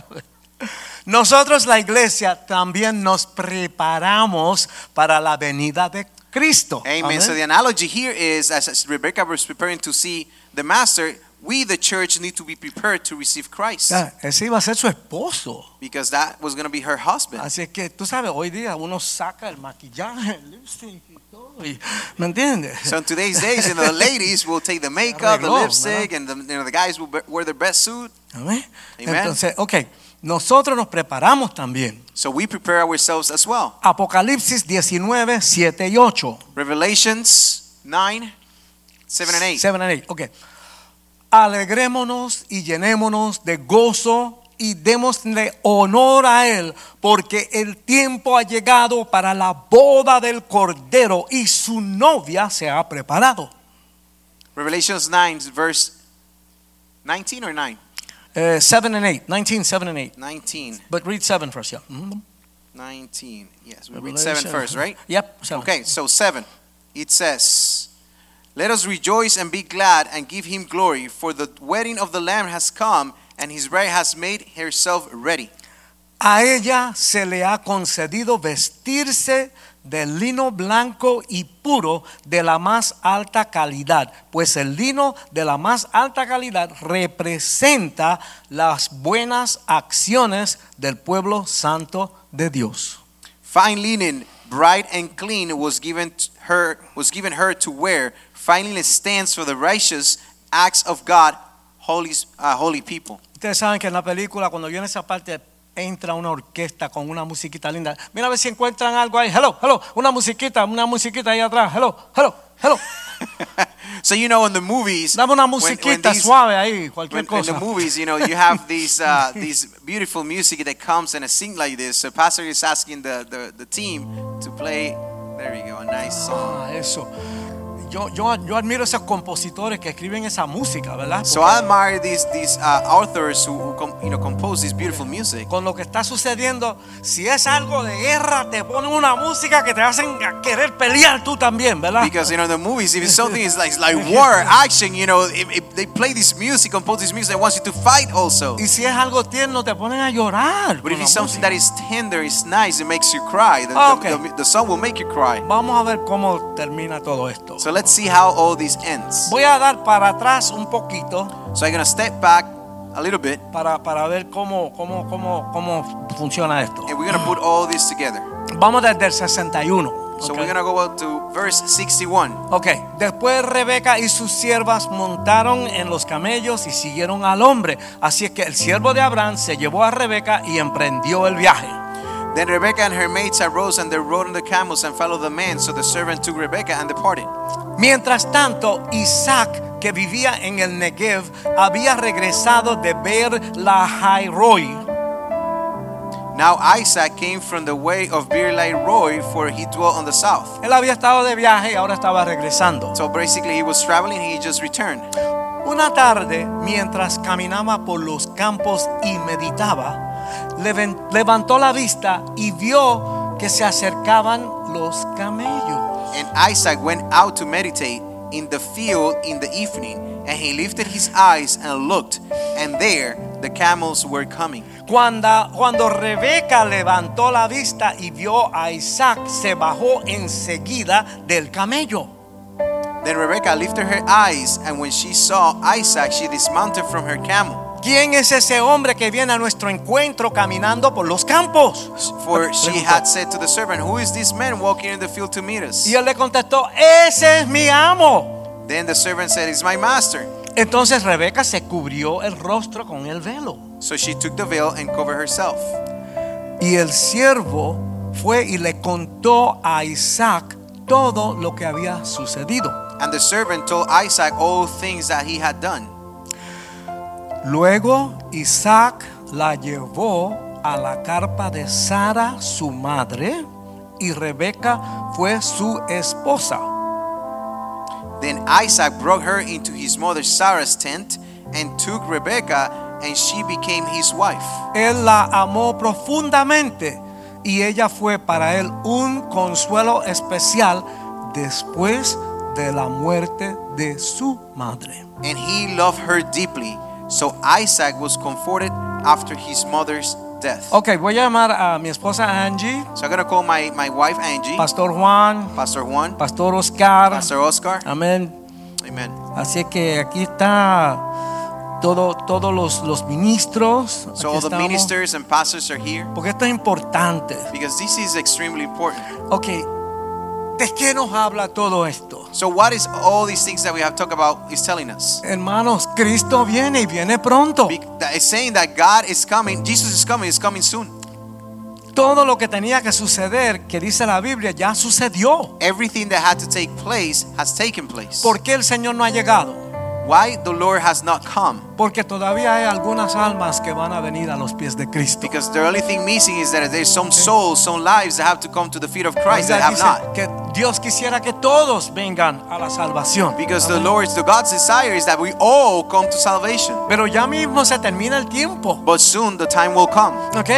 Speaker 2: Nosotros la iglesia también nos preparamos para la venida de Cristo.
Speaker 3: Amen.
Speaker 2: Amén.
Speaker 3: So the analogy here is as- as Rebecca was preparing to see the master, we the church need to be prepared to receive Christ
Speaker 2: Ya, Ese iba a ser su esposo.
Speaker 3: because that was going to be her husband.
Speaker 2: Así es que tú sabes, hoy día uno saca el maquillaje, el lipstick y todo. y- ¿Me entiendes?
Speaker 3: So in today's days, you know, the ladies will take the makeup, the
Speaker 2: Arregló,
Speaker 3: lipstick, and the, you know, the guys will be- wear their best suit.
Speaker 2: Amén.
Speaker 3: Amen.
Speaker 2: Entonces, ok, nosotros nos preparamos también.
Speaker 3: So we prepare ourselves as well.
Speaker 2: Apocalipsis 19, 7 y 8.
Speaker 3: Revelations 9, 7 and 8.
Speaker 2: Seven and eight, ok. Alegrémonos y llenémonos de gozo y démosle honor a Él, porque el tiempo ha llegado para la boda del Cordero y su novia se ha preparado.
Speaker 3: Revelations 9, verse 19 or 9?
Speaker 2: Eh, seven and eight, 19, seven and eight.
Speaker 3: 19.
Speaker 2: But read seven first, yeah. Mhm.
Speaker 3: 19. Yes, we read 7
Speaker 2: Revelation.
Speaker 3: first, right?
Speaker 2: Yep, seven.
Speaker 3: Okay, so 7. It says, Let us rejoice and be glad and give him glory, for the wedding of the Lamb has come, and his bride has made herself ready.
Speaker 2: A ella se le ha concedido vestirse de lino blanco y puro de la más alta calidad, pues el lino de la más alta calidad representa las buenas acciones del pueblo santo de Dios.
Speaker 3: Fine linen, bright and clean, was given t- her was given her to wear. Fine linen stands for the righteous acts of God, holy uh, holy people.
Speaker 2: Ustedes saben que en la película cuando viene esa parte entra una orquesta con una musiquita linda. Mira a ver si encuentran algo ahí. Hello, hello, una musiquita, una musiquita ahí atrás. Hello, hello, hello.
Speaker 3: So you know in the movies,
Speaker 2: Dame una
Speaker 3: when- when
Speaker 2: musiquita
Speaker 3: these-
Speaker 2: suave ahí,
Speaker 3: When,
Speaker 2: cualquier
Speaker 3: in
Speaker 2: cosa.
Speaker 3: the movies, you know, you have these uh, these beautiful music that comes and a sing like this. So pastor is asking the, the, the team to play. There you go, a nice song.
Speaker 2: Ah, eso. Yo, yo, yo admiro esos compositores que escriben esa música, ¿verdad?
Speaker 3: So I admire these these uh, authors who, who com, you know compose this beautiful music.
Speaker 2: Con lo que está sucediendo, si es algo de guerra, te ponen una música que te hacen querer pelear tú también, ¿verdad?
Speaker 3: Because you know in the movies, if it's something is like it's like war action, you know, if, if they play this music, compose this music that wants you to fight also.
Speaker 2: y si es algo tierno, te ponen a llorar.
Speaker 3: But
Speaker 2: con
Speaker 3: if
Speaker 2: la
Speaker 3: it's something
Speaker 2: música. Ah,
Speaker 3: that is tender, it's nice, it makes you cry. The,
Speaker 2: Okay.
Speaker 3: the, the, the song will make you cry.
Speaker 2: Vamos a ver cómo termina todo esto.
Speaker 3: So let's see how all this ends.
Speaker 2: Voy a dar para atrás un poquito
Speaker 3: So I'm gonna step back a little bit.
Speaker 2: para, para ver cómo, cómo, cómo, cómo funciona esto.
Speaker 3: And we're going to put all this together.
Speaker 2: Vamos desde el 61.
Speaker 3: So
Speaker 2: ¿ok?
Speaker 3: we're going to go up to verse 61.
Speaker 2: Ok, después Rebeca y sus siervas montaron en los camellos y siguieron al hombre. Así es que el siervo de Abraham se llevó a Rebeca y emprendió el viaje.
Speaker 3: Then Rebekah and her maids arose and they rode on the camels and followed the man. So the servant took Rebekah and departed.
Speaker 2: Mientras tanto, Isaac, que vivía en el Negev, había regresado de ver la Jairoi.
Speaker 3: Now Isaac came from the way of Beerlai Roy, for he dwelt on the south.
Speaker 2: Él había estado de viaje y ahora estaba regresando.
Speaker 3: So basically, he was traveling, he just returned.
Speaker 2: Una tarde, mientras caminaba por los campos y meditaba, leven- levantó la vista y vio que se acercaban los camellos.
Speaker 3: And Isaac went out to meditate in the field in the evening. And he lifted his eyes and looked, and there the camels were coming.
Speaker 2: Cuando, cuando Rebeca levantó la vista y vio a Isaac, se bajó enseguida del camello.
Speaker 3: Then Rebekah lifted her eyes, and when she saw Isaac, she dismounted from her camel.
Speaker 2: ¿Quién es ese hombre que viene a nuestro encuentro caminando por los campos?
Speaker 3: For she
Speaker 2: Preguntó.
Speaker 3: had said to the servant, Who is this man walking in the field to meet us?
Speaker 2: Y él le contestó, ese es mi amo.
Speaker 3: Then the servant said, It's my master.
Speaker 2: Entonces Rebeca se cubrió el rostro con el velo.
Speaker 3: So she took the veil and covered herself.
Speaker 2: Y el siervo fue y le contó a Isaac todo lo que había sucedido.
Speaker 3: And the servant told Isaac all things that he had done.
Speaker 2: Luego Isaac la llevó a la carpa de Sara, su madre, y Rebeca fue su esposa.
Speaker 3: Then Isaac brought her into his mother Sarah's tent and took Rebekah, and she became his wife.
Speaker 2: Él la amó profundamente y ella fue para él un consuelo especial después de la muerte de su madre.
Speaker 3: And he loved her deeply. So Isaac was comforted after his mother's death.
Speaker 2: Ok, voy a llamar a mi esposa Angie,
Speaker 3: So I'm going to call my, my wife Angie,
Speaker 2: Pastor Juan,
Speaker 3: Pastor Juan,
Speaker 2: Pastor Oscar.
Speaker 3: Pastor Oscar.
Speaker 2: Amén.
Speaker 3: Amen.
Speaker 2: Así que aquí está todo, todos los, los ministros. Aquí
Speaker 3: So all the
Speaker 2: estamos.
Speaker 3: ministers and pastors are here
Speaker 2: Porque esto es importante.
Speaker 3: because this is extremely important.
Speaker 2: Ok, ¿de qué nos habla todo esto?
Speaker 3: So what is all these things that we have talked about is telling us?
Speaker 2: Hermanos, Cristo viene y viene pronto.
Speaker 3: Be- that It's saying that God is coming, Jesus is coming, is coming soon.
Speaker 2: Todo lo que tenía que suceder, que dice la Biblia, ya sucedió.
Speaker 3: Everything that had to take place has taken place.
Speaker 2: ¿Por qué el Señor no ha llegado?
Speaker 3: Why the Lord has not come?
Speaker 2: Porque todavía hay algunas almas que van a venir a los pies de Cristo.
Speaker 3: Because the only thing missing is that there's some souls, some lives that have to come to the feet of Christ that
Speaker 2: Biblia
Speaker 3: have
Speaker 2: dice
Speaker 3: not.
Speaker 2: que Dios quisiera que todos vengan a la salvación.
Speaker 3: Because the
Speaker 2: Uh-huh.
Speaker 3: Lord's, the God's desire is that we all come to salvation.
Speaker 2: Pero ya mismo se termina el tiempo.
Speaker 3: But soon the time will come.
Speaker 2: ¿Ok?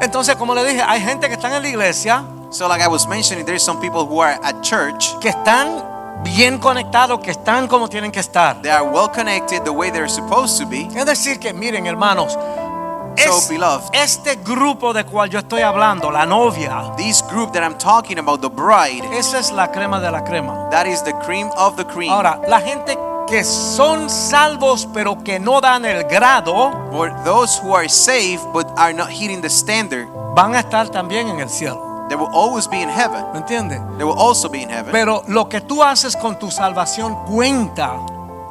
Speaker 2: Entonces, como le dije, hay gente que están en la iglesia,
Speaker 3: So, like I was mentioning, there's some people who are at church.
Speaker 2: que están bien conectados, que están como tienen que estar.
Speaker 3: They are well connected the way they're supposed to be.
Speaker 2: Es decir, que miren, hermanos,
Speaker 3: So,
Speaker 2: es-
Speaker 3: beloved.
Speaker 2: este grupo de cual yo estoy hablando, la novia,
Speaker 3: This group that I'm talking about, the bride,
Speaker 2: esa es la crema de la crema.
Speaker 3: that is the cream of the cream.
Speaker 2: Ahora, la gente que son salvos pero que no dan el grado,
Speaker 3: For those who are saved but are not hitting the standard,
Speaker 2: van a estar también en el cielo.
Speaker 3: they will always be in heaven.
Speaker 2: ¿Me entiendes?
Speaker 3: They will also be in heaven.
Speaker 2: Pero lo que tú haces con tu salvación cuenta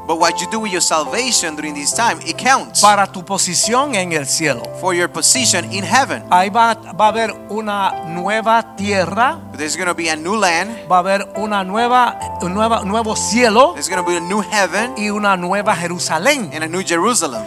Speaker 3: but what you do with your salvation during this time, it counts
Speaker 2: para tu posición en el cielo.
Speaker 3: for your position in heaven.
Speaker 2: Ahí va, va a haber una nueva tierra,
Speaker 3: There's going to be a new land,
Speaker 2: va a haber una nueva, un nueva, nuevo cielo
Speaker 3: there's going to be a new heaven,
Speaker 2: y una nueva Jerusalén.
Speaker 3: and a new Jerusalem.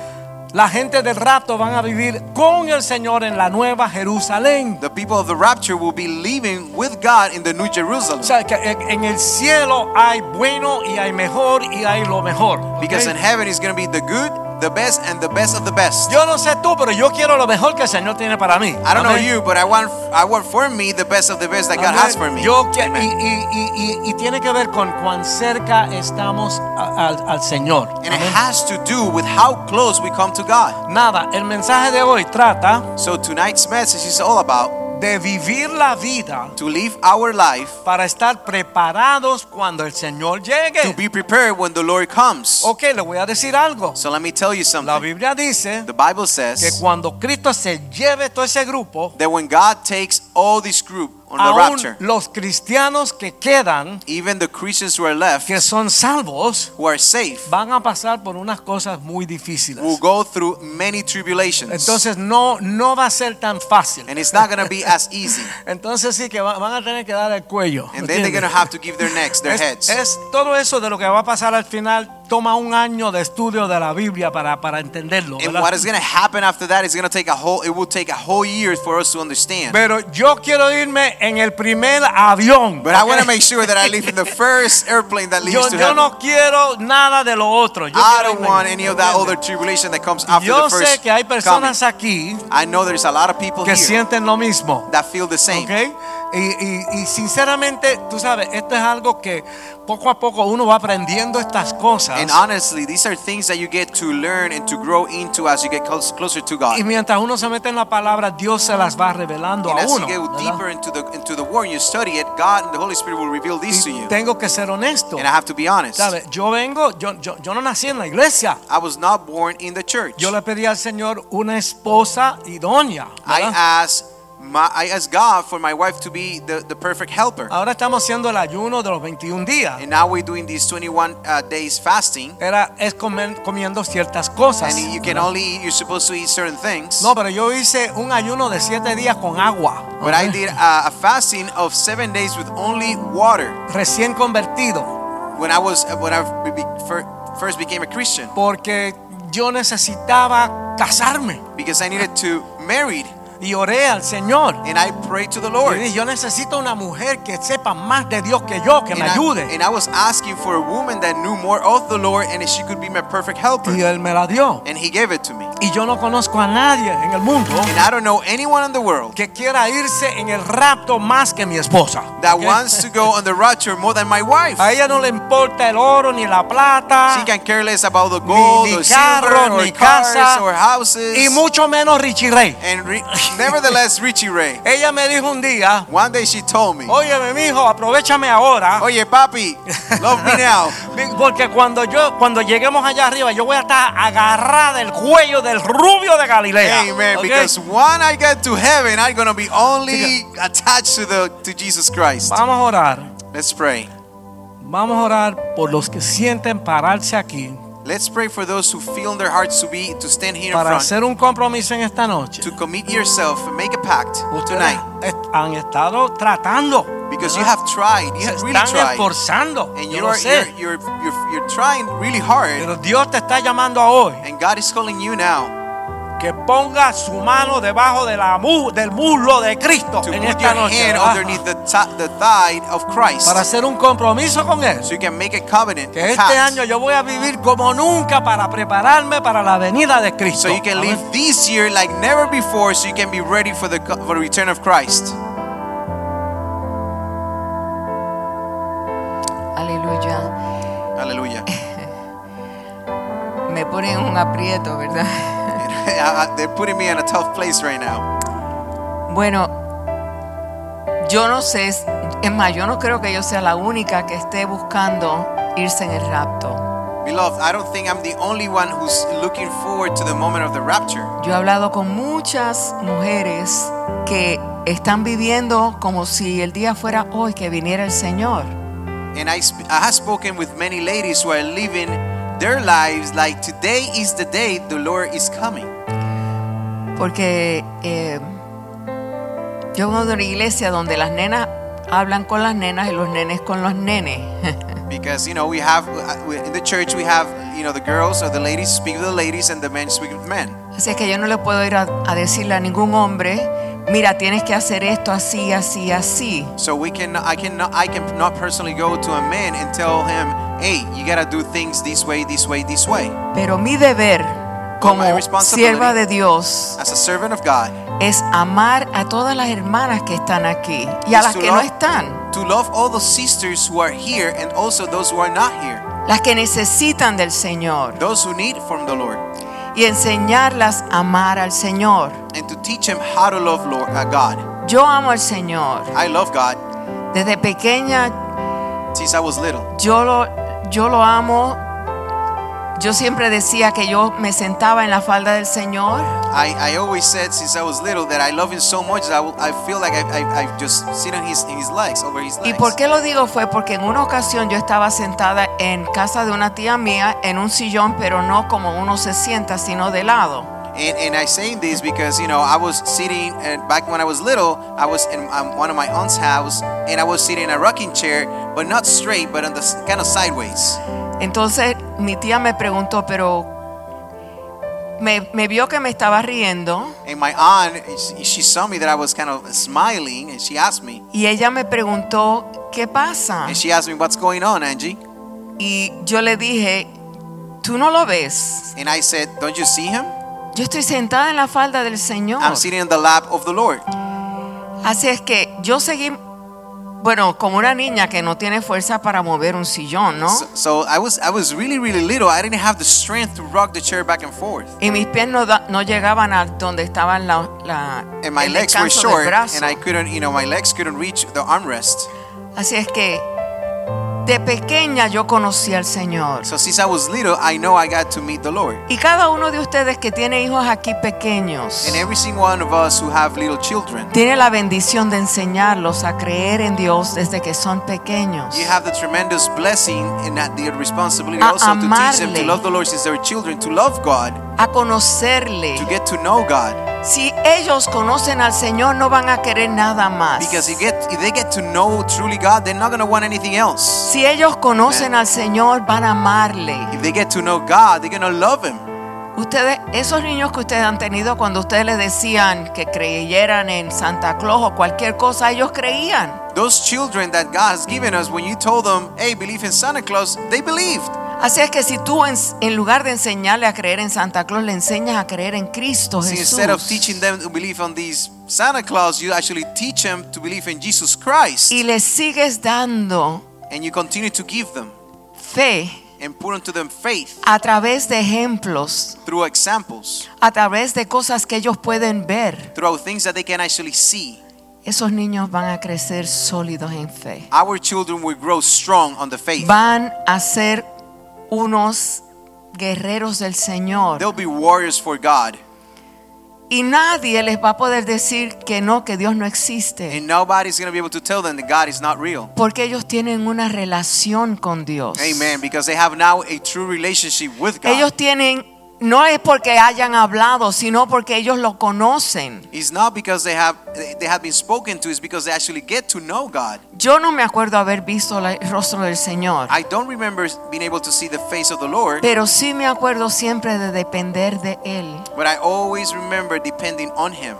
Speaker 2: La gente del rapto van a vivir con el Señor en la nueva Jerusalén.
Speaker 3: The people of the rapture will be living with God in the new Jerusalem.
Speaker 2: O sea, que en, en el cielo hay bueno y hay mejor y hay lo mejor. ¿ok?
Speaker 3: Because in heaven is going to be the good, the best, and the best of the best.
Speaker 2: Yo no sé tú, pero yo quiero lo mejor que el Señor tiene para mí.
Speaker 3: I don't know
Speaker 2: Amén.
Speaker 3: you, but I want I want for me the best of the best that God
Speaker 2: Amén.
Speaker 3: has for me.
Speaker 2: Yo que- y,
Speaker 3: Amen.
Speaker 2: y- y- y- y tiene que ver con cuán cerca estamos a- al, al Señor.
Speaker 3: And it
Speaker 2: Amén.
Speaker 3: has to do with how close we come to God.
Speaker 2: Nada, el mensaje de hoy trata
Speaker 3: So tonight's message is all about
Speaker 2: de vivir la vida
Speaker 3: to live our life
Speaker 2: para estar preparados cuando el Señor
Speaker 3: to
Speaker 2: llegue.
Speaker 3: be prepared when the Lord comes.
Speaker 2: Ok, le voy a decir algo.
Speaker 3: So let me tell
Speaker 2: La
Speaker 3: you something.
Speaker 2: Biblia dice
Speaker 3: The Bible
Speaker 2: que
Speaker 3: says
Speaker 2: cuando Cristo se lleve todo ese grupo,
Speaker 3: that when God takes all this group on the
Speaker 2: aún
Speaker 3: rapture,
Speaker 2: los cristianos que quedan,
Speaker 3: even the Christians who are left,
Speaker 2: que son salvos,
Speaker 3: who are safe,
Speaker 2: van a pasar por unas cosas muy
Speaker 3: will
Speaker 2: difíciles.
Speaker 3: go through many tribulations.
Speaker 2: Entonces no, no va a ser tan fácil.
Speaker 3: and it's not going to be as easy.
Speaker 2: Entonces sí que va- van a tener que dar el cuello.
Speaker 3: And then they're going to have to give their necks, their
Speaker 2: es,
Speaker 3: heads.
Speaker 2: es todo eso de lo que va a pasar al final toma un año de estudio de la Biblia para, para entenderlo.
Speaker 3: And
Speaker 2: ¿verdad?
Speaker 3: what is going to happen after that is going to take a whole. It will take a whole year for us to understand.
Speaker 2: Pero yo quiero irme en el primer avión.
Speaker 3: But I want to
Speaker 2: ¿ok?
Speaker 3: make sure that I live in the first airplane that leaves
Speaker 2: yo,
Speaker 3: to
Speaker 2: yo
Speaker 3: heaven.
Speaker 2: no quiero nada de lo otro. Yo
Speaker 3: I
Speaker 2: quiero
Speaker 3: don't
Speaker 2: irme-
Speaker 3: want any of that other tribulation that comes after
Speaker 2: Yo
Speaker 3: the first
Speaker 2: sé que hay
Speaker 3: coming.
Speaker 2: personas aquí
Speaker 3: I know there's a lot of people
Speaker 2: que
Speaker 3: here
Speaker 2: sienten lo mismo.
Speaker 3: that feel the same.
Speaker 2: ¿ok? Y, y- y sinceramente, tú sabes, esto es algo que poco a poco uno va aprendiendo estas cosas.
Speaker 3: And honestly, these are things that you get to learn and to grow into as you get close, closer to God.
Speaker 2: Y mientras uno se mete en la palabra, Dios se las va revelando
Speaker 3: and
Speaker 2: a
Speaker 3: as
Speaker 2: uno.
Speaker 3: you get
Speaker 2: ¿verdad?
Speaker 3: deeper into the into the Word, you study it. God and the Holy Spirit will reveal
Speaker 2: Y
Speaker 3: these to you.
Speaker 2: tengo que ser honesto.
Speaker 3: And I have to be honest.
Speaker 2: ¿Sabe? Yo vengo, yo, yo, yo no nací en la iglesia.
Speaker 3: I was not born in the church.
Speaker 2: Yo le pedí al Señor una esposa idónea.
Speaker 3: I
Speaker 2: ¿verdad?
Speaker 3: asked my I asked God for my wife to be the, the perfect helper.
Speaker 2: Ahora estamos haciendo el ayuno de los 21 días.
Speaker 3: And now we're doing these 21 uh, days fasting.
Speaker 2: Era, es comer- comiendo ciertas cosas.
Speaker 3: And you can
Speaker 2: ¿verdad?
Speaker 3: only eat, you're supposed to eat certain things.
Speaker 2: No, pero yo hice un ayuno de 7 días con agua.
Speaker 3: But I did uh, a fasting of seven days with only water
Speaker 2: Recién convertido.
Speaker 3: when I was when I be- be- fir- first became a Christian
Speaker 2: Porque yo necesitaba casarme.
Speaker 3: because I needed to marry
Speaker 2: Y oré al Señor.
Speaker 3: and I prayed to the
Speaker 2: Yo
Speaker 3: Lord.
Speaker 2: dije, yo necesito una mujer que sepa más de Dios que yo, que
Speaker 3: And
Speaker 2: me
Speaker 3: I,
Speaker 2: ayude.
Speaker 3: and I was asking for a woman that knew more of the Lord and she could be my perfect helper.
Speaker 2: Y él me la dio.
Speaker 3: And he gave it to me.
Speaker 2: Y yo no conozco a nadie en el mundo
Speaker 3: And I don't know anyone in the world
Speaker 2: que quiera irse en el rapto más que mi esposa.
Speaker 3: that
Speaker 2: ¿ok?
Speaker 3: wants to go on the rapture more than my wife.
Speaker 2: A ella no le importa el oro ni la plata.
Speaker 3: She can care less about the
Speaker 2: ah.
Speaker 3: gold
Speaker 2: ni
Speaker 3: or
Speaker 2: carro,
Speaker 3: silver or
Speaker 2: ni
Speaker 3: cars
Speaker 2: casa.
Speaker 3: or houses.
Speaker 2: y mucho menos Richie Ray.
Speaker 3: And re- nevertheless, Richie Ray,
Speaker 2: Ella me dijo un día,
Speaker 3: one day she told me,
Speaker 2: óyeme mi hijo, aprovechame ahora.
Speaker 3: Oye, papi, love me now.
Speaker 2: Porque cuando yo, cuando lleguemos allá arriba, yo voy a estar agarrada del cuello del rubio de Galilea.
Speaker 3: Amen.
Speaker 2: ¿ok?
Speaker 3: Because when I get to heaven, I'm gonna be only attached to the to Jesus Christ.
Speaker 2: Vamos a orar.
Speaker 3: Let's pray.
Speaker 2: Vamos a orar por los que sienten pararse aquí
Speaker 3: Let's pray for those who feel in their hearts to be to stand here in
Speaker 2: para
Speaker 3: front,
Speaker 2: hacer un compromiso en esta noche.
Speaker 3: to commit yourself and make a pact
Speaker 2: Ustedes
Speaker 3: tonight.
Speaker 2: est- han estado tratando.
Speaker 3: Because you
Speaker 2: ¿verdad?
Speaker 3: have tried, you
Speaker 2: Se
Speaker 3: have really
Speaker 2: están
Speaker 3: tried,
Speaker 2: esforzando.
Speaker 3: and
Speaker 2: yo
Speaker 3: you
Speaker 2: lo
Speaker 3: are
Speaker 2: sé.
Speaker 3: you're, you're you're you're trying really hard,
Speaker 2: Pero Dios te está llamando a hoy.
Speaker 3: and God is calling you now
Speaker 2: que ponga su mano debajo de la mu- del muslo de Cristo
Speaker 3: to
Speaker 2: en
Speaker 3: put
Speaker 2: esta
Speaker 3: your
Speaker 2: noche
Speaker 3: hand
Speaker 2: ¿verdad?
Speaker 3: underneath the ta- the thigh of
Speaker 2: para
Speaker 3: Christ,
Speaker 2: hacer un compromiso con él.
Speaker 3: so you can make a covenant,
Speaker 2: Que
Speaker 3: a
Speaker 2: este
Speaker 3: pact.
Speaker 2: año yo voy a vivir como nunca para prepararme para la venida de Cristo.
Speaker 3: So you can
Speaker 2: Amén.
Speaker 3: live this year like never before, so you can be ready for the for the return of Christ.
Speaker 1: Aleluya.
Speaker 3: Hallelujah.
Speaker 1: Me ponen en un aprieto, ¿verdad?
Speaker 3: I- I- They're putting me in a tough place right now.
Speaker 1: Bueno, yo no sé, es más, yo no creo que yo sea la única que esté buscando irse en el rapto.
Speaker 3: Beloved, I don't think I'm the only one who's looking forward to the moment of the rapture.
Speaker 1: Yo he hablado con muchas mujeres que están viviendo como si el día fuera hoy que viniera el Señor.
Speaker 3: And I, sp- I have spoken with many ladies who are living their lives like today is the day the Lord is coming.
Speaker 1: Porque eh, yo vengo de una iglesia donde las nenas hablan con las nenas y los nenes con los nenes.
Speaker 3: Because, you know, we have, uh, we- in the church, we have, you know, the girls or the ladies speak with the ladies and the men speak with men.
Speaker 1: Así es que yo no le puedo ir a, a decirle a ningún hombre, mira, tienes que hacer esto así, así, así.
Speaker 3: So we can, I can, I can not personally go to a man and tell him, "Hey, you gotta do things this way, this way, this way."
Speaker 1: Pero mi deber como
Speaker 3: My responsibility
Speaker 1: sierva de Dios
Speaker 3: As a servant of God,
Speaker 1: es amar a todas las hermanas que están aquí y a
Speaker 3: is
Speaker 1: las
Speaker 3: to
Speaker 1: que no
Speaker 3: love-
Speaker 1: están,
Speaker 3: to love all the sisters who are here and also those who are not here,
Speaker 1: las que necesitan del Señor
Speaker 3: those who need from the Lord,
Speaker 1: y enseñarlas a amar al Señor.
Speaker 3: and to teach them how to love Lord uh, God.
Speaker 1: Yo amo al Señor.
Speaker 3: I love God
Speaker 1: Desde pequeña
Speaker 3: since I was little.
Speaker 1: yo lo, yo lo amo. Yo siempre decía que yo me sentaba en la falda del Señor.
Speaker 3: I, I always said since I was little that I love Him so much that I, will- I feel like I, I, I just sit on His, in His legs, over His
Speaker 1: ¿Y
Speaker 3: legs.
Speaker 1: por qué lo digo? Fue porque en una ocasión yo estaba sentada en casa de una tía mía en un sillón, pero no como uno se sienta, sino de lado.
Speaker 3: And, and I'm saying this because, you know, I was sitting, and back when I was little, I was in um, one of my aunt's house, and I was sitting in a rocking chair, but not straight, but on the s- kind of sideways.
Speaker 1: Entonces mi tía me preguntó, pero me, me vio que me estaba riendo
Speaker 3: And my aunt, she- she saw me that I was kind of smiling, and she asked me,
Speaker 1: y ella me preguntó, ¿qué pasa?
Speaker 3: and she asked me, what's going on, Angie?
Speaker 1: Y yo le dije, ¿tú no lo ves?
Speaker 3: And I said, don't you see him?
Speaker 1: Yo estoy sentada en la falda del Señor.
Speaker 3: I'm sitting in the lap of the Lord.
Speaker 1: Así es que yo seguí, bueno, como una niña que no tiene fuerza para mover un sillón, ¿no?
Speaker 3: So, so I was I was really, really little. I didn't have the strength to rock the chair back and forth.
Speaker 1: Y mis pies no, da- no llegaban a donde estaban la, la-
Speaker 3: And my
Speaker 1: el
Speaker 3: legs were
Speaker 1: descanso del
Speaker 3: short,
Speaker 1: brazo.
Speaker 3: and I couldn't, you know, my legs couldn't reach the armrest.
Speaker 1: Así es que de pequeña yo conocí al Señor.
Speaker 3: So since I was little, I know I got to meet the Lord.
Speaker 1: Y cada uno de ustedes que tiene hijos aquí pequeños
Speaker 3: And every single one of us who have little children,
Speaker 1: tiene la bendición de enseñarlos a creer en Dios desde que son pequeños.
Speaker 3: you have the tremendous blessing and that the responsibility
Speaker 1: A
Speaker 3: also to teach them to
Speaker 1: amarle.
Speaker 3: love the Lord since they're children, to love God,
Speaker 1: A conocerle.
Speaker 3: to get to know God.
Speaker 1: Si ellos conocen al Señor no van a querer nada más.
Speaker 3: Because if, get, if they get to know truly God, they're not going to want anything else.
Speaker 1: Si ellos conocen al Señor van a amarle.
Speaker 3: If they get to know God, they're going to love Him.
Speaker 1: Ustedes, esos niños que ustedes han tenido cuando ustedes les decían que creyeran en Santa Claus o cualquier cosa, ellos creían.
Speaker 3: Those children that God has given us, when you told them, hey, believe in Santa Claus, they believed.
Speaker 1: Así es que si tú en, en lugar de enseñarle a creer en Santa Claus, le enseñas a creer en Cristo
Speaker 3: See,
Speaker 1: Jesús.
Speaker 3: instead of teaching them to believe on these Santa Claus, you actually teach them to believe in Jesus Christ.
Speaker 1: y le sigues dando
Speaker 3: And you continue to give them
Speaker 1: fe
Speaker 3: and put unto them faith
Speaker 1: a través de ejemplos,
Speaker 3: through examples,
Speaker 1: a través de cosas que ellos pueden ver.
Speaker 3: through things that they can actually see.
Speaker 1: Esos niños van a crecer sólidos en fe.
Speaker 3: Our children will grow strong on the faith.
Speaker 1: Van a ser unos guerreros del Señor.
Speaker 3: They'll be warriors for God.
Speaker 1: Y nadie les va a poder decir que no, que Dios no existe.
Speaker 3: And nobody's going to be able to tell them that God is not real.
Speaker 1: Porque ellos tienen una relación con Dios.
Speaker 3: Amen. Because they have now a true relationship with God.
Speaker 1: Ellos tienen, no es porque hayan hablado, sino porque ellos lo conocen.
Speaker 3: It's not because they have they have been spoken to. It's because they actually get to know God.
Speaker 1: Yo no me acuerdo haber visto la- el rostro del Señor,
Speaker 3: I don't remember being able to see the face of the Lord,
Speaker 1: pero sí me acuerdo siempre de depender de Él.
Speaker 3: but I always remember depending on Him.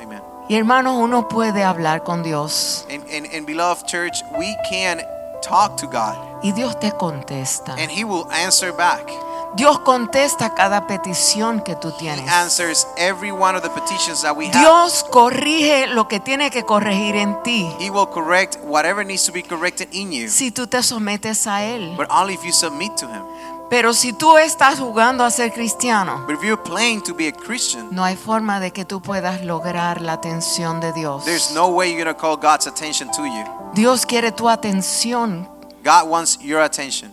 Speaker 3: Amen.
Speaker 1: Y hermanos, uno puede hablar con Dios
Speaker 3: And and, and beloved church, we can talk to God,
Speaker 1: y Dios te contesta.
Speaker 3: and He will answer back.
Speaker 1: Dios contesta cada petición que tú
Speaker 3: He
Speaker 1: tienes.
Speaker 3: answers every one of the petitions that we have.
Speaker 1: Dios corrige lo que tiene que corregir en ti
Speaker 3: He will correct whatever needs to be corrected in you,
Speaker 1: si tú te sometes a Él.
Speaker 3: but only if you submit to Him.
Speaker 1: Pero si tú estás jugando a ser cristiano,
Speaker 3: But if you're playing to be a Christian,
Speaker 1: no hay forma de que tú puedas lograr la atención de Dios.
Speaker 3: there's no way you're gonna call God's attention to you.
Speaker 1: Dios quiere tu atención
Speaker 3: God wants your attention,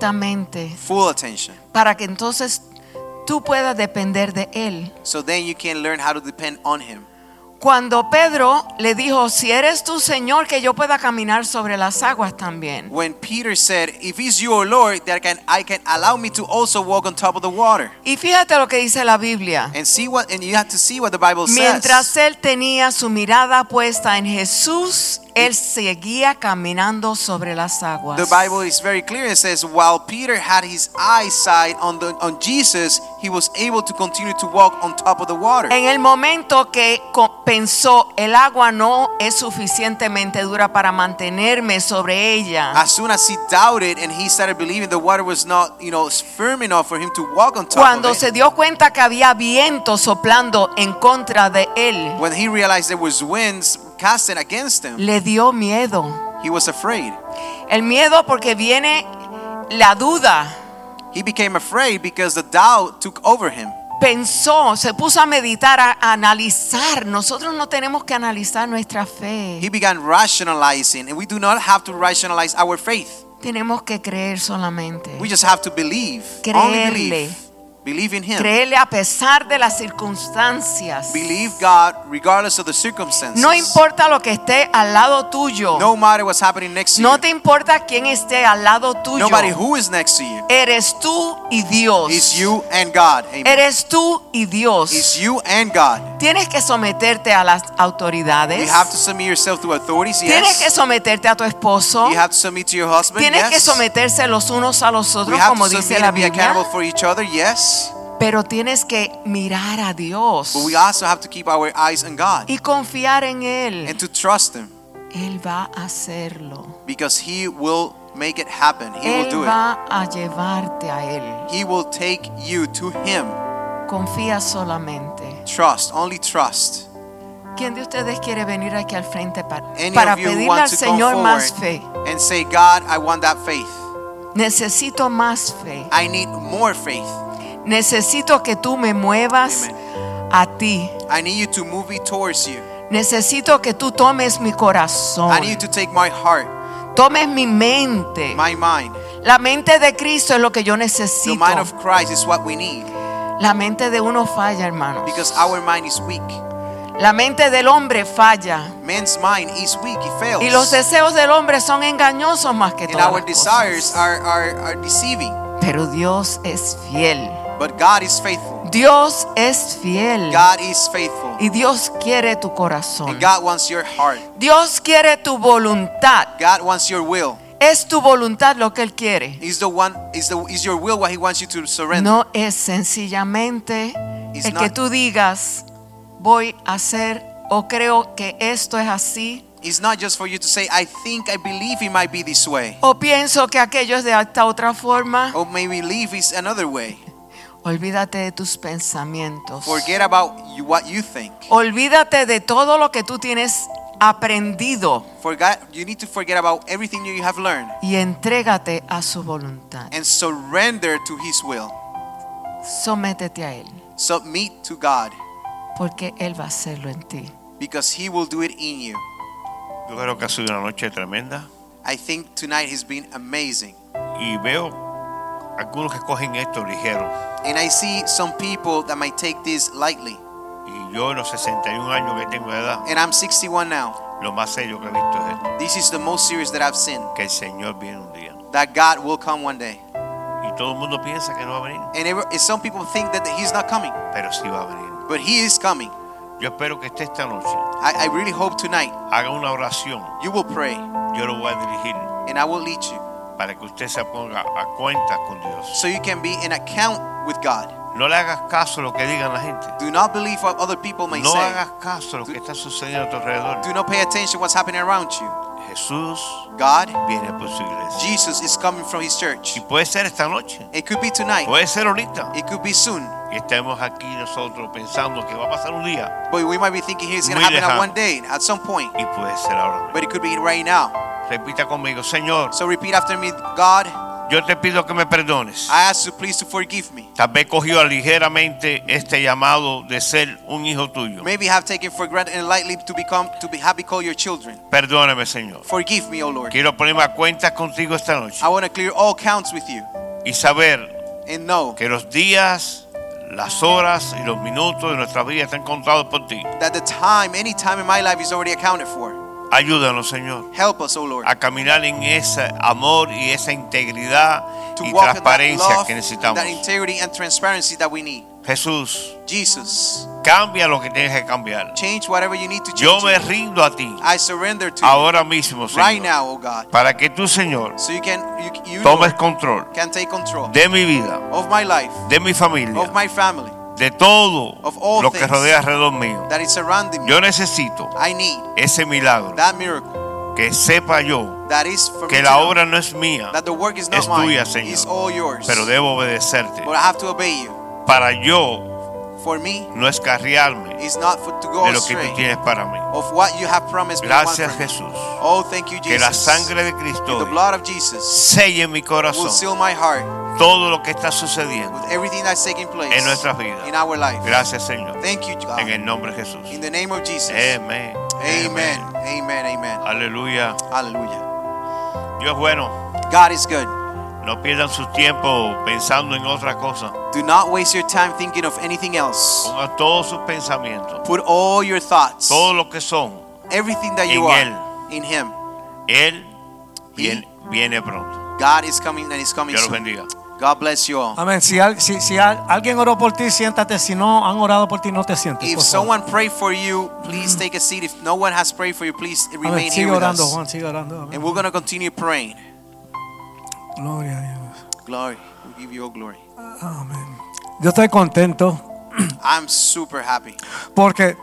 Speaker 1: completamente
Speaker 3: full attention.
Speaker 1: para que entonces tú puedas depender de Él.
Speaker 3: So then you can learn how to depend on Him.
Speaker 1: Cuando Pedro le dijo, si eres tú Señor, que yo pueda caminar sobre las aguas también.
Speaker 3: When Peter said, "If it's you, O Lord, that can I can allow me to also walk on top of the water,"
Speaker 1: Y fíjate lo que dice la Biblia.
Speaker 3: and see what, and you have to see what the Bible
Speaker 1: Mientras
Speaker 3: says.
Speaker 1: él tenía su mirada puesta en Jesús, él seguía caminando sobre las aguas.
Speaker 3: The Bible is very clear. It says, while Peter had his eyesight on the on Jesus, he was able to continue to walk on top of the water.
Speaker 1: En el momento que co- pensó, el agua no es suficientemente dura para mantenerme sobre ella.
Speaker 3: As soon as he doubted and he started believing the water was not, you know, firm enough for him to walk on top
Speaker 1: Cuando
Speaker 3: of it.
Speaker 1: se dio cuenta que había viento soplando en contra de él,
Speaker 3: When he realized there was winds casting against him,
Speaker 1: le dio miedo.
Speaker 3: he was afraid.
Speaker 1: El miedo porque viene la duda.
Speaker 3: He became afraid because the doubt took over him.
Speaker 1: Pensó, se puso a meditar, a a analizar. Nosotros no tenemos que analizar nuestra fe.
Speaker 3: He began rationalizing, and we do not have to rationalize our faith.
Speaker 1: Tenemos que creer solamente.
Speaker 3: We just have to believe. Only believe. Believe in Him.
Speaker 1: Creerle a pesar de las circunstancias.
Speaker 3: Believe God regardless of the circumstances.
Speaker 1: No importa lo que esté al lado tuyo.
Speaker 3: No matter what's happening next to
Speaker 1: No te
Speaker 3: you.
Speaker 1: importa quién esté al lado tuyo.
Speaker 3: No matter who is next to you.
Speaker 1: Eres tú y Dios.
Speaker 3: It's you and God. Amen.
Speaker 1: Eres tú y Dios.
Speaker 3: It's you and God.
Speaker 1: Tienes que someterte a las
Speaker 3: You
Speaker 1: autoridades.
Speaker 3: have to submit yourself to authorities.
Speaker 1: Tienes que
Speaker 3: Yes.
Speaker 1: someter-te a tu esposo.
Speaker 3: You have to submit to your husband.
Speaker 1: Tienes que
Speaker 3: Yes.
Speaker 1: someterse los unos a los
Speaker 3: We
Speaker 1: otros,
Speaker 3: have
Speaker 1: como
Speaker 3: to
Speaker 1: dice
Speaker 3: submit
Speaker 1: la
Speaker 3: and be
Speaker 1: Biblia.
Speaker 3: accountable for each other. Yes.
Speaker 1: Pero tienes que mirar a Dios
Speaker 3: But we also have to keep our eyes on God
Speaker 1: y confiar en Él.
Speaker 3: and to trust Him
Speaker 1: Él va a hacerlo.
Speaker 3: because He will make it happen. He will
Speaker 1: Él
Speaker 3: do it.
Speaker 1: va a llevarte a Él.
Speaker 3: He will take you to Him.
Speaker 1: Confía solamente.
Speaker 3: Trust, only trust.
Speaker 1: ¿Quién de ustedes quiere venir aquí al frente para,
Speaker 3: Any
Speaker 1: para
Speaker 3: of you
Speaker 1: pedirle
Speaker 3: want
Speaker 1: al
Speaker 3: to come
Speaker 1: Señor más fe?
Speaker 3: forward and say, God, I want that faith.
Speaker 1: Necesito más fe.
Speaker 3: I need more faith.
Speaker 1: Necesito que tú me muevas a ti.
Speaker 3: I need you to move me towards you.
Speaker 1: Necesito que tú tomes mi corazón,
Speaker 3: I need you to take my heart,
Speaker 1: tomes mi mente.
Speaker 3: my mind.
Speaker 1: La mente de Cristo es lo que yo
Speaker 3: The
Speaker 1: necesito.
Speaker 3: mind of Christ is what we need
Speaker 1: La mente de uno falla, hermano.
Speaker 3: because our mind is weak.
Speaker 1: La mente del hombre falla.
Speaker 3: Man's mind is weak, it fails.
Speaker 1: Y los deseos del hombre son engañosos más que
Speaker 3: and
Speaker 1: todas
Speaker 3: our
Speaker 1: las
Speaker 3: desires
Speaker 1: cosas.
Speaker 3: are, are, are deceiving.
Speaker 1: Pero Dios es fiel.
Speaker 3: But God is faithful.
Speaker 1: Dios es fiel.
Speaker 3: God is faithful.
Speaker 1: Y Dios quiere tu corazón.
Speaker 3: And God wants your heart.
Speaker 1: Dios quiere tu voluntad.
Speaker 3: God wants your will.
Speaker 1: Es tu voluntad lo que Él quiere.
Speaker 3: Is the one is the is your will what He wants you to surrender.
Speaker 1: No es sencillamente
Speaker 3: It's
Speaker 1: el que
Speaker 3: not-
Speaker 1: tú digas, voy a hacer o creo que esto es así.
Speaker 3: It's not just for you to say, I think, I believe it might be this way.
Speaker 4: O pienso que aquello es de esta otra forma.
Speaker 3: Or maybe leave is another way.
Speaker 4: Olvídate de tus pensamientos.
Speaker 3: Forget about you, what you think.
Speaker 4: Olvídate de todo lo que tú tienes aprendido
Speaker 3: Forget, you need to forget about everything you have learned
Speaker 4: y entrégate a su voluntad.
Speaker 3: and surrender to His will.
Speaker 4: Sométete a Él,
Speaker 3: Submit to God
Speaker 4: porque Él va a hacerlo en ti.
Speaker 3: because He will do it in you.
Speaker 5: Yo creo que ha sido una noche tremenda
Speaker 3: I think tonight has been amazing.
Speaker 5: y veo algunos que cogen esto ligero.
Speaker 3: And I see some people that might take this lightly.
Speaker 5: Y yo en los 61 años que tengo de edad,
Speaker 3: And I'm 61 now.
Speaker 5: lo más serio que he visto es esto,
Speaker 3: This is the most serious that I've seen.
Speaker 5: que el Señor viene un día.
Speaker 3: That God will come one day.
Speaker 5: Y todo el mundo piensa que no va a venir,
Speaker 3: And every- and some people think that He's not coming,
Speaker 5: pero sí va a venir.
Speaker 3: but He is coming.
Speaker 5: Yo espero que esté esta noche,
Speaker 3: I, I really hope tonight
Speaker 5: haga una oración,
Speaker 3: you will pray
Speaker 5: yo lo voy a dirigir
Speaker 3: and I will lead you
Speaker 5: para que usted se ponga a cuenta con Dios.
Speaker 3: so you can be in account with God.
Speaker 5: No le hagas caso a lo que digan la gente.
Speaker 3: Do not believe what other people may
Speaker 5: No
Speaker 3: say.
Speaker 5: hagas caso a lo que está sucediendo a tu alrededor.
Speaker 3: Do not pay attention what's happening around you.
Speaker 5: Jesús
Speaker 3: God,
Speaker 5: viene por su iglesia.
Speaker 3: Jesus is coming from His church.
Speaker 5: Y puede ser esta noche,
Speaker 3: It could be tonight,
Speaker 5: puede ser ahorita.
Speaker 3: it could be soon,
Speaker 5: Y estemos aquí nosotros pensando que va a pasar un día
Speaker 3: but we might be thinking it's going to
Speaker 5: Muy
Speaker 3: happen at
Speaker 5: lejano.
Speaker 3: one day, at some point,
Speaker 5: y puede ser ahora.
Speaker 3: but it could be right now.
Speaker 5: Repita conmigo, Señor,
Speaker 3: So repeat after me God,
Speaker 5: yo te pido que me perdones.
Speaker 3: I ask you please to forgive me.
Speaker 5: Tal vez cogió ligeramente este llamado de ser un hijo tuyo.
Speaker 3: Maybe have taken for granted and lightly to become to be have become your children.
Speaker 5: Perdóname, Señor.
Speaker 3: Forgive me, O Lord.
Speaker 5: Quiero ponerme a cuentas contigo esta noche
Speaker 3: I want to clear all counts with you
Speaker 5: y saber
Speaker 3: and know
Speaker 5: que los días, las horas y los minutos de nuestra vida están contados por ti.
Speaker 3: that the time, any time in my life, is already accounted for.
Speaker 5: Ayúdanos, Señor,
Speaker 3: Help us, O Lord,
Speaker 5: a caminar en ese amor y esa integridad
Speaker 3: to
Speaker 5: y
Speaker 3: walk in that
Speaker 5: transparencia
Speaker 3: love,
Speaker 5: que
Speaker 3: that
Speaker 5: necesitamos.
Speaker 3: integrity and transparency that we need.
Speaker 5: Jesús,
Speaker 3: Jesus,
Speaker 5: cambia lo que tienes que cambiar.
Speaker 3: change whatever you need to
Speaker 5: Yo
Speaker 3: change.
Speaker 5: me rindo a ti
Speaker 3: I surrender to
Speaker 5: ahora mismo,
Speaker 3: you right
Speaker 5: Señor,
Speaker 3: now, O God,
Speaker 5: para que tú, Señor,
Speaker 3: so you can you, you
Speaker 5: tomes
Speaker 3: Lord,
Speaker 5: control
Speaker 3: can take control
Speaker 5: de mi vida,
Speaker 3: of my life,
Speaker 5: de mi
Speaker 3: of
Speaker 5: familia,
Speaker 3: my family
Speaker 5: de todo
Speaker 3: of all
Speaker 5: lo que
Speaker 3: things
Speaker 5: rodea alrededor mío.
Speaker 3: that is surrounding me.
Speaker 5: Yo necesito
Speaker 3: I need
Speaker 5: ese milagro,
Speaker 3: that miracle
Speaker 5: que sepa yo
Speaker 3: that is for me
Speaker 5: que
Speaker 3: to
Speaker 5: la
Speaker 3: know
Speaker 5: obra no es mía,
Speaker 3: that the work is not
Speaker 5: es
Speaker 3: mine.
Speaker 5: tuya, Señor.
Speaker 3: It's all yours.
Speaker 5: pero debo obedecerte
Speaker 3: But I have to obey you.
Speaker 5: para yo
Speaker 3: For me,
Speaker 5: no escarriarme
Speaker 3: it's not for, to go
Speaker 5: de lo que tú
Speaker 3: astray
Speaker 5: tienes para mí.
Speaker 3: of what you have promised me. and want
Speaker 5: Gracias
Speaker 3: from me.
Speaker 5: Jesús,
Speaker 3: Oh, thank you,
Speaker 5: que
Speaker 3: Jesus.
Speaker 5: la sangre de
Speaker 3: With the
Speaker 5: Cristo
Speaker 3: blood of Jesus
Speaker 5: selle en mi
Speaker 3: will
Speaker 5: corazón
Speaker 3: seal my heart
Speaker 5: todo lo que está sucediendo
Speaker 3: with everything that's taking place
Speaker 5: en nuestras vidas.
Speaker 3: in our life.
Speaker 5: Gracias Señor,
Speaker 3: Thank you, God.
Speaker 5: en el nombre de Jesús.
Speaker 3: In the name of Jesus.
Speaker 5: Amén.
Speaker 3: Amen. Amen. Amen.
Speaker 5: Aleluya.
Speaker 3: Hallelujah.
Speaker 5: Dios es bueno.
Speaker 3: God is good.
Speaker 5: No pierdan su tiempo pensando en otra cosa.
Speaker 3: Do not waste your time thinking of anything else.
Speaker 5: Pongan todos sus pensamientos,
Speaker 3: Put all your thoughts,
Speaker 5: todo lo que son.
Speaker 3: everything that you are,
Speaker 5: en Él.
Speaker 3: in Him.
Speaker 5: Él viene, viene pronto.
Speaker 3: God is coming and He's coming
Speaker 5: Dios los
Speaker 3: soon.
Speaker 5: bendiga.
Speaker 3: God bless you all.
Speaker 2: Amén. Si, al- si- si al- alguien oró por ti, siéntate. Si no han orado por ti, no te sientes.
Speaker 3: If
Speaker 2: por favor.
Speaker 3: someone prayed for you, please take a seat. If no one has prayed for you, please
Speaker 2: Amén.
Speaker 3: remain
Speaker 2: Sigue
Speaker 3: here with
Speaker 2: orando,
Speaker 3: us. Em-
Speaker 2: Juan, sigue orando. amén.
Speaker 3: And we're going to continue praying.
Speaker 2: Gloria a Dios.
Speaker 3: Glory. We give you all glory.
Speaker 2: Amén. Yo estoy contento
Speaker 3: I'm super happy
Speaker 2: porque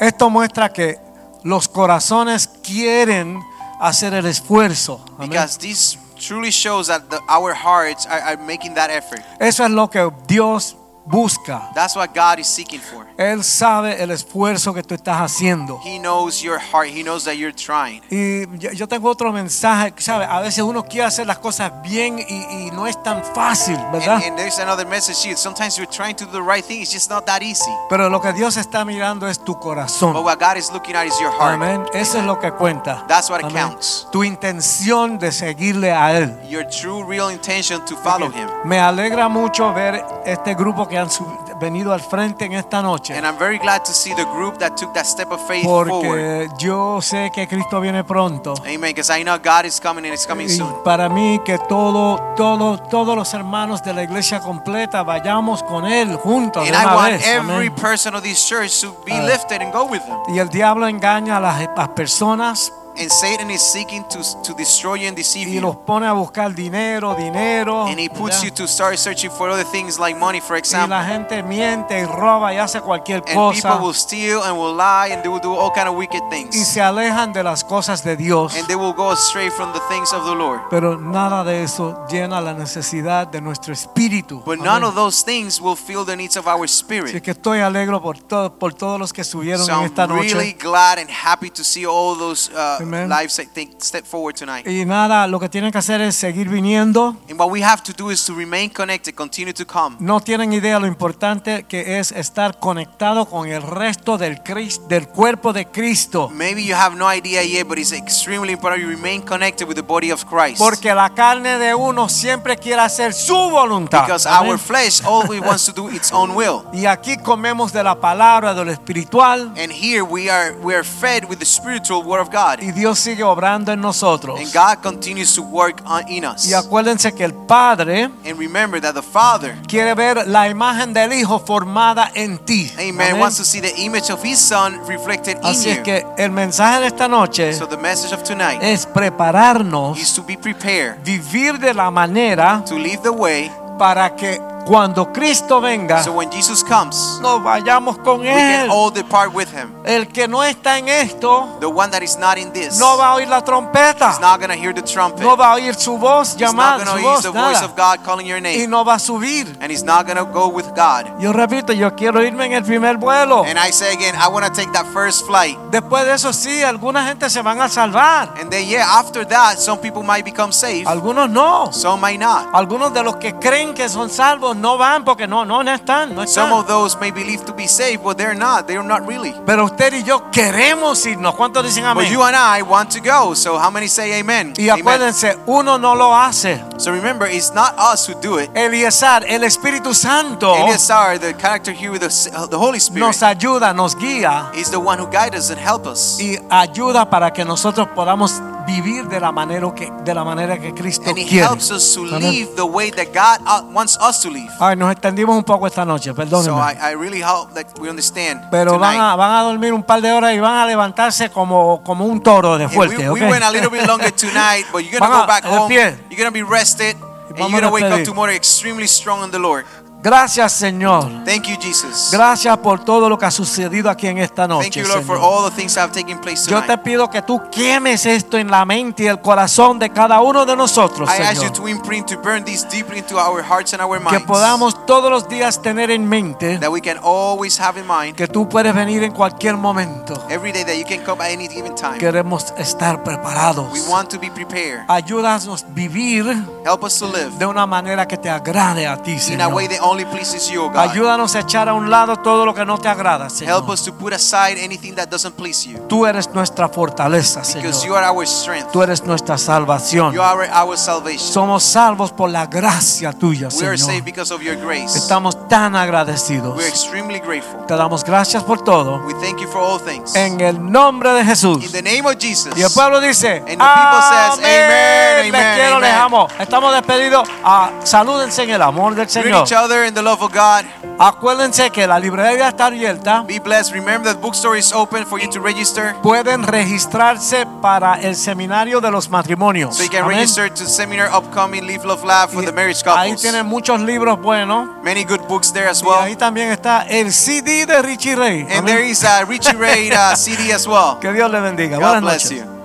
Speaker 2: esto muestra que los corazones quieren hacer el esfuerzo. Amén.
Speaker 3: because this truly shows that the, our hearts are, are making that effort.
Speaker 2: Eso es lo que Dios busca.
Speaker 3: That's what God is seeking for.
Speaker 2: Él sabe el esfuerzo que tú estás haciendo.
Speaker 3: He knows your heart. He knows that you're trying.
Speaker 2: Y yo yo tengo otro mensaje, ¿sabe? A veces uno quiere hacer las cosas bien y, y no es tan fácil,
Speaker 3: And,
Speaker 2: ¿verdad?
Speaker 3: and there's another message here. Sometimes you're trying to do the right thing. It's just not that easy.
Speaker 2: Pero lo que Dios está mirando es tu
Speaker 3: But
Speaker 2: corazón.
Speaker 3: what God is looking at is your heart.
Speaker 2: Amén. Eso es lo que cuenta.
Speaker 3: That's what
Speaker 2: Amén.
Speaker 3: counts.
Speaker 2: Tu intención de seguirle a Él.
Speaker 3: Your true, real intention to follow Him.
Speaker 2: Me alegra mucho ver este grupo que han sub- venido al frente en esta noche.
Speaker 3: And I'm very glad to see the group that took that step of faith forward.
Speaker 2: Porque yo sé que Cristo viene pronto.
Speaker 3: Amen. Because I know God is coming and it's coming
Speaker 2: Y
Speaker 3: soon.
Speaker 2: para mí que todo, todo, todos los hermanos de la iglesia completa vayamos con él juntos de
Speaker 3: And I
Speaker 2: una
Speaker 3: want
Speaker 2: vez.
Speaker 3: every
Speaker 2: Amén. Uh.
Speaker 3: person of this church to be lifted and go with them.
Speaker 2: Y el diablo engaña a las, las personas
Speaker 3: and Satan is seeking to, to destroy you and deceive
Speaker 2: y
Speaker 3: you.
Speaker 2: los pone a buscar dinero, dinero.
Speaker 3: And he
Speaker 2: ¿verdad?
Speaker 3: puts you to start searching for other things like money, for
Speaker 2: y
Speaker 3: example.
Speaker 2: la gente miente y roba y hace cualquier
Speaker 3: And people
Speaker 2: cosa
Speaker 3: will steal and will lie and they will do all kind of wicked
Speaker 2: y
Speaker 3: things.
Speaker 2: se alejan de las cosas de Dios.
Speaker 3: And they will go astray from the things of the Lord.
Speaker 2: Pero nada de eso llena la necesidad de nuestro espíritu. Amén.
Speaker 3: But Pues none of those things will fill the needs of our
Speaker 2: Así
Speaker 3: spirit.
Speaker 2: que estoy alegre por, todo- por todos los que subieron
Speaker 3: So
Speaker 2: en esta
Speaker 3: I'm
Speaker 2: noche.
Speaker 3: really glad and happy to see all those uh,
Speaker 2: Amen.
Speaker 3: lives that think, step forward tonight.
Speaker 2: Y nada, lo que tienen que hacer es seguir viniendo.
Speaker 3: And what we have to do is to remain connected, continue to come.
Speaker 2: No tienen idea lo importante que es estar conectado con el resto del, Cris- del cuerpo de Cristo.
Speaker 3: Maybe you have no idea yet, but it's extremely important you remain connected with the body of Christ.
Speaker 2: Porque la carne de uno siempre quiere hacer su voluntad.
Speaker 3: Because
Speaker 2: Amén.
Speaker 3: our flesh always wants to do its own will.
Speaker 2: Y aquí comemos de la palabra, de lo espiritual.
Speaker 3: And here we are we are fed with the spiritual word of God.
Speaker 2: Y Dios sigue obrando en nosotros.
Speaker 3: And God continues to work on, in us.
Speaker 2: Y acuérdense que el Padre
Speaker 3: And remember that the Father,
Speaker 2: quiere ver la imagen del Hijo formada en ti.
Speaker 3: amen,
Speaker 2: Amén.
Speaker 3: wants to see the image of His Son reflected
Speaker 2: Así es
Speaker 3: in you.
Speaker 2: que el mensaje de esta noche
Speaker 3: So the message of tonight
Speaker 2: es prepararnos,
Speaker 3: is to be prepared,
Speaker 2: vivir de la manera
Speaker 3: to leave the way,
Speaker 2: para que cuando Cristo venga,
Speaker 3: so when Jesus comes,
Speaker 2: nos vayamos con
Speaker 3: we can
Speaker 2: Él.
Speaker 3: all depart with Him.
Speaker 2: El que no está en esto,
Speaker 3: The one that is not in this
Speaker 2: no va a oír la trompeta,
Speaker 3: is not going to hear the trumpet.
Speaker 2: no va a oír su voz
Speaker 3: He's not
Speaker 2: llamada,
Speaker 3: going to
Speaker 2: su
Speaker 3: hear
Speaker 2: voz,
Speaker 3: the
Speaker 2: nada.
Speaker 3: voice of God calling your
Speaker 2: y
Speaker 3: name.
Speaker 2: no va a subir.
Speaker 3: And he's not going to go with God.
Speaker 2: Yo repito, yo quiero irme en el primer vuelo.
Speaker 3: And I say again, I want to take that first flight.
Speaker 2: Después de eso sí, alguna gente se van a salvar,
Speaker 3: And then, yeah, after that, some people might become saved,
Speaker 2: algunos no.
Speaker 3: some might not.
Speaker 2: Algunos de los que creen que son salvos no van porque no, no, no están, no están.
Speaker 3: Some of those may believe to be saved, but they're not. They're not really.
Speaker 2: Pero usted y yo queremos irnos. ¿Cuántos dicen
Speaker 3: But
Speaker 2: amén?
Speaker 3: Pues you and I want to go. So how many say amen?
Speaker 2: Y
Speaker 3: Amen.
Speaker 2: acuérdense, uno no lo hace.
Speaker 3: So remember, it's not us who do it.
Speaker 2: Eliezer, el Espíritu Santo,
Speaker 3: It is our the character here with the, the Holy Spirit
Speaker 2: nos ayuda, nos guía
Speaker 3: is the one who guides us and helps us.
Speaker 2: y ayuda para que nosotros podamos vivir de la manera que, de la manera que Cristo
Speaker 3: And he
Speaker 2: quiere.
Speaker 3: helps us to
Speaker 2: Amén.
Speaker 3: live the way that God uh, wants us to live.
Speaker 2: Ay, nos extendimos un poco esta noche,
Speaker 3: So
Speaker 2: perdónenme.
Speaker 3: I, I really hope that we understand
Speaker 2: Pero van
Speaker 3: tonight.
Speaker 2: a, van a dormir un par de horas y van a levantarse como, como un toro de
Speaker 3: And we,
Speaker 2: fuerte.
Speaker 3: we
Speaker 2: ¿ok?
Speaker 3: went a little bit longer tonight, but you're
Speaker 2: Van
Speaker 3: gonna
Speaker 2: a-
Speaker 3: go back
Speaker 2: de
Speaker 3: home.
Speaker 2: pie.
Speaker 3: You're gonna be rested, and you're
Speaker 2: vamos a
Speaker 3: gonna wake up
Speaker 2: despedir.
Speaker 3: tomorrow extremely strong in the Lord.
Speaker 2: Gracias, Señor.
Speaker 3: Thank you, Jesus.
Speaker 2: Gracias por todo lo que ha sucedido aquí en esta noche.
Speaker 3: Thank you, Lord, for
Speaker 2: Señor.
Speaker 3: all the things that have taken place
Speaker 2: Yo te
Speaker 3: tonight.
Speaker 2: pido que tú quemes esto en la mente y el corazón de cada uno de nosotros,
Speaker 3: I ask you
Speaker 2: Señor.
Speaker 3: to imprint, to burn these deeply into our hearts and our
Speaker 2: Que
Speaker 3: minds.
Speaker 2: podamos todos los días tener en mente
Speaker 3: That we can always have in mind
Speaker 2: que tú puedes venir en cualquier momento.
Speaker 3: every day that you can come at any given time.
Speaker 2: Queremos estar preparados.
Speaker 3: We want to be prepared.
Speaker 2: Ayúdanos a vivir
Speaker 3: Help us to live
Speaker 2: de una manera que te agrade a ti,
Speaker 3: in a way
Speaker 2: Señor.
Speaker 3: that only pleases you, O God.
Speaker 2: Ayúdanos a echar a un lado todo lo que no te agrada,
Speaker 3: Help
Speaker 2: Señor.
Speaker 3: us to put aside anything that doesn't please you.
Speaker 2: Tú eres nuestra fortaleza,
Speaker 3: Because you
Speaker 2: Señor.
Speaker 3: are our strength.
Speaker 2: Tú eres nuestra salvación.
Speaker 3: You are our salvation.
Speaker 2: Somos salvos por la gracia tuya,
Speaker 3: We are saved
Speaker 2: Señor.
Speaker 3: because of your grace.
Speaker 2: Estamos tan
Speaker 3: We're
Speaker 2: agradecidos.
Speaker 3: extremely grateful.
Speaker 2: Te damos gracias por todo.
Speaker 3: We thank you for all things. In
Speaker 2: En el nombre de Jesús.
Speaker 3: the name of Jesus.
Speaker 2: Y el pueblo dice,
Speaker 3: And the people says,
Speaker 2: "Amén".
Speaker 3: "Amen,
Speaker 2: Les
Speaker 3: amen,
Speaker 2: quiero, les
Speaker 3: amen.
Speaker 2: amo. Estamos despedidos. Ah, salúdense en el amor del
Speaker 3: Greet
Speaker 2: Señor.
Speaker 3: each other in the love of God.
Speaker 2: Acuérdense que la librería está abierta.
Speaker 3: Be blessed. Remember that bookstore is open for you to register.
Speaker 2: Pueden registrarse para el seminario de los matrimonios.
Speaker 3: So you can
Speaker 2: Amén.
Speaker 3: register to seminar upcoming Live Love Live for
Speaker 2: Y
Speaker 3: the marriage
Speaker 2: Ahí
Speaker 3: couples.
Speaker 2: tienen muchos libros buenos.
Speaker 3: Many good books there as
Speaker 2: Y ahí
Speaker 3: well.
Speaker 2: también está el CD de Richie Rey.
Speaker 3: And
Speaker 2: Amén.
Speaker 3: there is a Richie Ray uh, CD as well.
Speaker 2: Que Dios le bendiga.
Speaker 3: God
Speaker 2: Buenas
Speaker 3: bless
Speaker 2: noches.
Speaker 3: you.